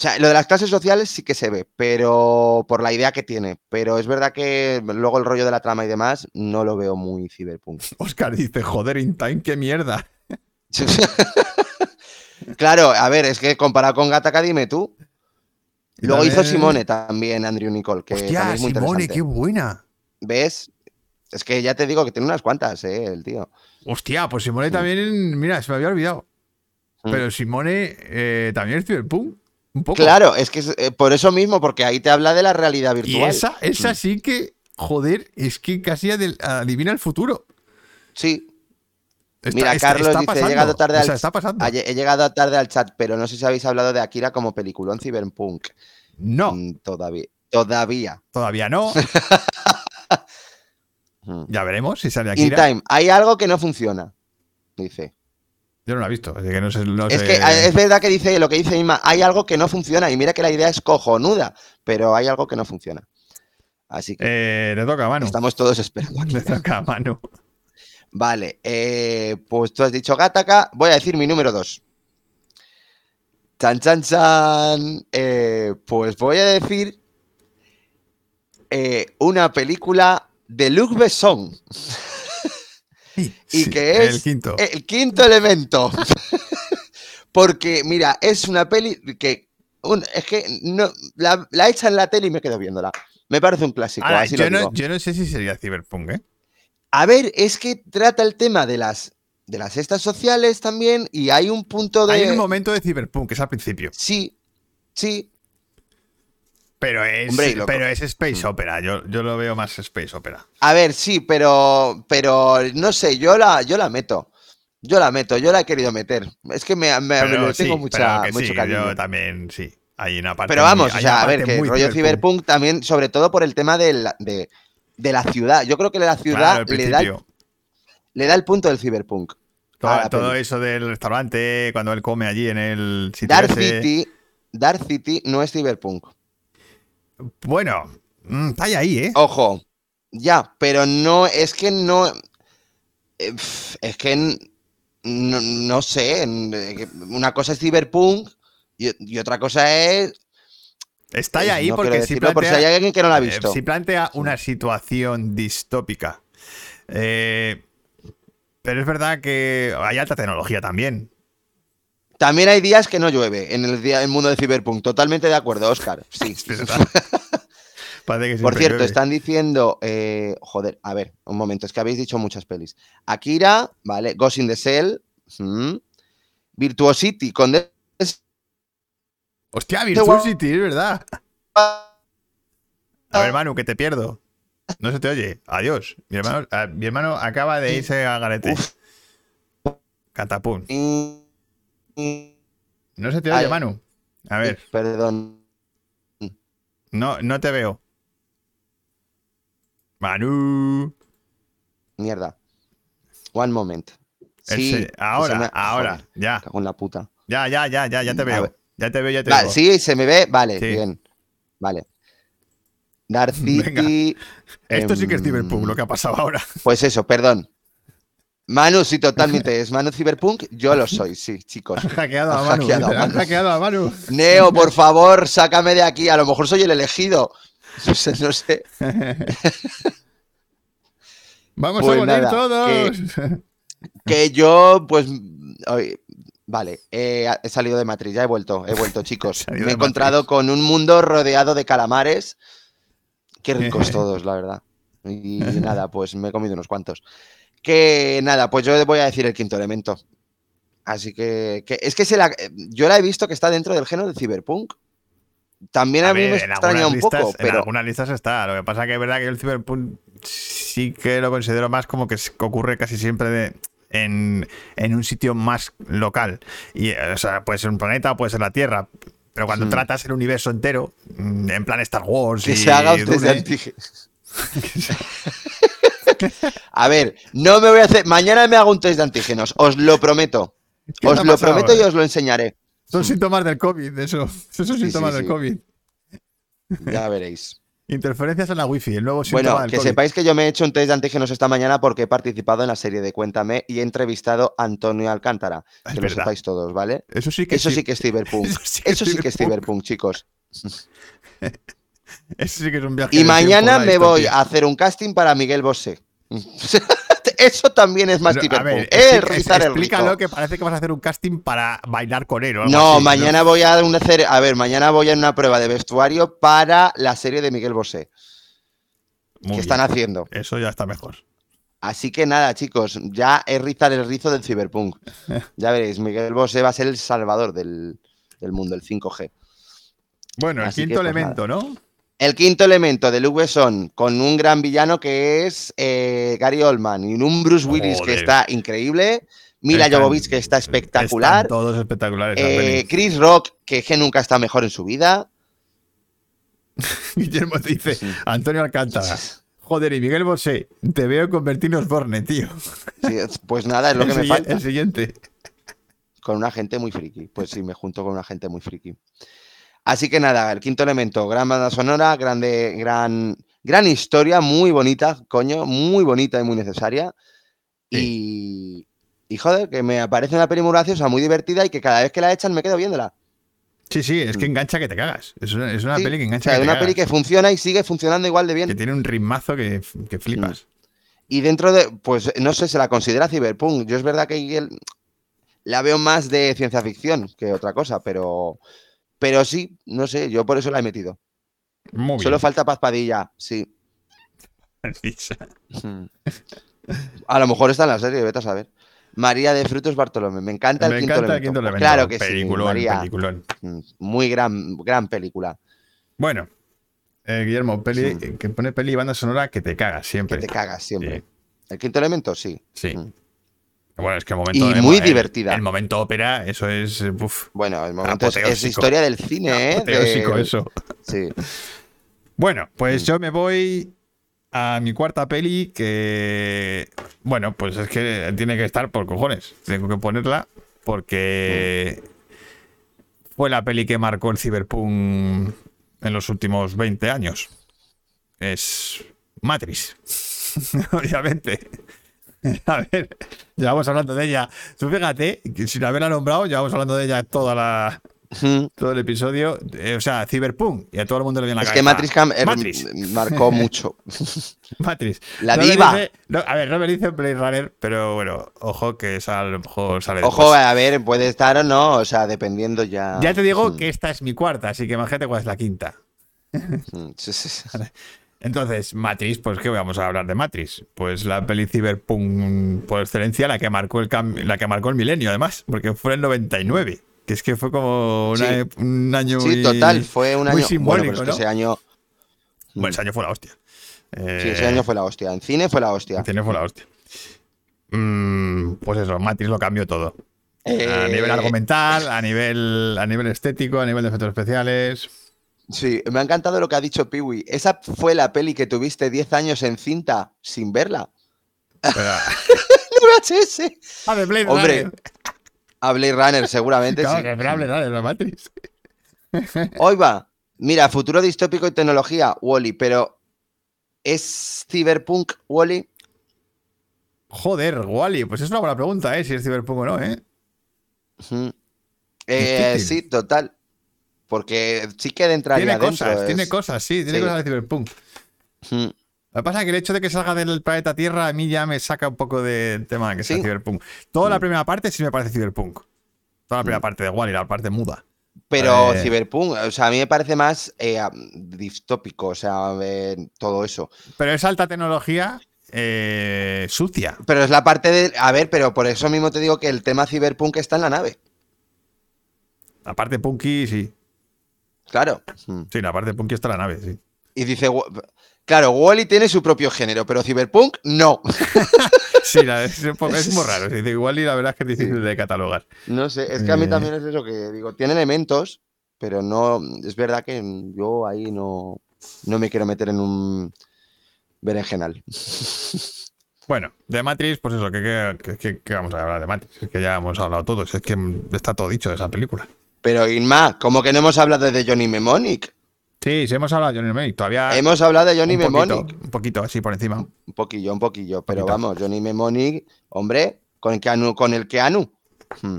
D: sea, lo de las clases sociales sí que se ve, pero por la idea que tiene. Pero es verdad que luego el rollo de la trama y demás no lo veo muy Cyberpunk.
A: Oscar dice, joder, in time, qué mierda.
D: claro, a ver, es que comparado con Gataka, dime tú.
A: Y
D: Luego hizo
A: también-
D: Simone también, Andrew Nicole, que también
A: Hostia,
D: es muy
A: Simone,
D: interesante.
A: qué buena.
D: ¿Ves? Es que ya te digo que tiene unas cuantas, eh, el tío.
A: Hostia, pues Simone también, mira, se me había olvidado.
D: Mm.
A: Pero Simone eh, también es Cyberpunk, un poco.
D: Claro, es que es, eh, por eso mismo, porque ahí te habla de la realidad
A: Y
D: virtual. Mm.
A: esa, esa sí que, joder, es que casi adel- adivina el futuro.
D: Sí,
A: Está-
D: Mira,
A: está-
D: Carlos
A: está
D: dice, he
A: pasando.
D: llegado tarde
A: O
D: al-
A: sea, está pasando.
D: Ha lle- He llegado tarde al chat, pero no sé si habéis hablado de Akira como peliculón cyberpunk.
A: No,
D: Mm, Todavía. Todavía.
A: todavía no.
D: Mm.
A: Ya veremos si sale
D: In
A: Akira.
D: Time. Hay algo que no funciona. Dice.
A: Yo no la he visto, así que no sé. no
D: es
A: sé-
D: que eh, es verdad que dice lo que dice Inma. Hay algo que no funciona. Y mira que la idea es cojonuda, pero hay algo que no funciona. Así que
A: Eh, le toca a Manu.
D: estamos todos esperando. aquí.
A: Le toca a Manu.
D: Vale. eh, pues tú has dicho Gataka. Voy a decir mi número 2. Chan, chan, chan. Eh, pues voy a decir eh, una película de Luc Besson.
A: Sí,
D: Y
A: sí,
D: que es-
A: El quinto.
D: El quinto elemento. Porque, mira, es una peli que. un- es que no, la, la echa en la tele y me quedo viéndola. Me parece un clásico.
A: Ahora,
D: así lo
A: yo, no,
D: digo.
A: yo no sé si sería Cyberpunk, ¿eh?
D: A ver, es que trata el tema de las, de las estas sociales también y hay un punto de.
A: Hay un momento de Cyberpunk, que es al principio.
D: Sí, sí.
A: Pero es,
D: Hombre, y loco. Mm.
A: pero es space opera. Yo, yo lo veo más space opera.
D: A ver, sí, pero, pero no sé, yo la, yo la meto. Yo la meto, yo la he querido meter. Es que me, me-
A: Pero
D: Eh, le tengo
A: sí, pero
D: mucha,
A: que
D: mucho
A: sí,
D: cariño.
A: Yo también, sí. Hay una parte.
D: Pero
A: muy-
D: vamos, o
A: hay
D: sea,
A: una
D: a ver,
A: parte
D: que el
A: muy
D: rollo Cyberpunk también, sobre todo por el tema de la, de, de la ciudad. Yo creo que la
A: Claro,
D: ciudad
A: al
D: le, da,
A: principio.
D: le da el punto del Cyberpunk. a
A: Todo,
D: la
A: todo
D: peli.
A: eso del restaurante, cuando él come allí en el sitio
D: Dark
A: ese.
D: City, Dark City no es Cyberpunk.
A: Bueno, mm, está ahí, ahí,
D: Oh,
A: ¿eh?
D: Ojo, ya, pero no, es que no. eh, pf, Es que n- no, no sé. n- eh, que Una cosa es Cyberpunk y, y otra cosa es.
A: Está
D: eh,
A: ahí
D: no
A: porque
D: quiero
A: si
D: decirlo por si
A: plantea-
D: hay alguien que no la ha
A: Eh,
D: visto.
A: Si plantea una situación distópica. Eh, pero es verdad que hay alta tecnología también.
D: También hay días que no llueve en el, día, el mundo de Cyberpunk. Totalmente de acuerdo, Oscar. Sí.
A: Es verdad. Parece que
D: Por
A: siempre
D: cierto,
A: llueve.
D: están diciendo. eh, joder, a ver, un momento, es que habéis dicho muchas pelis. Akira, ¿vale? Ghost in the Shell. mm, Virtuosity con The
A: Hostia, Virtuosity, es verdad. A ver, Manu, que te pierdo. No se te oye. Adiós. Mi hermano, ah, mi hermano acaba de irse a garete. Catapum. No se te oye,
D: Ay.
A: Manu. A ver,
D: Perdón.
A: no, no te veo. Manu.
D: Mierda. One moment.
A: El
D: Sí,
A: se-
D: que se
A: ahora,
D: me-
A: ahora,
D: joder,
A: ya.
D: cago en la puta.
A: Ya, ya, ya, ya, ya te
D: A
A: veo.
D: ver.
A: Ya te veo, ya te
D: Va,
A: veo.
D: sí, se me ve. Vale,
A: Sí.
D: bien. Vale. Dark
A: Venga.
D: City.
A: Esto sí que es
D: em,
A: Cyberpunk, lo que ha pasado ahora.
D: Pues eso, perdón. Manu, sí, totalmente. Es Manu Cyberpunk. Yo lo soy, sí, chicos.
A: Han hackeado a
D: han
A: Manu.
D: hackeado a
A: Han
D: Manu.
A: hackeado a Manu.
D: Neo, por favor, sácame de aquí. A lo mejor soy el elegido. No sé, no sé.
A: Vamos
D: Pues
A: a morir
D: nada,
A: todos.
D: Que yo, pues. ay, vale, eh, he salido de matriz, ya he vuelto, he vuelto, chicos.
A: Salido
D: Me he
A: de matriz.
D: encontrado con un mundo rodeado de calamares. Qué ricos todos, la verdad. Y nada, pues me he comido unos cuantos. Que nada, pues yo voy a decir el quinto elemento. Así que, que- es que se la- yo la he visto que está dentro del género de Cyberpunk. También a,
A: A
D: mí
A: ver,
D: me
A: en
D: extraña
A: algunas
D: un
A: listas-
D: poco,
A: En
D: pero
A: algunas listas está. Lo que pasa que es verdad que el Cyberpunk sí que lo considero más como que es- que ocurre casi siempre de- en, en un sitio más local. Y, eh, o sea, puede ser un planeta, puede ser la Tierra. Pero cuando
D: Hmm.
A: tratas el universo entero, mm, en plan Star Wars
D: que
A: y
D: se haga usted
A: Dune,
D: de anti- A ver, no me voy a hacer. Mañana me hago un test de antígenos, os lo prometo.
A: ¿qué te ha
D: Os lo
A: pasado? eh?
D: prometo y os lo enseñaré.
A: Son síntomas del COVID, eso. Esos son
D: Sí,
A: síntomas
D: sí,
A: del
D: sí.
A: COVID.
D: Ya veréis.
A: Interferencias en la wifi, el nuevo síntoma
D: Bueno,
A: del
D: que
A: COVID.
D: sepáis que yo me he hecho un test de antígenos esta mañana porque he participado en la serie de Cuéntame y he entrevistado a Antonio Alcántara.
A: Ah, Es
D: Que lo
A: verdad.
D: sepáis todos, ¿vale?
A: Eso sí que
D: Eso sí
A: sí,
D: que es Cyberpunk.
A: Eso sí que es
D: Eso sí que es
A: cyberpunk.
D: Cyberpunk, chicos.
A: eso sí que es un viaje.
D: Y
A: en el
D: mañana
A: tiempo, una
D: me voy
A: distopía.
D: a hacer un casting para Miguel Bosé. Eso también es más
A: Pero, a ver,
D: Cyberpunk. Eh,
A: expli-
D: rizar el rizo.
A: explícalo que parece que vas a hacer un casting para bailar con él. o algo
D: No,
A: así,
D: mañana voy a un hacer, a ver, mañana voy a una prueba de vestuario para la serie de Miguel Bosé
A: Muy
D: que
A: bien.
D: están haciendo.
A: Eso ya está mejor.
D: Así que nada, chicos, ya es rizar el rizo del Cyberpunk. Ya veréis, Miguel Bosé va a ser el salvador del, del mundo, el 5G.
A: Bueno,
D: Así
A: el
D: que,
A: quinto
D: pues,
A: elemento, ¿no?
D: El quinto elemento de Luke Besson con un gran villano que es eh, Gary Oldman y un Bruce Willis
A: Joder.
D: que está increíble, Mila
A: Están-
D: Jovovich que está espectacular,
A: Están todos espectaculares.
D: eh,
A: Anthony.
D: Chris Rock que, que nunca está mejor en su vida.
A: Guillermo dice: Antonio Alcántara. Joder, y Miguel Bosé, te veo convertirnos Borne, tío.
D: Sí, pues nada, es lo
A: el,
D: que me
A: sigui-
D: falta.
A: el siguiente.
D: Con una gente muy friki. Pues sí, me junto con una gente muy friki. Así que nada, el quinto elemento, gran banda sonora, grande, gran, gran historia, muy bonita, coño, muy bonita y muy necesaria. Y, y joder, que me aparece una peli muy graciosa, muy divertida y que cada vez que la echan me quedo viéndola.
A: Sí, sí, es que engancha que te cagas. Es una, es una
D: Mm. Sí,
A: peli que
D: O
A: engancha
D: sea,
A: que te
D: una peli
A: cagas.
D: que funciona y sigue funcionando igual de
A: Que
D: bien.
A: tiene un ritmazo que, que flipas.
D: Y dentro de, pues no sé, se la considera cyberpunk. Yo es verdad que el- la veo más de ciencia ficción que otra cosa, pero, pero sí, no sé, yo por eso la he metido.
A: Muy bien.
D: Mm. Solo falta Paz Padilla, sí. A lo mejor está en la serie, vete a saber. María de Frutos Bartolomé, me encanta el,
A: Me
D: quinto,
A: encanta
D: elemento.
A: el quinto elemento.
D: Claro que sí,
A: Peliculón,
D: María.
A: peliculón.
D: Mm, Muy gran, gran película.
A: Bueno, eh, Guillermo, peli,
D: Sí.
A: que pone peli y banda sonora que te cagas
D: Que
A: siempre.
D: te cagas siempre. El quinto elemento, sí.
A: Sí.
D: Mm.
A: Bueno, es que el momento.
D: Y
A: el-
D: muy
A: el-
D: divertida.
A: El momento ópera, eso es. eh, uf,
D: Bueno, el momento es, es
A: Apoteósico. Ah,
D: historia del cine, ¿eh?
A: apoteósico
D: Del-
A: eso.
D: Sí.
A: Bueno,
D: Mm.
A: pues yo me voy a mi cuarta peli que. Bueno, pues es que tiene que estar por cojones. Tengo que ponerla porque. Fue la peli que marcó el Cyberpunk en los últimos 20 años. Es. Matrix. Obviamente. A ver, llevamos hablando de ella. Tú fíjate, que sin haberla nombrado, llevamos hablando de ella toda la,
D: Mm.
A: todo el episodio. Eh, o sea, Cyberpunk. Y a todo el mundo le viene la
D: Es
A: cabeza.
D: que Matrix Cam eh,
A: Matrix.
D: marcó mucho.
A: Matrix.
D: La
A: Robert
D: diva.
A: dice- no, a ver, Robert dice Blade Runner, pero bueno, ojo que esa a lo mejor sale
D: Ojo,
A: después.
D: a ver, puede estar o no, o sea, dependiendo ya.
A: pues- Ya te digo
D: Mm,
A: que esta es mi cuarta, así que imagínate cuál es la quinta.
D: mm, sí, sí, sí.
A: Entonces, Matrix, pues ¿qué vamos a hablar de Matrix? Pues la peli Cyberpunk por excelencia, la que marcó el cam- la que marcó el milenio además, porque fue el 99, que es que fue como una
D: Sí.
A: ep- un año
D: Sí,
A: muy-
D: total, fue un
A: muy
D: año. bueno,
A: simbólico,
D: pero es que
A: ¿no?
D: ese año.
A: Bueno, ese año fue la hostia.
D: Sí, ese
A: Eh,
D: año fue la hostia. En cine fue la hostia.
A: Tiene fue la hostia. Mm, pues eso, Matrix lo cambió todo. A
D: Eh,
A: nivel argumental, a nivel, a nivel estético, a nivel de efectos especiales.
D: Sí, me ha encantado lo que ha dicho Piwi. Esa fue la peli que tuviste 10 años en cinta sin verla.
A: Pero-
D: VHS.
A: Ah, de Blade
D: Hombre,
A: Runner.
D: A Blade Runner, seguramente.
A: Claro,
D: sí.
A: que Blade Runner, la Matrix.
D: Hoy va. Mira, futuro distópico y tecnología, Wally, pero ¿es cyberpunk Wally?
A: Joder, Wally, pues es una buena pregunta, ¿eh? Si es Cyberpunk o no, ¿eh? Difícil.
D: Eh, sí, total. Porque sí que entraría
A: Tiene
D: dentro.
A: cosas,
D: es-
A: tiene cosas, sí, tiene
D: sí.
A: cosas de Cyberpunk.
D: Ujú.
A: Lo que pasa es que el hecho de que salga del planeta Tierra a mí ya me saca un poco del tema que sea
D: Sí.
A: Cyberpunk. Toda la
D: Mm.
A: primera parte sí me parece Cyberpunk. Toda la primera
D: Mm.
A: parte de Wally, la parte muda.
D: Pero
A: Eh.
D: cyberpunk, o sea, a mí me parece más eh, am- distópico, o sea, eh, todo eso.
A: Pero es alta tecnología eh, sucia.
D: Pero es la parte de... A ver, pero por eso mismo te digo que el tema cyberpunk está en la nave.
A: La parte punky, sí.
D: Claro.
A: Sí, la parte punky está en la nave, sí.
D: Y dice... "Wa- Claro, Wally tiene su propio género, pero cyberpunk no.
A: Sí, la- es, un poco- es muy raro. sí, de igual y la verdad es que es difícil de catalogar.
D: No sé, es que a mí
A: Eh.
D: también es eso que digo, tiene elementos, pero no, es verdad que mm, yo ahí no, no me quiero meter en un berenjenal.
A: Bueno, de Matrix, pues eso, que, que- que- que vamos a hablar de Matrix. Es que ya hemos hablado todos. Es que está todo dicho de esa película.
D: Pero Inma, como que no hemos hablado de Johnny Mnemonic.
A: Sí, sí, hemos hablado de Johnny Mnemonic. Todavía.
D: Hemos hablado de Johnny
A: Ah, un poquito,
D: Mnemonic.
A: un poquito así por encima.
D: Un poquillo, un poquillo, pero
A: Poquito.
D: vamos, Johnny Mnemonic, hombre, con el Keanu, con el Keanu. Mm.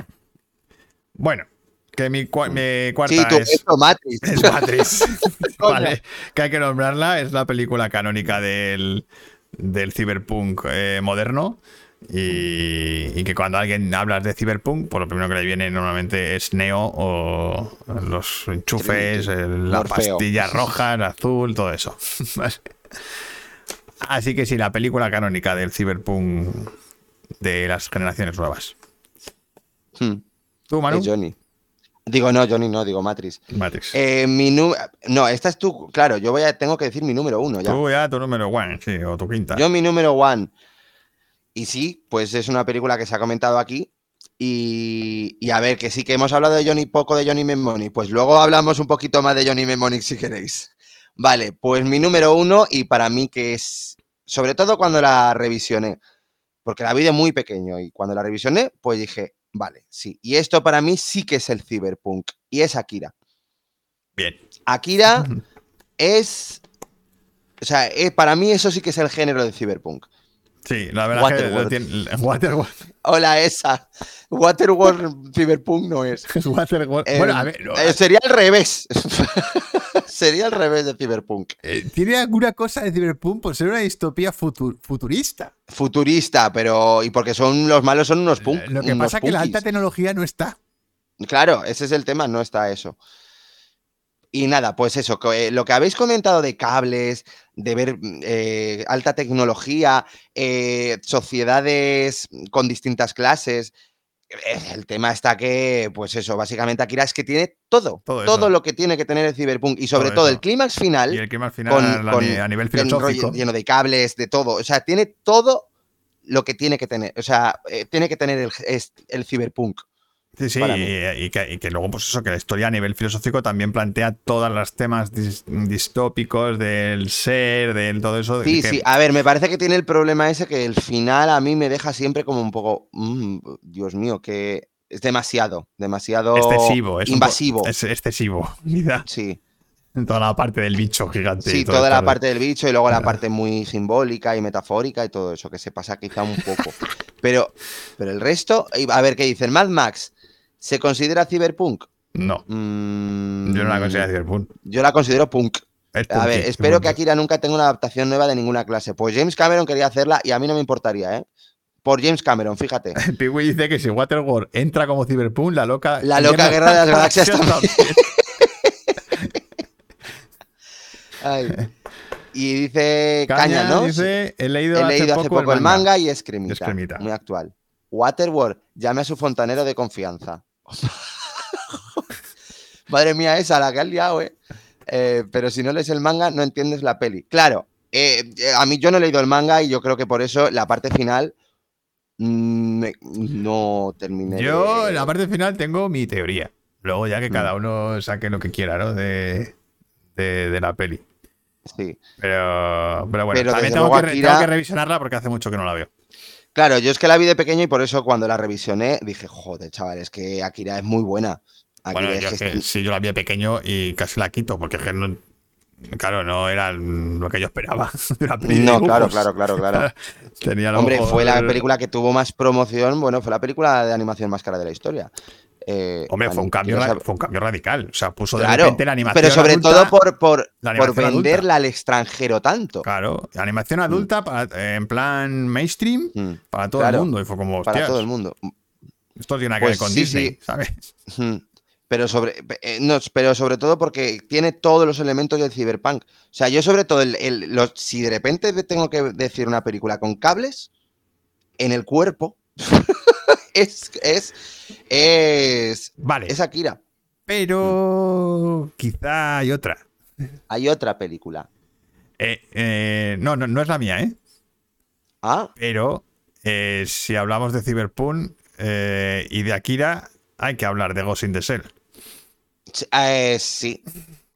A: Bueno, que mi, cua- mi cuarta
D: Sí, tú
A: es.
D: esto, Matrix.
A: Es Matrix. vale, que hay que nombrarla. Es la película canónica del, del cyberpunk eh, moderno. Y, y que cuando alguien hablas de cyberpunk, pues lo primero que le viene normalmente es Neo o los enchufes, el- la
D: Morfeo.
A: pastilla roja, el azul, todo eso. Vale. Así que sí, la película canónica del cyberpunk de las generaciones nuevas.
D: Mm.
A: ¿Tú,
D: Es
A: Manu?
D: Johnny. Digo, no, Johnny, no, digo Matrix.
A: Matrix.
D: Eh, mi nu- no, esta es tu, claro, yo voy a, tengo que decir mi número uno ya.
A: Tú ya tu número one, sí, o tu quinta.
D: Yo mi número one. Y sí, pues es una película que se ha comentado aquí. Y, y a ver, que sí que hemos hablado de Johnny poco de Johnny Mnemonic. Pues luego hablamos un poquito más de Johnny Mnemonic si queréis. Vale, pues mi número uno y para mí que es, sobre todo cuando la revisioné, porque la vi de muy pequeño y cuando la revisioné, pues dije, vale, sí. Y esto para mí sí que es el cyberpunk y es Akira.
A: Bien.
D: Akira es, o sea, eh, para mí eso sí que es el género del cyberpunk.
A: Sí, la verdad es que lo
D: Waterworld.
A: tiene- Waterworld.
D: Hola, esa. Waterworld Cyberpunk no es.
A: Waterworld.
D: Eh,
A: bueno, a ver, no,
D: eh, sería al revés. sería al revés de Cyberpunk.
A: eh, tiene alguna cosa de Cyberpunk por ser una distopía futu- futurista.
D: Futurista, pero. Y porque son los malos son unos punk.
A: Eh, lo que
D: unos
A: pasa es que la
D: punkis.
A: alta tecnología no está.
D: Claro, ese es el tema, no está eso. Y nada, pues eso, co- eh, lo que habéis comentado de cables, de ver mm, eh, alta tecnología, eh, sociedades con distintas clases, El tema está que, pues eso, básicamente Akira es que tiene todo,
A: Todo
D: todo,
A: eso.
D: lo que tiene que tener el Cyberpunk y sobre
A: Todo
D: todo,
A: eso.
D: el clímax final
A: Y el clima al final,
D: con-
A: a,
D: con-
A: ni- a nivel
D: lleno,
A: filosófico,
D: lleno de cables, de todo. O sea, tiene todo lo que tiene que tener. O sea, eh, tiene que tener el, es- el Cyberpunk.
A: Sí, sí,
D: para
A: y,
D: mí.
A: y que, y que luego, pues eso, que la historia a nivel filosófico también plantea todos los temas dis- distópicos del ser, del todo eso.
D: Sí,
A: Pues que-
D: sí. A ver, me parece que tiene el problema ese que el final a mí me deja siempre como un poco. mm, Dios mío, que es demasiado, demasiado
A: excesivo. Es un po-
D: invasivo.
A: es excesivo. Mira,
D: Sí,
A: toda la parte del bicho gigante. y
D: sí,
A: todo
D: toda la
A: esto. Ah.
D: parte del bicho y luego la parte muy simbólica y metafórica y todo eso, que se pasa quizá un poco. Pero, pero el resto, y a ver qué dicen. Mad Max, ¿se considera cyberpunk?
A: No,
D: Mm,
A: yo no la considero Cyberpunk.
D: Yo la considero punk.
A: Es
D: A ver,
A: punky,
D: espero que
A: punky.
D: Akira nunca tenga una adaptación nueva de ninguna clase. Pues James Cameron quería hacerla y a mí no me importaría, ¿eh? Por James Cameron, fíjate.
A: Pigui dice que si Waterworld entra como Cyberpunk, la loca.
D: La loca guerra de las galaxias
A: también.
D: Ay. Y dice
A: Caña,
D: Caña, ¿no?
A: Dice, he leído,
D: He leído
A: hace, poco
D: el manga, y es cremita,
A: Es cremita.
D: Muy actual. Waterworld, llame a su fontanero de confianza. Madre mía, esa la que has liado, ¿eh? Eh, Pero si no lees el manga, no entiendes la peli. Claro, eh, eh, a mí yo no he leído el manga y yo creo que por eso la parte final mm, me- no terminé.
A: Yo
D: de-
A: en la parte final tengo mi teoría. Luego ya que
D: Mm.
A: cada uno saque lo que quiera, ¿no? De, de, de la peli.
D: Sí.
A: Pero, pero bueno,
D: Pero
A: también
D: desde
A: tengo
D: luego
A: que, re-
D: Akira-
A: tengo que revisionarla porque hace mucho que no la veo.
D: Claro, yo es que la vi de pequeño y por eso cuando la revisioné dije, joder, chaval, es que Akira es muy buena. Akira
A: Bueno,
D: es
A: yo
D: que
A: es que
D: es-
A: sí, yo la vi de pequeño y casi la quito porque es que no- claro, no era lo que yo esperaba. de una peli de
D: No, claro,
A: dibujos.
D: claro, claro, claro.
A: Tenía a lo
D: Hombre,
A: mejor-
D: fue la película que tuvo más promoción. Bueno, fue la película de animación más cara de la historia. Eh,
A: Hombre, fue un,
D: ani-
A: cambio,
D: quiero
A: ra-
D: saber-
A: fue un cambio radical. O sea, puso de
D: Claro,
A: repente la animación.
D: pero sobre
A: adulta-
D: todo por, por,
A: la
D: por
A: animación adulta.
D: venderla al extranjero tanto.
A: Claro, animación adulta para- en plan mainstream
D: Mm,
A: para todo
D: Claro,
A: el mundo. Y fue como,
D: para
A: hostias,
D: todo el mundo.
A: esto tiene que
D: Pues
A: ver con
D: sí,
A: Disney,
D: sí.
A: ¿sabes?
D: Mm, Pero sobre, eh, no, pero sobre todo porque tiene todos los elementos del cyberpunk. O sea, yo sobre todo, el- el- los- si de repente tengo que decir una película con cables en el cuerpo, es, es, es,
A: Vale,
D: es Akira. Mm.
A: pero quizá hay otra.
D: Hay otra película.
A: Eh, eh, no, no, no es la mía, ¿eh?
D: Ah,
A: Pero eh, si hablamos de Cyberpunk eh, y de Akira, hay que hablar de Ghost in the Shell
D: sí, eh, sí,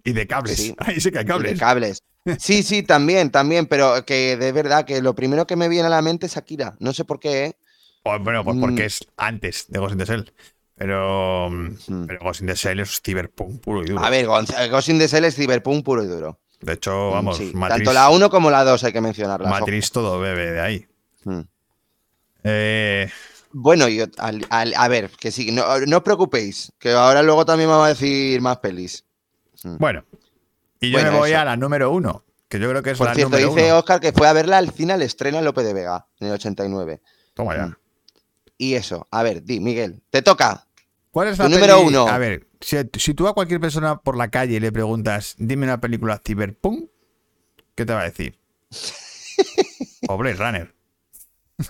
A: y de cables.
D: Sí.
A: Ahí sí que hay
D: de
A: cables.
D: cables. Sí, sí, también, también, pero que de verdad que lo primero que me viene a la mente es Akira. No sé por qué. ¿eh?
A: O, bueno, pues porque
D: Mm.
A: es antes de Ghost in the Shell. Pero,
D: Mm.
A: pero Ghost in the Shell es Cyberpunk puro y duro.
D: A ver, Gonz- Ghost in the Shell es Cyberpunk puro y duro.
A: de hecho, Oh, vamos,
D: Sí,
A: Matrix,
D: Tanto la 1 como la 2 hay que mencionarlas. ojo.
A: Matrix todo bebe de ahí.
D: Mm.
A: Eh,
D: Bueno, y ot- al- al- a ver, que sí, no, no os preocupéis, que ahora luego también vamos a decir más pelis.
A: bueno, y yo
D: Bueno,
A: me voy
D: eso.
A: a la número uno, que yo creo que es
D: Por
A: la
D: cierto,
A: número
D: dice
A: uno.
D: Oscar que fue a verla al cine al estreno en Lope de Vega, en el 89.
A: Toma
D: mm.
A: ya.
D: Y eso, a ver, di, Miguel, te toca.
A: ¿Cuál es
D: Tu
A: la
D: número
A: peli-
D: uno.
A: A ver, si, si tú a cualquier persona por la calle le preguntas, dime una película Cyberpunk, ¿qué te va a decir? o Blade Runner.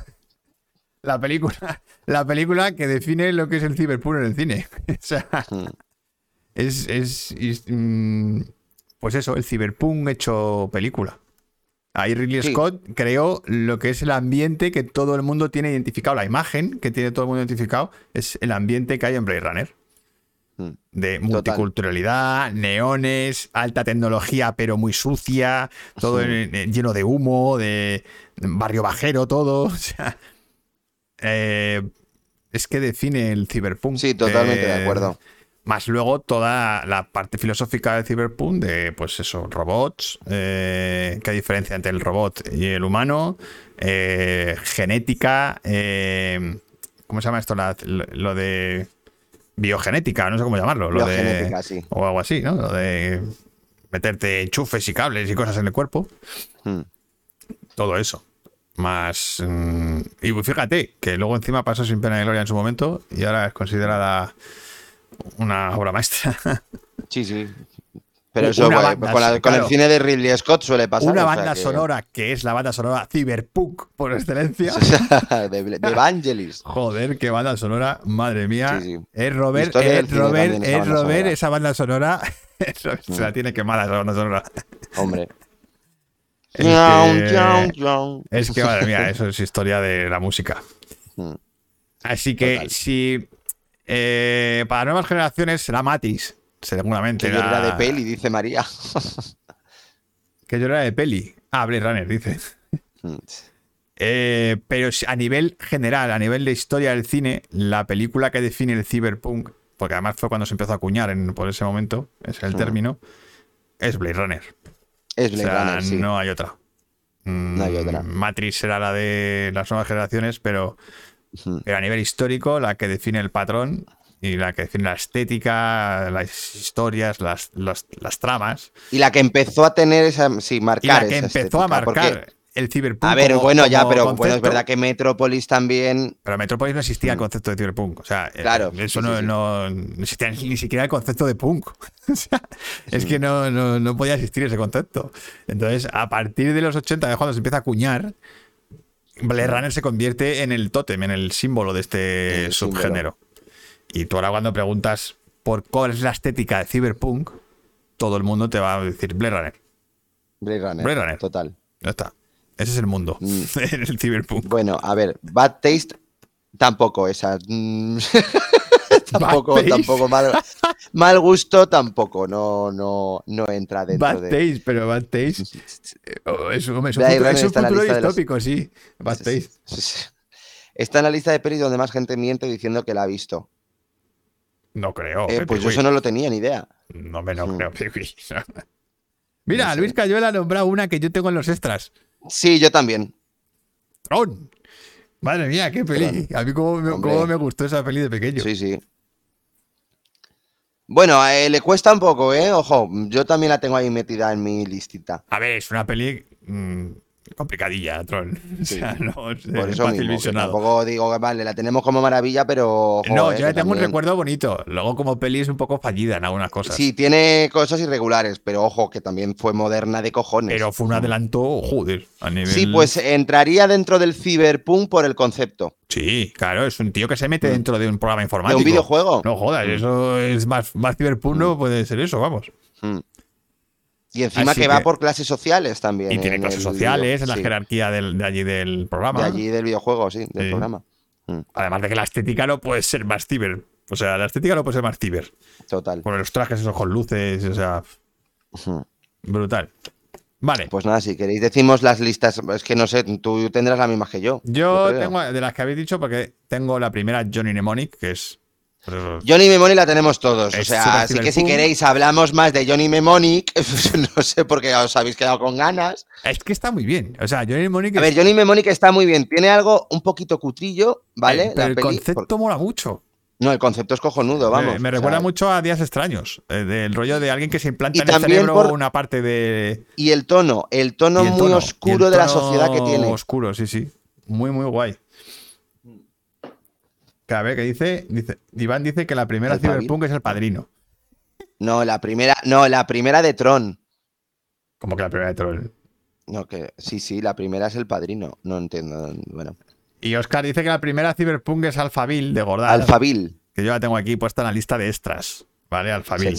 A: la película, la película que define lo que es el Cyberpunk en el cine. o sea,
D: Mm.
A: es, es, es, mm, pues eso, el Cyberpunk hecho película. Ahí Ridley
D: Sí.
A: Scott creó lo que es el ambiente que todo el mundo tiene identificado, la imagen que tiene todo el mundo identificado es el ambiente que hay en Blade Runner.
D: Mm.
A: De multiculturalidad, neones, alta tecnología pero muy sucia, todo
D: Sí.
A: en- en- lleno de humo, de barrio bajero, todo. O sea, eh, es que define el ciberpunk.
D: Sí, totalmente
A: Eh,
D: de acuerdo.
A: más luego toda la parte filosófica de Cyberpunk, de pues eso, robots, eh, qué diferencia entre el robot y el humano, eh, genética, eh, ¿cómo se llama esto? La- lo, lo de biogenética, no sé cómo llamarlo, lo
D: Biogenética,
A: de,
D: sí.
A: o algo así, ¿no? Lo de meterte enchufes y cables y cosas en el cuerpo,
D: Mm.
A: todo eso. Más. mm, y fíjate, que luego encima pasó sin pena de gloria en su momento y ahora es considerada una obra maestra.
D: Sí, sí. Pero
A: Una
D: eso bueno,
A: banda,
D: con, la-
A: sí,
D: con
A: claro.
D: el cine de Ridley Scott suele pasar.
A: Una
D: o sea
A: banda
D: que-
A: sonora que es la banda sonora Cyberpunk por excelencia.
D: de, de Evangelis.
A: Joder, qué banda sonora, madre mía.
D: Sí, sí.
A: Es Robert,
D: Historia del
A: es
D: cine
A: Robert,
D: también, esa
A: es
D: banda
A: Robert,
D: sonora.
A: esa banda sonora.
D: Mm.
A: se la tiene quemada esa banda sonora.
D: Hombre.
A: Es
D: Yaun,
A: que-
D: yaun, yaun.
A: Es que, madre mía, eso es historia de la música.
D: Mm.
A: Así que
D: Total.
A: si eh, para nuevas generaciones será Matis, seguramente.
D: Que yo era de
A: la-
D: peli, dice María.
A: Que yo era de peli. Ah, Blade Runner, dice.
D: Mm,
A: Eh, pero si- a nivel general, a nivel de historia del cine, la película que define el cyberpunk, porque además fue cuando se empezó a acuñar en- por ese momento, es el
D: Sí.
A: término, es Blade Runner.
D: Es
A: O
D: Mm. Blade
A: sea,
D: Runner, sí.
A: no hay otra.
D: No hay otra.
A: Mm, Matrix será la de las nuevas generaciones, pero,
D: Ujú.
A: pero a nivel histórico, la que define el patrón y la que define la estética, las historias, las, las- las tramas.
D: Y la que empezó a tener esa. Sí,
A: Y la
D: marcar.
A: que
D: esa
A: empezó a
D: estética, porque-
A: marcar el cyberpunk.
D: a ver,
A: como-
D: bueno, ya,
A: como
D: pero bueno, es
A: concepto.
D: verdad que Metrópolis también.
A: Pero en Metrópolis no existía el
D: Mm.
A: concepto de cyberpunk. O sea, eh,
D: Claro,
A: eso
D: sí,
A: no,
D: sí, sí.
A: no- no existía ni ni siquiera el concepto de punk. O sea,
D: Mm.
A: es que no, no- no podía existir ese concepto. Entonces, a partir de los 80, es cuando se empieza a acuñar,
D: Mm.
A: Blade Runner se convierte en el tótem, en el símbolo de este
D: El símbolo.
A: subgénero. Y tú ahora cuando preguntas por cuál es la estética de cyberpunk, todo el mundo te va a decir Blade Runner.
D: Blade Runner.
A: Blade Runner.
D: Total.
A: Ya está. Ese es el mundo,
D: Mm.
A: el cyberpunk.
D: Bueno, a ver, Bad Taste tampoco esa. mm, tampoco,
A: Taste.
D: tampoco mal, mal gusto tampoco, no, no, no entra dentro
A: Bad
D: de.
A: taste, pero bad taste. Oh, Es, hombre, es un
D: Blade
A: futuro,
D: Runner
A: es un
D: está en la
A: futuro
D: lista de los-
A: distópico, sí. Bad
D: Sí,
A: Taste.
D: sí, sí, sí. Está en la lista de pelis donde más gente miente diciendo que la ha visto.
A: No creo.
D: Eh,
A: eh,
D: pues yo
A: Piwi.
D: eso no lo tenía ni idea.
A: No me lo
D: Mm.
A: creo, Piwi. Mira,
D: No sé.
A: Luis Cayuela ha nombrado una que yo tengo en los extras.
D: Sí, yo también.
A: Tron. Madre mía, qué peli. A mí cómo me,
D: Hombre.
A: cómo me gustó esa peli de pequeño.
D: Sí, sí. Bueno, a él le cuesta un poco, ¿eh? Ojo, yo también la tengo ahí metida en mi listita.
A: A ver, es una peli mm, complicadilla, Tron. O sea, no es
D: Por
A: eh,
D: eso
A: fácil
D: mismo, que
A: visionado.
D: tampoco digo que vale, la tenemos como maravilla, pero. ojo,
A: no,
D: eh,
A: yo le
D: que
A: tengo un
D: también-
A: recuerdo bonito. Luego, como peli, es un poco fallida en algunas cosas.
D: Sí, tiene cosas irregulares, pero ojo, que también fue moderna de cojones.
A: pero fue un adelanto, joder, a nivel.
D: Sí, pues entraría dentro del cyberpunk por el concepto.
A: Sí, claro, es un tío que se mete dentro de un programa
D: Mm. De
A: informático.
D: un videojuego.
A: No jodas, eso es más, más cyberpunk, no puede ser eso, vamos.
D: Mm. Y encima
A: Así
D: que, va
A: que-
D: por clases sociales también.
A: Y tiene
D: en
A: clases
D: el
A: sociales
D: video-
A: en la
D: sí,
A: jerarquía del- de allí del programa.
D: De allí del videojuego, sí, del
A: Sí.
D: programa. Mm,
A: Además de que la estética no puede ser más ciber. O sea, la estética no puede ser más ciber.
D: Total.
A: Con los trajes esos con luces, o sea,
D: Mm.
A: brutal. Vale,
D: Pues nada, si queréis decimos las listas. Es que no sé, tú tendrás las mismas que yo.
A: yo
D: creo.
A: tengo, de las que habéis dicho, porque tengo la primera Johnny Mnemonic, que es... pues eso,
D: Johnny Mnemonic la tenemos todos, o
A: Es
D: sea, así
A: Super
D: que si
A: Cyberpunk.
D: queréis hablamos más de Johnny Mnemonic, no sé por qué os habéis quedado con ganas.
A: es que está muy bien. O sea, Johnny Mnemonic
D: A
A: es-
D: ver, Johnny Mnemonic está muy bien, tiene algo un poquito cutrillo, ¿vale?
A: eh, pero
D: La
A: el
D: peli,
A: concepto
D: por-
A: mola mucho.
D: No, el concepto es cojonudo,
A: Me-
D: vamos.
A: Me,
D: o sea,
A: recuerda mucho a Días Extraños, eh, del rollo de alguien que se implanta
D: Y
A: en el
D: también
A: cerebro
D: por-
A: una parte de.
D: Y el tono, el
A: y
D: tono
A: el
D: muy
A: tono, y el
D: oscuro de la
A: tono
D: sociedad que tiene.
A: Oscuro, sí, sí. Muy, muy guay. Que A ver, que dice, dice. Iván dice que la primera
D: El padrino.
A: Cyberpunk es el padrino.
D: No, la primera, no, la primera de Tron.
A: Como que la primera de Troll.
D: No, que sí, sí, la primera es el padrino. No entiendo. Bueno,
A: Y Oscar dice que la primera Cyberpunk es Alphaville de Gordal.
D: Alfabil.
A: Que yo la tengo aquí puesta en la lista de extras. ¿Vale? Alphaville.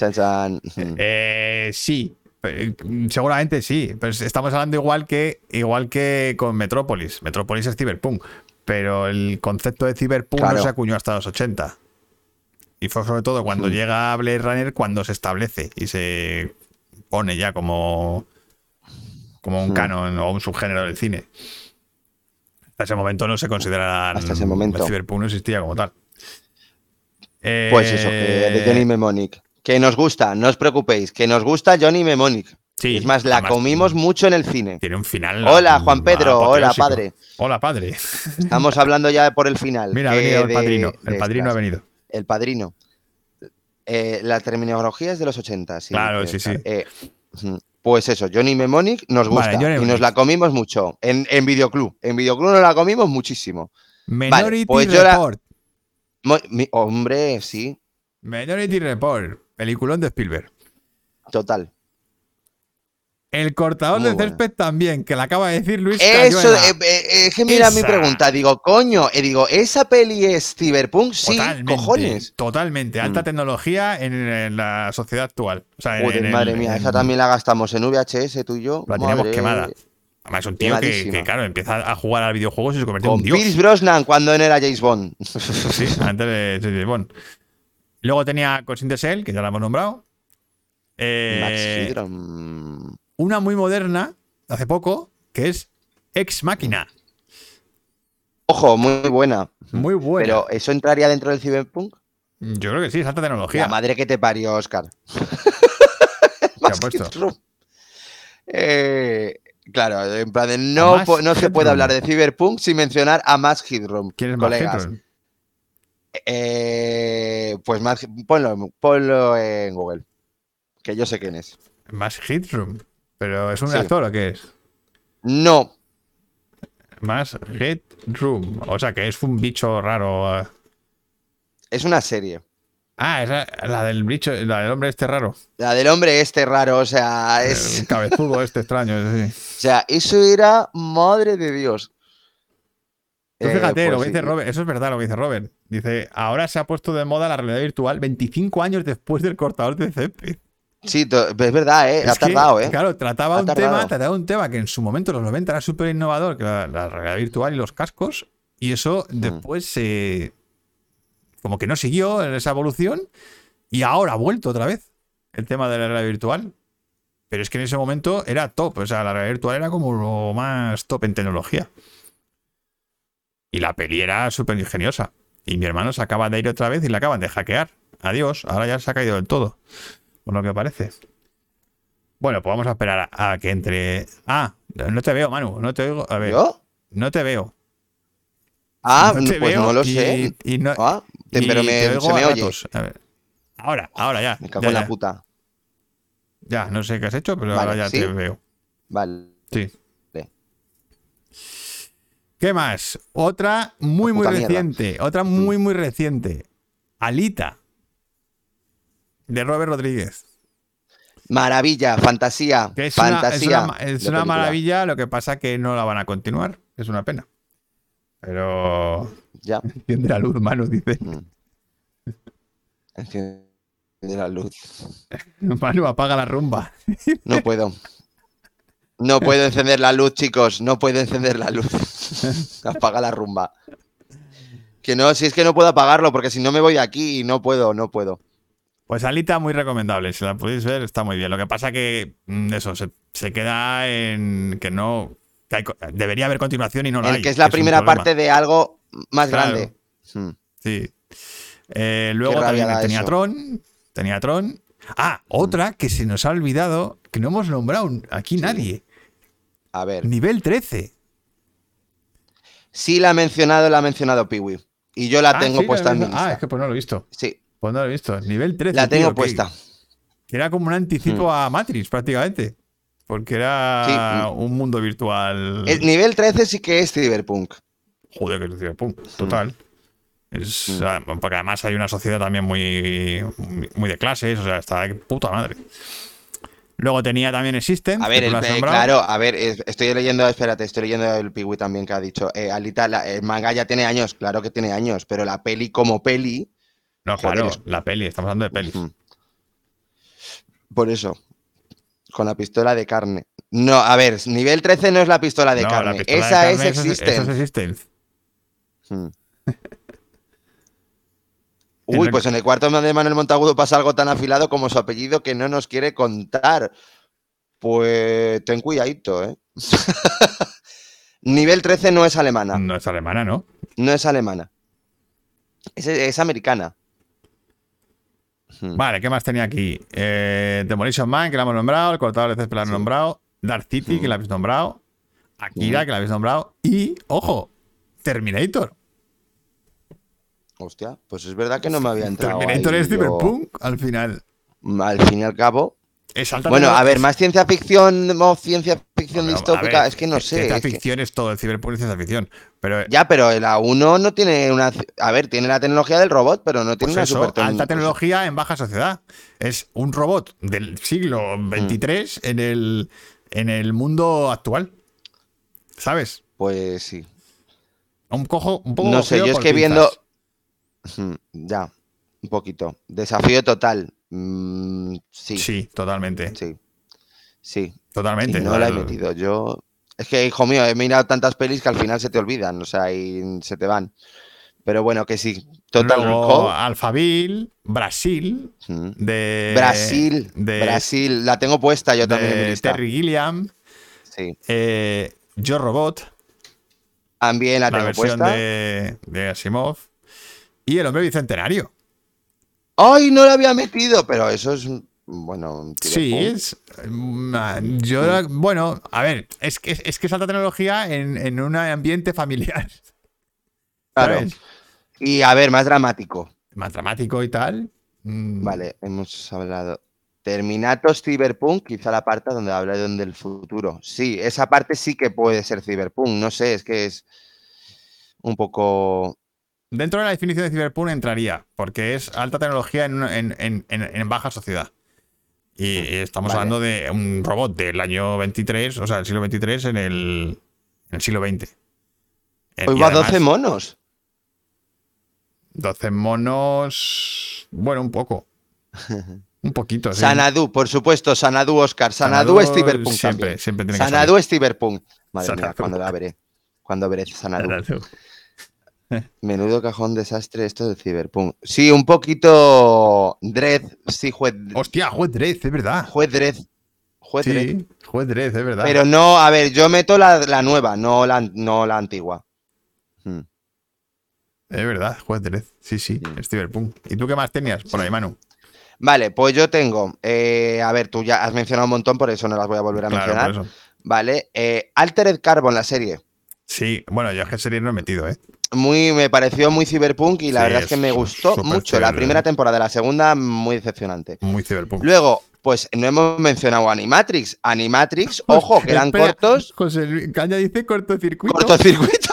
A: Eh, sí, eh, seguramente sí. Pero estamos hablando igual que, igual que con Metrópolis. Metrópolis es Cyberpunk, pero el concepto de Cyberpunk
D: Claro.
A: no se acuñó hasta los 80. Y fue sobre todo cuando
D: Sí.
A: llega Blade Runner cuando se establece y se pone ya como, como un
D: Sí.
A: canon o un subgénero del cine. Hasta ese momento no se considera
D: Hasta ese momento.
A: Cyberpunk no existía como tal.
D: Pues eso, que de
A: Eh,
D: Johnny Mnemonic. Que nos gusta, no os preocupéis, que nos gusta Johnny Mnemonic.
A: sí,
D: es más, la
A: además-
D: comimos mucho en el cine.
A: Tiene un final.
D: Hola, Juan Pedro. Hola,
A: apoteósico.
D: padre.
A: Hola, padre.
D: Estamos hablando ya por el final.
A: Mira, ha
D: que
A: venido el
D: de-
A: padrino. El
D: de
A: padrino ha
D: estas.
A: venido.
D: El padrino. Eh, la terminología es de los 80, sí.
A: Claro,
D: que-
A: sí, sí.
D: eh, ujú. pues eso, Johnny Mnemonic nos
A: Vale,
D: gusta
A: Johnny
D: y
A: Mnemonic.
D: nos la comimos mucho en, en Videoclub. En Videoclub nos la comimos muchísimo.
A: Minority
D: pues yo la-
A: Report.
D: Mo- mi- hombre, sí,
A: Minority Report. Peliculón de Spielberg.
D: total.
A: El cortador
D: Muy
A: de
D: buena.
A: césped también, que le acaba de decir Luis. cayó
D: Eso,
A: en la-
D: eh, eh, es que mira mi
A: Esa.
D: pregunta, digo, coño, eh, digo, ¿esa peli es Cyberpunk? Sí,
A: totalmente,
D: cojones.
A: Totalmente. Alta
D: Mm.
A: tecnología en, en la sociedad actual. O sea, en-
D: Joder,
A: en el-
D: madre mía,
A: en-
D: esa también la gastamos en VHS, tú y yo.
A: La teníamos
D: Madre-
A: quemada. Además, es un tío que,
D: Quemadísima.
A: que, claro, empieza a jugar al videojuego y se convierte en
D: Con
A: un dios.
D: Pierce Brosnan cuando no era James Bond.
A: Sí, antes de James Bond. Luego tenía Consciente Cell, que ya la hemos nombrado. Eh,
D: Max Headroom.
A: una muy moderna, hace poco, que es Ex Máquina.
D: Ojo, muy buena.
A: Muy buena.
D: Pero ¿eso entraría dentro del Cyberpunk?
A: Yo creo que sí, es alta tecnología.
D: La madre que te parió, Oscar.
A: Te ha
D: Max
A: puesto.
D: Headroom. Eh, claro, en plan de no,
A: Max
D: po- no se
A: Headroom.
D: puede hablar de Cyberpunk sin mencionar a Max Headroom.
A: ¿Quién es Max
D: colegas.
A: Headroom?
D: Eh, pues Max, ponlo, ponlo en Google. Que yo sé quién es.
A: Max Headroom. ¿Pero es un
D: Sí.
A: actor o qué es?
D: No,
A: Max Headroom. O sea, que es un bicho raro. eh.
D: es una serie.
A: Ah, es la, la del bicho, la del hombre este raro.
D: La del hombre este raro, o sea, es.
A: El cabezudo este extraño. sí.
D: O sea, eso era madre de Dios.
A: Tú
D: Eh,
A: fíjate
D: pues
A: lo que
D: sí.
A: dice Robert, eso es verdad lo que dice Robert. Dice, ahora se ha puesto de moda la realidad virtual 25 años después del cortador de césped.
D: Sí, to- es verdad, ¿eh? ha
A: Es que,
D: tardado, ¿eh?
A: Claro, trataba
D: Ha
A: un
D: tardado.
A: tema, trataba un tema que en su momento, en los 90, era súper innovador, que era la realidad virtual y los cascos, y eso
D: Mm.
A: después se... como que no siguió en esa evolución, y ahora ha vuelto otra vez el tema de la realidad virtual. Pero es que en ese momento era top, o sea, la realidad virtual era como lo más top en tecnología. Y la peli era súper ingeniosa. Y mi hermano se acaba de ir otra vez y la acaban de hackear. Adiós, ahora ya se ha caído del todo. Por lo que parece. Bueno, pues vamos a esperar a, a que entre. Ah, no te veo, Manu, no te oigo. A ver,
D: ¿Yo?
A: no te veo.
D: Ah,
A: No te
D: pues
A: veo
D: no lo
A: y-
D: sé.
A: y no-
D: Ah, te-
A: y
D: pero me,
A: te oigo
D: se
A: a
D: me oye.
A: ratos. A ver. Ahora, ahora ya.
D: Me cago
A: ya,
D: en la
A: ya.
D: puta.
A: Ya, no sé qué has hecho, pero
D: Vale,
A: ahora ya
D: ¿sí?
A: te veo.
D: Vale.
A: Sí.
D: Vale.
A: ¿Qué más? Otra muy, muy
D: puta mierda. Mm.
A: reciente. Otra muy, muy reciente. Alita. De Robert Rodríguez.
D: Maravilla, fantasía.
A: Que es, una, es
D: fantasía.
A: una ma- es
D: de
A: una
D: película.
A: maravilla, lo que pasa que no la van a continuar. Es una pena. Pero.
D: Ya.
A: Enciende la luz, Manu, dice.
D: Mm. Enciende la luz.
A: Manu, apaga la rumba.
D: No puedo. No puedo encender la luz, chicos. No puedo encender la luz. Apaga la rumba. Que no, si es que no puedo apagarlo, porque si no me voy aquí y no puedo, no puedo.
A: Pues Alita, muy recomendable. Si la podéis ver, está muy bien. Lo que pasa que mm, eso se, se queda en que no. que hay co- debería haber continuación y no la
D: El
A: hay,
D: que es la
A: un
D: primera
A: problema.
D: parte de algo más
A: Claro.
D: grande. Mm.
A: Sí. Eh, luego
D: rabia
A: también
D: da
A: tenía
D: eso.
A: Tron. Tenía Tron. Ah, otra que se nos ha olvidado, que no hemos nombrado aquí nadie.
D: A ver.
A: Nivel 13.
D: Sí la ha mencionado, la ha mencionado Piwi. Y yo la
A: Ah,
D: tengo
A: sí,
D: puesta en mi
A: habéis- Ah,
D: lista.
A: es que pues no lo he visto.
D: Sí,
A: Pues no lo he visto. Nivel 13.
D: la tengo
A: tío, que-
D: puesta. Mm.
A: Que era como un anticipo a Matrix, prácticamente. Porque era
D: Sí. mm.
A: un mundo virtual.
D: El nivel 13 sí que es Cyberpunk.
A: Joder, que decía, pum, total. Es, ah, Porque además hay una sociedad también muy, muy, muy de clases, o sea, está de puta madre. Luego tenía también Existence.
D: A
A: que
D: ver,
A: tú
D: el
A: lo has
D: pe-
A: nombrado.
D: claro, a ver, es- estoy leyendo, espérate, estoy leyendo el Piwi también que ha dicho. eh, Alita, la- el manga ya tiene años, claro que tiene años, pero la peli como peli,
A: No,
D: joder,
A: claro,
D: es-
A: la peli, estamos hablando de pelis.
D: Ujú. por eso, con la pistola de carne. No, a ver, nivel 13 no es la pistola de
A: No, la
D: carne,
A: pistola de
D: esa
A: carne,
D: es
A: eso eso
D: Existence.
A: es Existence.
D: Mm.
A: En
D: Uy,
A: la-
D: pues en el cuarto de Manuel Montagudo pasa algo tan afilado como su apellido que no nos quiere contar. Pues ten cuidadito, ¿eh? Nivel 13 no es alemana,
A: No es alemana, ¿no?
D: no es alemana. Es, es americana. Mm.
A: Vale, ¿qué más tenía aquí? Eh, Demolition Man, que la hemos nombrado, el cortador de césped la hemos nombrado, Dark City,
D: Mm.
A: que la habéis nombrado, Akira, que la habéis nombrado, y, ojo, Terminator.
D: Hostia, pues es verdad que no me había entrado.
A: Terminator
D: ahí
A: es
D: yo.
A: Cyberpunk al final.
D: Al fin y al cabo.
A: Es alta
D: Bueno, a
A: tecnología.
D: ver, más ciencia ficción o ciencia ficción
A: Bueno, pues- a
D: distópica,
A: ver,
D: es que no sé.
A: Ciencia
D: es que-
A: ficción es todo, el ciberpunk es ciencia ficción. Pero eh,
D: Ya, pero la 1 no tiene una. A ver, tiene la tecnología del robot, pero no
A: pues
D: tiene una
A: eso,
D: super
A: alta
D: Mm.
A: tecnología en baja sociedad. Es un robot del siglo XXIII en el en el mundo actual. ¿Sabes?
D: Pues sí.
A: Un, cojo, un poco
D: No sé,
A: cogido
D: yo es
A: con
D: que viendo.
A: pinzas.
D: Ujú, Ya, un poquito. Desafío total. Mm, sí,
A: Sí,
D: sí.
A: totalmente.
D: Sí. sí. Y
A: Totalmente.
D: no la he
A: El-
D: metido. Yo. Es que, hijo mío, he mirado tantas pelis que al final se te olvidan, o sea, y se te van. Pero bueno, que sí. Total
A: Luego,
D: Recall.
A: Alphaville, Brasil,
D: Mm.
A: de.
D: Brasil.
A: de-
D: Brasil. La tengo puesta yo también en mi
A: de
D: lista.
A: Terry Gilliam,
D: Sí.
A: eh, Yo Robot,
D: También la,
A: la
D: tengo
A: versión
D: puesta.
A: de, de Asimov, y El Hombre Bicentenario.
D: ¡Ay, no la había metido! Pero eso es. mm, Bueno, un tiro
A: Sí,
D: pum.
A: es. mm, Yo, la- bueno, a ver, es que, es que es alta tecnología en, en un ambiente familiar.
D: Claro.
A: ¿sabes?
D: Y a ver, más dramático.
A: Más dramático y tal. Mm,
D: Vale, hemos hablado. Terminatos Cyberpunk, quizá la parte donde hablaron del futuro. Sí, esa parte sí que puede ser Cyberpunk. No sé, es que es un poco.
A: Dentro de la definición de Cyberpunk entraría, porque es alta tecnología en, una- en- en- en- en baja sociedad. Y estamos
D: Mm, Vale.
A: hablando de un robot del año 23, o sea, del siglo 23 en el, en el siglo 20. Eh,
D: Hoy
A: y
D: va
A: además,
D: 12 monos.
A: 12 monos. Bueno, un poco. Un poquito. sí.
D: Sanadu, por supuesto, Sanadu Oscar. Sanadu, es Cyberpunk.
A: Siempre,
D: también.
A: siempre tiene que
D: Sanadu es Cyberpunk. Madre mía,
A: Sanadu.
D: cuando la veré. Cuando veré Sanadu.
A: salir.
D: Menudo cajón desastre esto del Cyberpunk. Sí, un poquito. Dread, sí, juez.
A: Hostia, juez Dredd, ah, es verdad.
D: Juez Dread. Juez Dredd.
A: Sí, juez Dredd, es verdad.
D: Pero no, a ver, yo meto la, la nueva, no la, no la antigua.
A: Hmm.
D: Mm.
A: Es verdad, juez Dredd. Sí, sí, es Cyberpunk. ¿Y tú qué más tenías por ahí, Manu?
D: Vale, pues yo tengo, eh, a ver, tú ya has mencionado un montón, por eso no las voy a volver a
A: Claro,
D: mencionar.
A: por eso.
D: Vale, eh, Altered Carbon, la serie.
A: Sí, bueno, yo es que serie no he metido, ¿eh?
D: Muy, me pareció muy cyberpunk y la
A: Sí,
D: verdad es que
A: es
D: me
A: su-
D: gustó
A: súper
D: mucho la
A: cyber,
D: primera
A: ¿eh?
D: temporada, la segunda muy decepcionante.
A: Muy Cyberpunk.
D: Luego, pues no hemos mencionado Animatrix. Animatrix, ojo, que eran
A: Espera,
D: cortos,
A: José Luis Caña dice cortocircuito.
D: cortocircuito.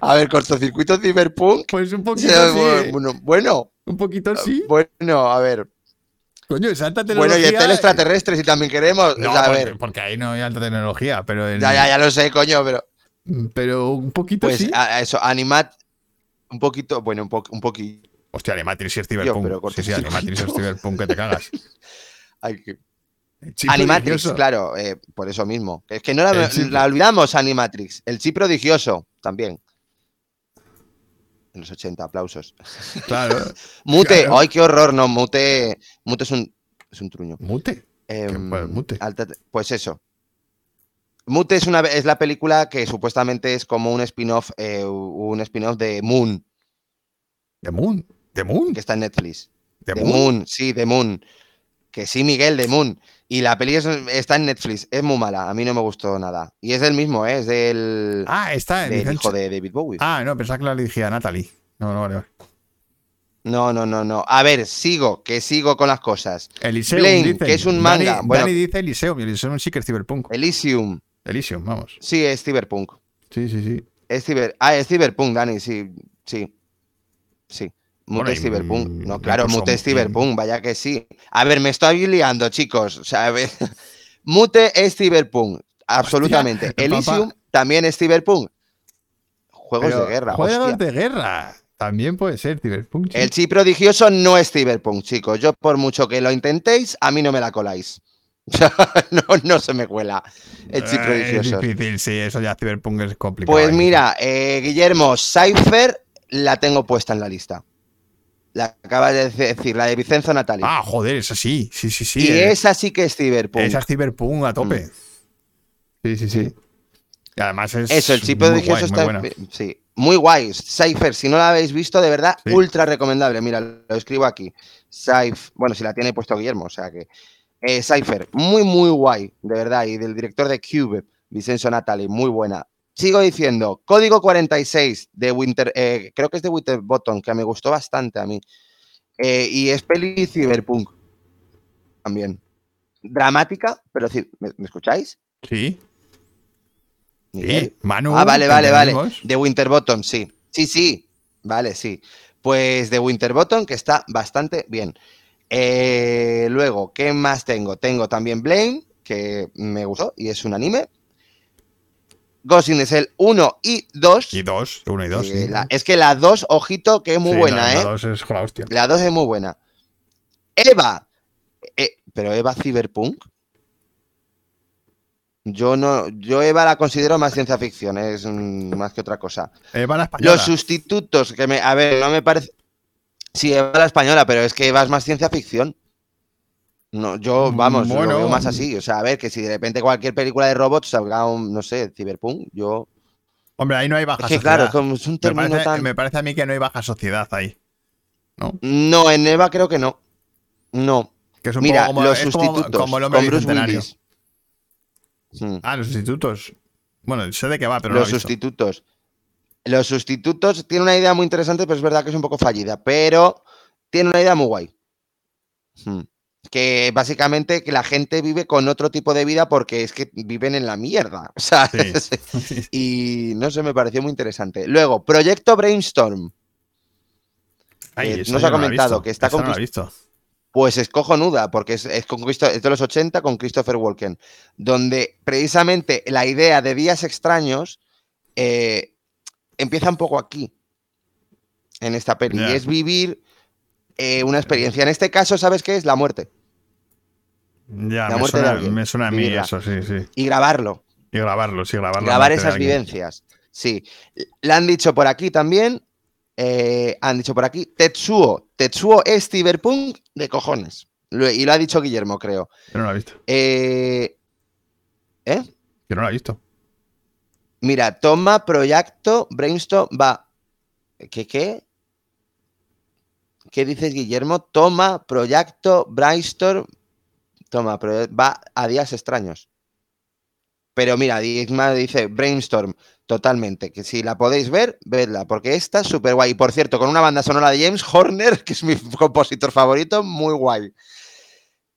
D: A ver, cortocircuito cyberpunk.
A: Pues un poquito
D: Sí,
A: sí.
D: bueno, bueno,
A: Un poquito sí.
D: bueno, a ver.
A: Coño, es alta tecnología.
D: Ah, Bueno, y el tele extraterrestre, si también queremos.
A: No,
D: o sea, a
A: porque,
D: ver.
A: porque ahí no hay alta tecnología, pero, en-
D: Ya, ya, ya lo sé, coño, pero.
A: mm, pero un poquito
D: Pues
A: sí.
D: a- a eso, animat. Un poquito, bueno, un, poco un poquito.
A: Hostia, Animatrix y es Cyberpunk. sí,
D: pero
A: sí,
D: cortocircuito.
A: Animatrix es Cyberpunk, que te cagas.
D: hay que-
A: Sí,
D: Animatrix,
A: prodigioso.
D: claro, eh, por eso mismo. Es que no la,
A: El chip.
D: la olvidamos, Animatrix. El sí prodigioso, también. En los 80, aplausos.
A: Claro.
D: Mute,
A: Claro.
D: ay, qué horror, no, mute. Mute es un, es un truño.
A: Mute.
D: Em,
A: puede- Mute.
D: alta te- pues eso. Mute es, una, es la película que supuestamente es como un spin-off, eh, un spin-off de Moon,
A: The Moon. The Moon.
D: que está en Netflix.
A: The
D: de
A: Moon.
D: Moon? sí, de Moon. Que sí, Miguel, de Moon. Y la peli es- está en Netflix, es muy mala, a mí no me gustó nada. Y es del mismo, ¿eh? es del,
A: Ah, está en
D: del
A: Vicente-
D: hijo de David Bowie.
A: Ah, no, pensaba que la dirigía Natalie. No, no, vale. vale.
D: No, no, no, no. A ver, sigo, que sigo con las cosas.
A: Elyseum,
D: Blame,
A: dicen.
D: que es un manga.
A: Dani,
D: Bueno.
A: Dani dice Elyseum y Elyseum sí que es Cyberpunk.
D: Elysium,
A: Elysium, vamos.
D: sí, es Cyberpunk.
A: Sí, sí, sí.
D: Es ciber... Ah, es Cyberpunk, Dani, sí, sí. Sí. Mute
A: Bueno,
D: es
A: y,
D: Cyberpunk.
A: mm,
D: No, claro,
A: incluso
D: Mute es
A: un-
D: Cyberpunk, vaya que sí. A ver, me estoy liando, chicos. O sea, a ver, Mute es Cyberpunk, absolutamente.
A: papá.
D: Elysium también es Cyberpunk. Juegos
A: Pero
D: de guerra,
A: Juegos
D: hostia.
A: de guerra. También puede ser Cyberpunk. sí.
D: El chi prodigioso no es Cyberpunk, chicos. Yo, por mucho que lo intentéis, a mí no me la coláis. O sea, no, no se me cuela el chi
A: Ah,
D: prodigioso.
A: Es difícil, sí, eso ya Cyberpunk es complicado.
D: Pues
A: ahí.
D: mira, eh, Guillermo, Cypher la tengo puesta en la lista. La acabas de decir, la de Vicenzo Natali.
A: Ah, joder, esa sí. Sí, sí, sí.
D: y
A: eh.
D: esa sí que es Cyberpunk.
A: Esa es Cyberpunk a
D: Mm.
A: tope. Sí, sí, sí. Y además es.
D: Eso, el chip
A: muy
D: de
A: guay,
D: eso
A: muy
D: está.
A: buena.
D: Sí, muy guay. Cypher, si no la habéis visto, de verdad,
A: Sí.
D: ultra recomendable. Mira, lo escribo aquí. Cypher, bueno, si la tiene puesto Guillermo, o sea que. eh, Cypher, muy, muy guay, de verdad. Y del director de Cube, Vicenzo Natali, muy buena. Sigo diciendo, Código 46 de Winter, eh, creo que es de Winterbottom, que me gustó bastante a mí. Eh, y es peli Cyberpunk también. Dramática, pero ci- ¿me, me escucháis?
A: Sí,
D: Miguel.
A: sí. Manu.
D: Ah, vale,
A: te
D: vale, vale.
A: entendemos.
D: De Winterbottom, sí. Sí, sí. Vale, sí. Pues de Winterbottom, que está bastante bien. Eh, luego, ¿qué más tengo? Tengo también Blame, que me gustó y es un anime. Ghost in the Shell 1 y 2.
A: Y dos, uno y dos.
D: Eh, la- es que la 2, ojito, que es muy
A: Sí,
D: buena,
A: la-
D: ¿eh?
A: La dos es joder, hostia.
D: La 2 es muy buena. Eva. Eh, pero Eva Cyberpunk. Yo no, yo Eva la considero más ciencia ficción, es mm, más que otra cosa.
A: Eh, va la española.
D: Los sustitutos, que me, a ver, no me parece. Sí, Eva la española, pero es que Eva es más ciencia ficción. No, yo, vamos,
A: Mm, Bueno.
D: lo veo más así. O sea, a ver, que si de repente cualquier película de robots salga un, no sé, Cyberpunk, yo.
A: Hombre, ahí no hay baja
D: Es que
A: sociedad.
D: claro, como es
A: Ah,
D: un
A: me,
D: término
A: parece,
D: tan.
A: me parece a mí que no hay baja sociedad ahí.
D: No, en Eva creo que no. No.
A: Que es un
D: Mira,
A: poco como,
D: los
A: es como-
D: sustitutos
A: como, el hombre
D: con Bruce
A: bicentenario.
D: Willis. Mm,
A: Ah, los sustitutos. Bueno, sé de qué va, pero no
D: los
A: lo he visto.
D: sustitutos. Los sustitutos tiene una idea muy interesante, pero es verdad que es un poco fallida. Pero tiene una idea muy guay. Mm, Que básicamente que la gente vive con otro tipo de vida porque es que viven en la mierda. ¿sabes? Y no sé, me pareció muy interesante. Luego, Proyecto Brainstorm.
A: Ay,
D: Eh,
A: esa
D: nos
A: yo
D: ha
A: no la he
D: comentado
A: visto.
D: que está
A: Esa no la he
D: conquist-
A: visto.
D: Pues es cojonuda, porque es, es con Cristo- es de los 80 con Christopher Walken, donde precisamente la idea de días extraños eh, empieza un poco aquí, en esta peli,
A: Ya.
D: y es vivir eh, una experiencia. En este caso, ¿sabes qué es? La muerte.
A: Ya, me
D: La muerte de
A: suena,
D: alguien,
A: me suena a mí
D: vivirla.
A: eso, sí, sí.
D: Y grabarlo,
A: Y grabarlo, sí, grabarlo.
D: grabar
A: no,
D: esas
A: pero alguien-
D: vivencias. Sí, la han dicho por aquí también, eh, han dicho por aquí, Tetsuo. Tetsuo es cyberpunk de cojones. Lo- Y lo ha dicho Guillermo, creo.
A: Yo no la he visto.
D: Eh, ¿Eh?
A: Yo no la he visto.
D: Mira, toma, proyecto, brainstorm, va. ¿Qué qué? ¿Qué dices, Guillermo? Toma, proyecto, brainstorm, toma, proye- va a días extraños. Pero mira, Digma dice brainstorm, totalmente. Que si la podéis ver, vedla, porque esta es súper guay. Y por cierto, con una banda sonora de James Horner, que es mi compositor favorito, muy guay.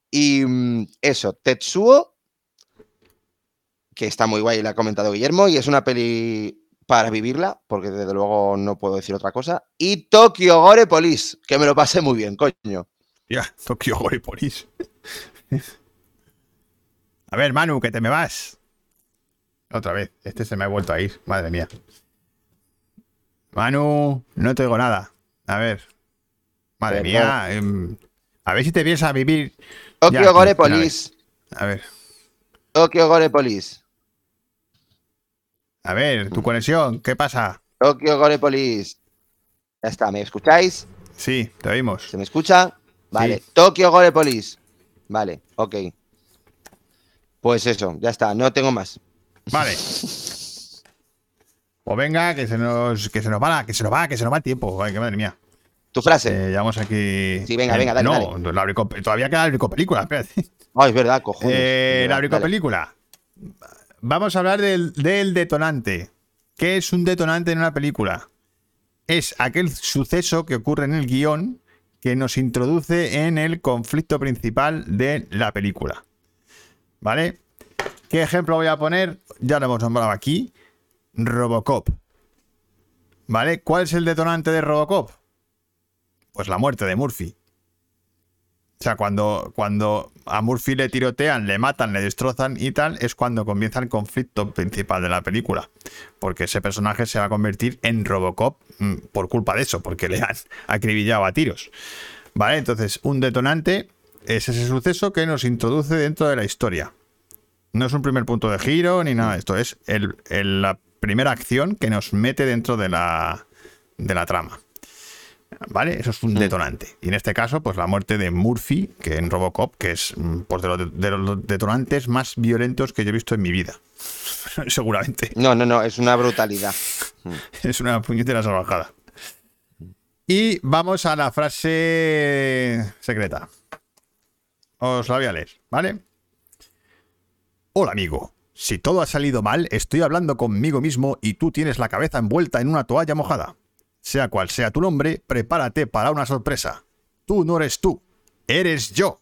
D: Y mm, eso, Tetsuo, que está muy guay, la ha comentado Guillermo, y es una peli para vivirla, porque desde luego no puedo decir otra cosa. Y Tokyo Gore Police, que me lo pasé muy bien, coño.
A: Ya, Tokio Gore Police. A ver, Manu, que te me vas. Otra vez. Este se me ha vuelto a ir. Madre mía. Manu, no te oigo nada. A ver. Madre
D: Perdón.
A: mía. em, a ver si te vienes a vivir.
D: Tokyo
A: Ya,
D: Gore
A: ya ves.
D: Police,
A: A ver.
D: Tokyo Gore Police,
A: A ver, tu conexión. ¿Qué pasa?
D: Tokyo Gore Police. Ya está, ¿me escucháis?
A: Sí, te oímos.
D: ¿Se me escucha? Vale,
A: Sí.
D: Tokyo Gore Police. Vale, ok. Pues eso, ya está, no tengo más.
A: Vale. O venga, que se nos, que se nos va, la- que se nos va, que se nos va el tiempo. Ay, que madre mía.
D: Tu frase.
A: Eh, llevamos aquí.
D: Sí, venga, venga, dale,
A: No, la abrico- todavía queda la película, espérate.
D: Ah, es verdad, cojones.
A: Eh,
D: Mira,
A: la única
D: dale.
A: película. Vamos a hablar del, del detonante. ¿Qué es un detonante en una película? Es aquel suceso que ocurre en el guión que nos introduce en el conflicto principal de la película. ¿Vale? ¿Qué ejemplo voy a poner? Ya lo hemos nombrado aquí. Robocop. ¿Vale? ¿Cuál es el detonante de Robocop? Pues la muerte de Murphy. O sea, cuando, cuando a Murphy le tirotean, le matan, le destrozan y tal, es cuando comienza el conflicto principal de la película. Porque ese personaje se va a convertir en Robocop mm, por culpa de eso, porque le han acribillado a tiros. Vale, entonces, un detonante es ese suceso que nos introduce dentro de la historia. No es un primer punto de giro ni nada de esto, es el- el- la primera acción que nos mete dentro de la, de la trama. ¿Vale? Eso es un detonante. Y en este caso, pues la muerte de Murphy, que en Robocop, que es mm, pues, de, los, de los detonantes más violentos que yo he visto en mi vida. Seguramente.
D: No, no, no, es una brutalidad.
A: Es una puñetera salvajada. Y vamos a la frase secreta. Os la voy a leer, ¿vale? Hola amigo, si todo ha salido mal, estoy hablando conmigo mismo y tú tienes la cabeza envuelta en una toalla mojada. Sea cual sea tu nombre, prepárate para una sorpresa. Tú no eres tú, eres yo.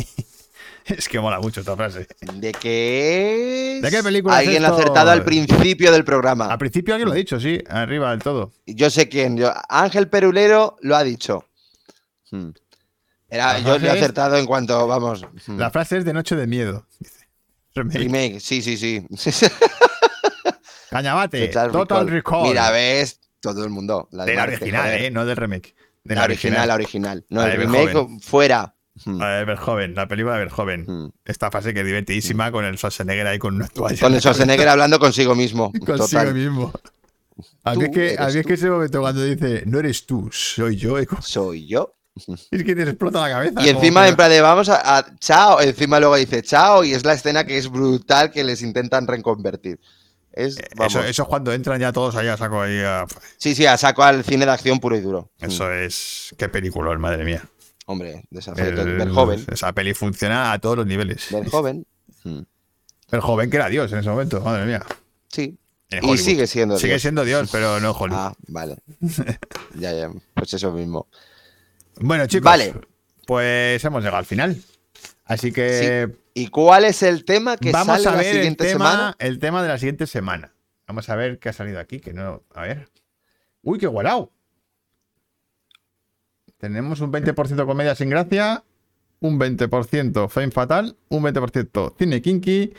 A: es que mola mucho esta frase.
D: ¿De qué es?
A: ¿De qué película es
D: Alguien
A: esto?
D: acertado al principio del programa.
A: Al principio alguien lo ha dicho, sí, arriba del todo.
D: Yo sé quién. yo- Ángel Perulero lo ha dicho. Hmm. Era,
A: La
D: yo
A: frase
D: le he
A: es-
D: acertado en cuanto, vamos. hmm.
A: La frase es de Noche de Miedo. Dice. Remake.
D: Remake, sí, sí, sí.
A: Cañamate,
D: Total
A: Total, Recall.
D: Mira, ves, todo el mundo. La
A: de la
D: Márquez,
A: original,
D: joder.
A: ¿eh? No del remake. De
D: La, original, la original. No,
A: La
D: el
A: de
D: remake
A: Verhoeven.
D: fuera. Mm,
A: La de Verjoven, la película de Verjoven.
D: mm.
A: Esta fase que es divertidísima con el Schwarzenegger ahí con una toalla.
D: Con el Schwarzenegger hablando consigo mismo.
A: Consigo
D: Total.
A: mismo. A mí, es que, a mí
D: eres
A: es
D: tú.
A: que ese momento cuando dice, no eres tú, soy yo, es, como-
D: Soy yo.
A: es que te explota la cabeza.
D: Y
A: Ah, como
D: encima,
A: que-
D: en plan de vamos a, a- chao. Encima luego dice chao. Y es la escena que es brutal que les intentan reconvertir. Es, vamos.
A: Eh, Eso, eso es cuando entran ya todos allá, saco ahí. a-
D: Sí, sí, a saco al cine de acción puro y duro. Mm,
A: Eso es. Qué película, madre mía.
D: Hombre, desafío.
A: El-
D: Del joven.
A: Esa peli funciona a todos los niveles.
D: Del joven. Mm,
A: El joven que era Dios en ese momento, madre mía.
D: Sí.
A: En
D: Y
A: Hollywood.
D: sigue siendo.
A: Sigue
D: Dios.
A: siendo Dios, pero no en Hollywood.
D: Ah, vale. ya, ya. Pues eso mismo.
A: Bueno, chicos.
D: Ah, Vale.
A: Pues hemos llegado al final. Así que
D: ¿Y cuál es el tema que
A: eh, vamos
D: sale
A: a
D: la
A: ver el
D: siguiente
A: tema,
D: semana?
A: el tema de la siguiente semana. Vamos a ver qué ha salido aquí, que no. A ver. Uy, qué guarao. Tenemos un 20% comedia sin gracia, un 20% fame fatal, un 20% cine kinky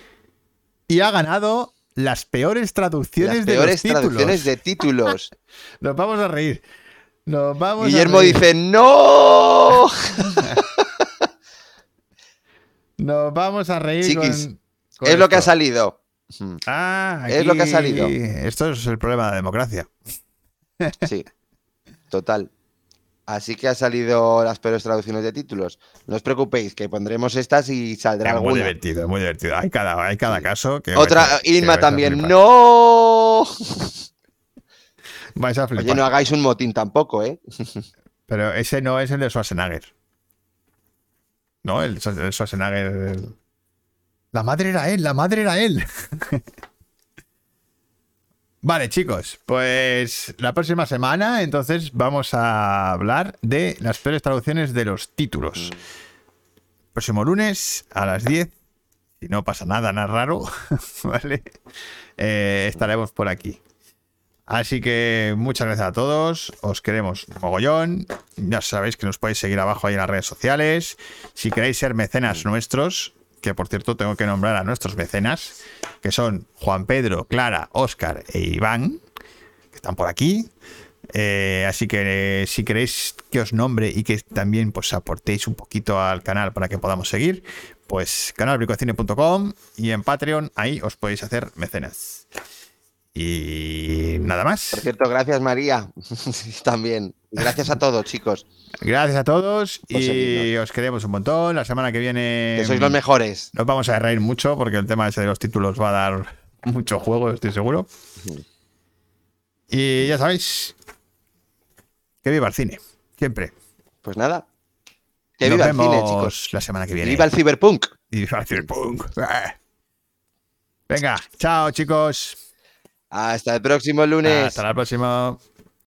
A: y ha ganado las peores traducciones
D: Las
A: de
D: peores
A: los
D: traducciones
A: títulos.
D: de títulos.
A: Nos vamos a reír. Nos vamos
D: Guillermo
A: a reír.
D: dice, ¡No!
A: Nos vamos a reír.
D: Chiquis,
A: con- con
D: es lo que ha
A: esto.
D: salido.
A: Ah,
D: Es lo que ha
A: aquí-
D: salido.
A: Esto es el problema de la democracia.
D: Sí, total. Así que ha salido las peores traducciones de títulos. No os preocupéis, que pondremos estas y saldrá
A: Es muy
D: alguna.
A: divertido, es muy divertido. Hay cada, hay cada caso que.
D: Otra,
A: vais a- que
D: Inma
A: vais a
D: también,
A: flipar.
D: ¡No!
A: Vais a flipar.
D: Oye, no hagáis un motín tampoco, ¿eh?
A: Pero ese no es el de Schwarzenegger. No, el, Schwar- el Schwarzenegger. el- La madre era él, la madre era él. vale, chicos, pues la próxima semana entonces vamos a hablar de las peores traducciones de los títulos. Próximo lunes a las 10. Si no pasa nada, nada raro, ¿vale? Eh, estaremos por aquí. Así que muchas gracias a todos, os queremos mogollón, ya sabéis que nos podéis seguir abajo ahí en las redes sociales, si queréis ser mecenas nuestros, que por cierto tengo que nombrar a nuestros mecenas, que son Juan Pedro, Clara, Óscar e Iván, que están por aquí, Eh, así que eh, si queréis que os nombre y que también pues aportéis un poquito al canal para que podamos seguir, pues canalbricocine.com y en Patreon ahí os podéis hacer mecenas. Y nada
D: Por
A: más.
D: cierto, gracias María. También. Gracias a todos, chicos.
A: Gracias a todos
D: Por
A: y
D: seguirnos.
A: os queremos un montón. La semana que viene
D: Que sois
A: Em,
D: los mejores.
A: nos vamos a reír mucho porque el tema ese de los títulos va a dar mucho juego, estoy seguro. Y ya sabéis que viva el cine, siempre.
D: Pues nada. Que
A: Nos
D: viva el cine,
A: vemos
D: chicos.
A: la semana que
D: Y
A: viene.
D: viva el ciberpunk.
A: Y viva el cyberpunk. Venga, chao chicos.
D: Hasta el próximo lunes.
A: Hasta la próxima.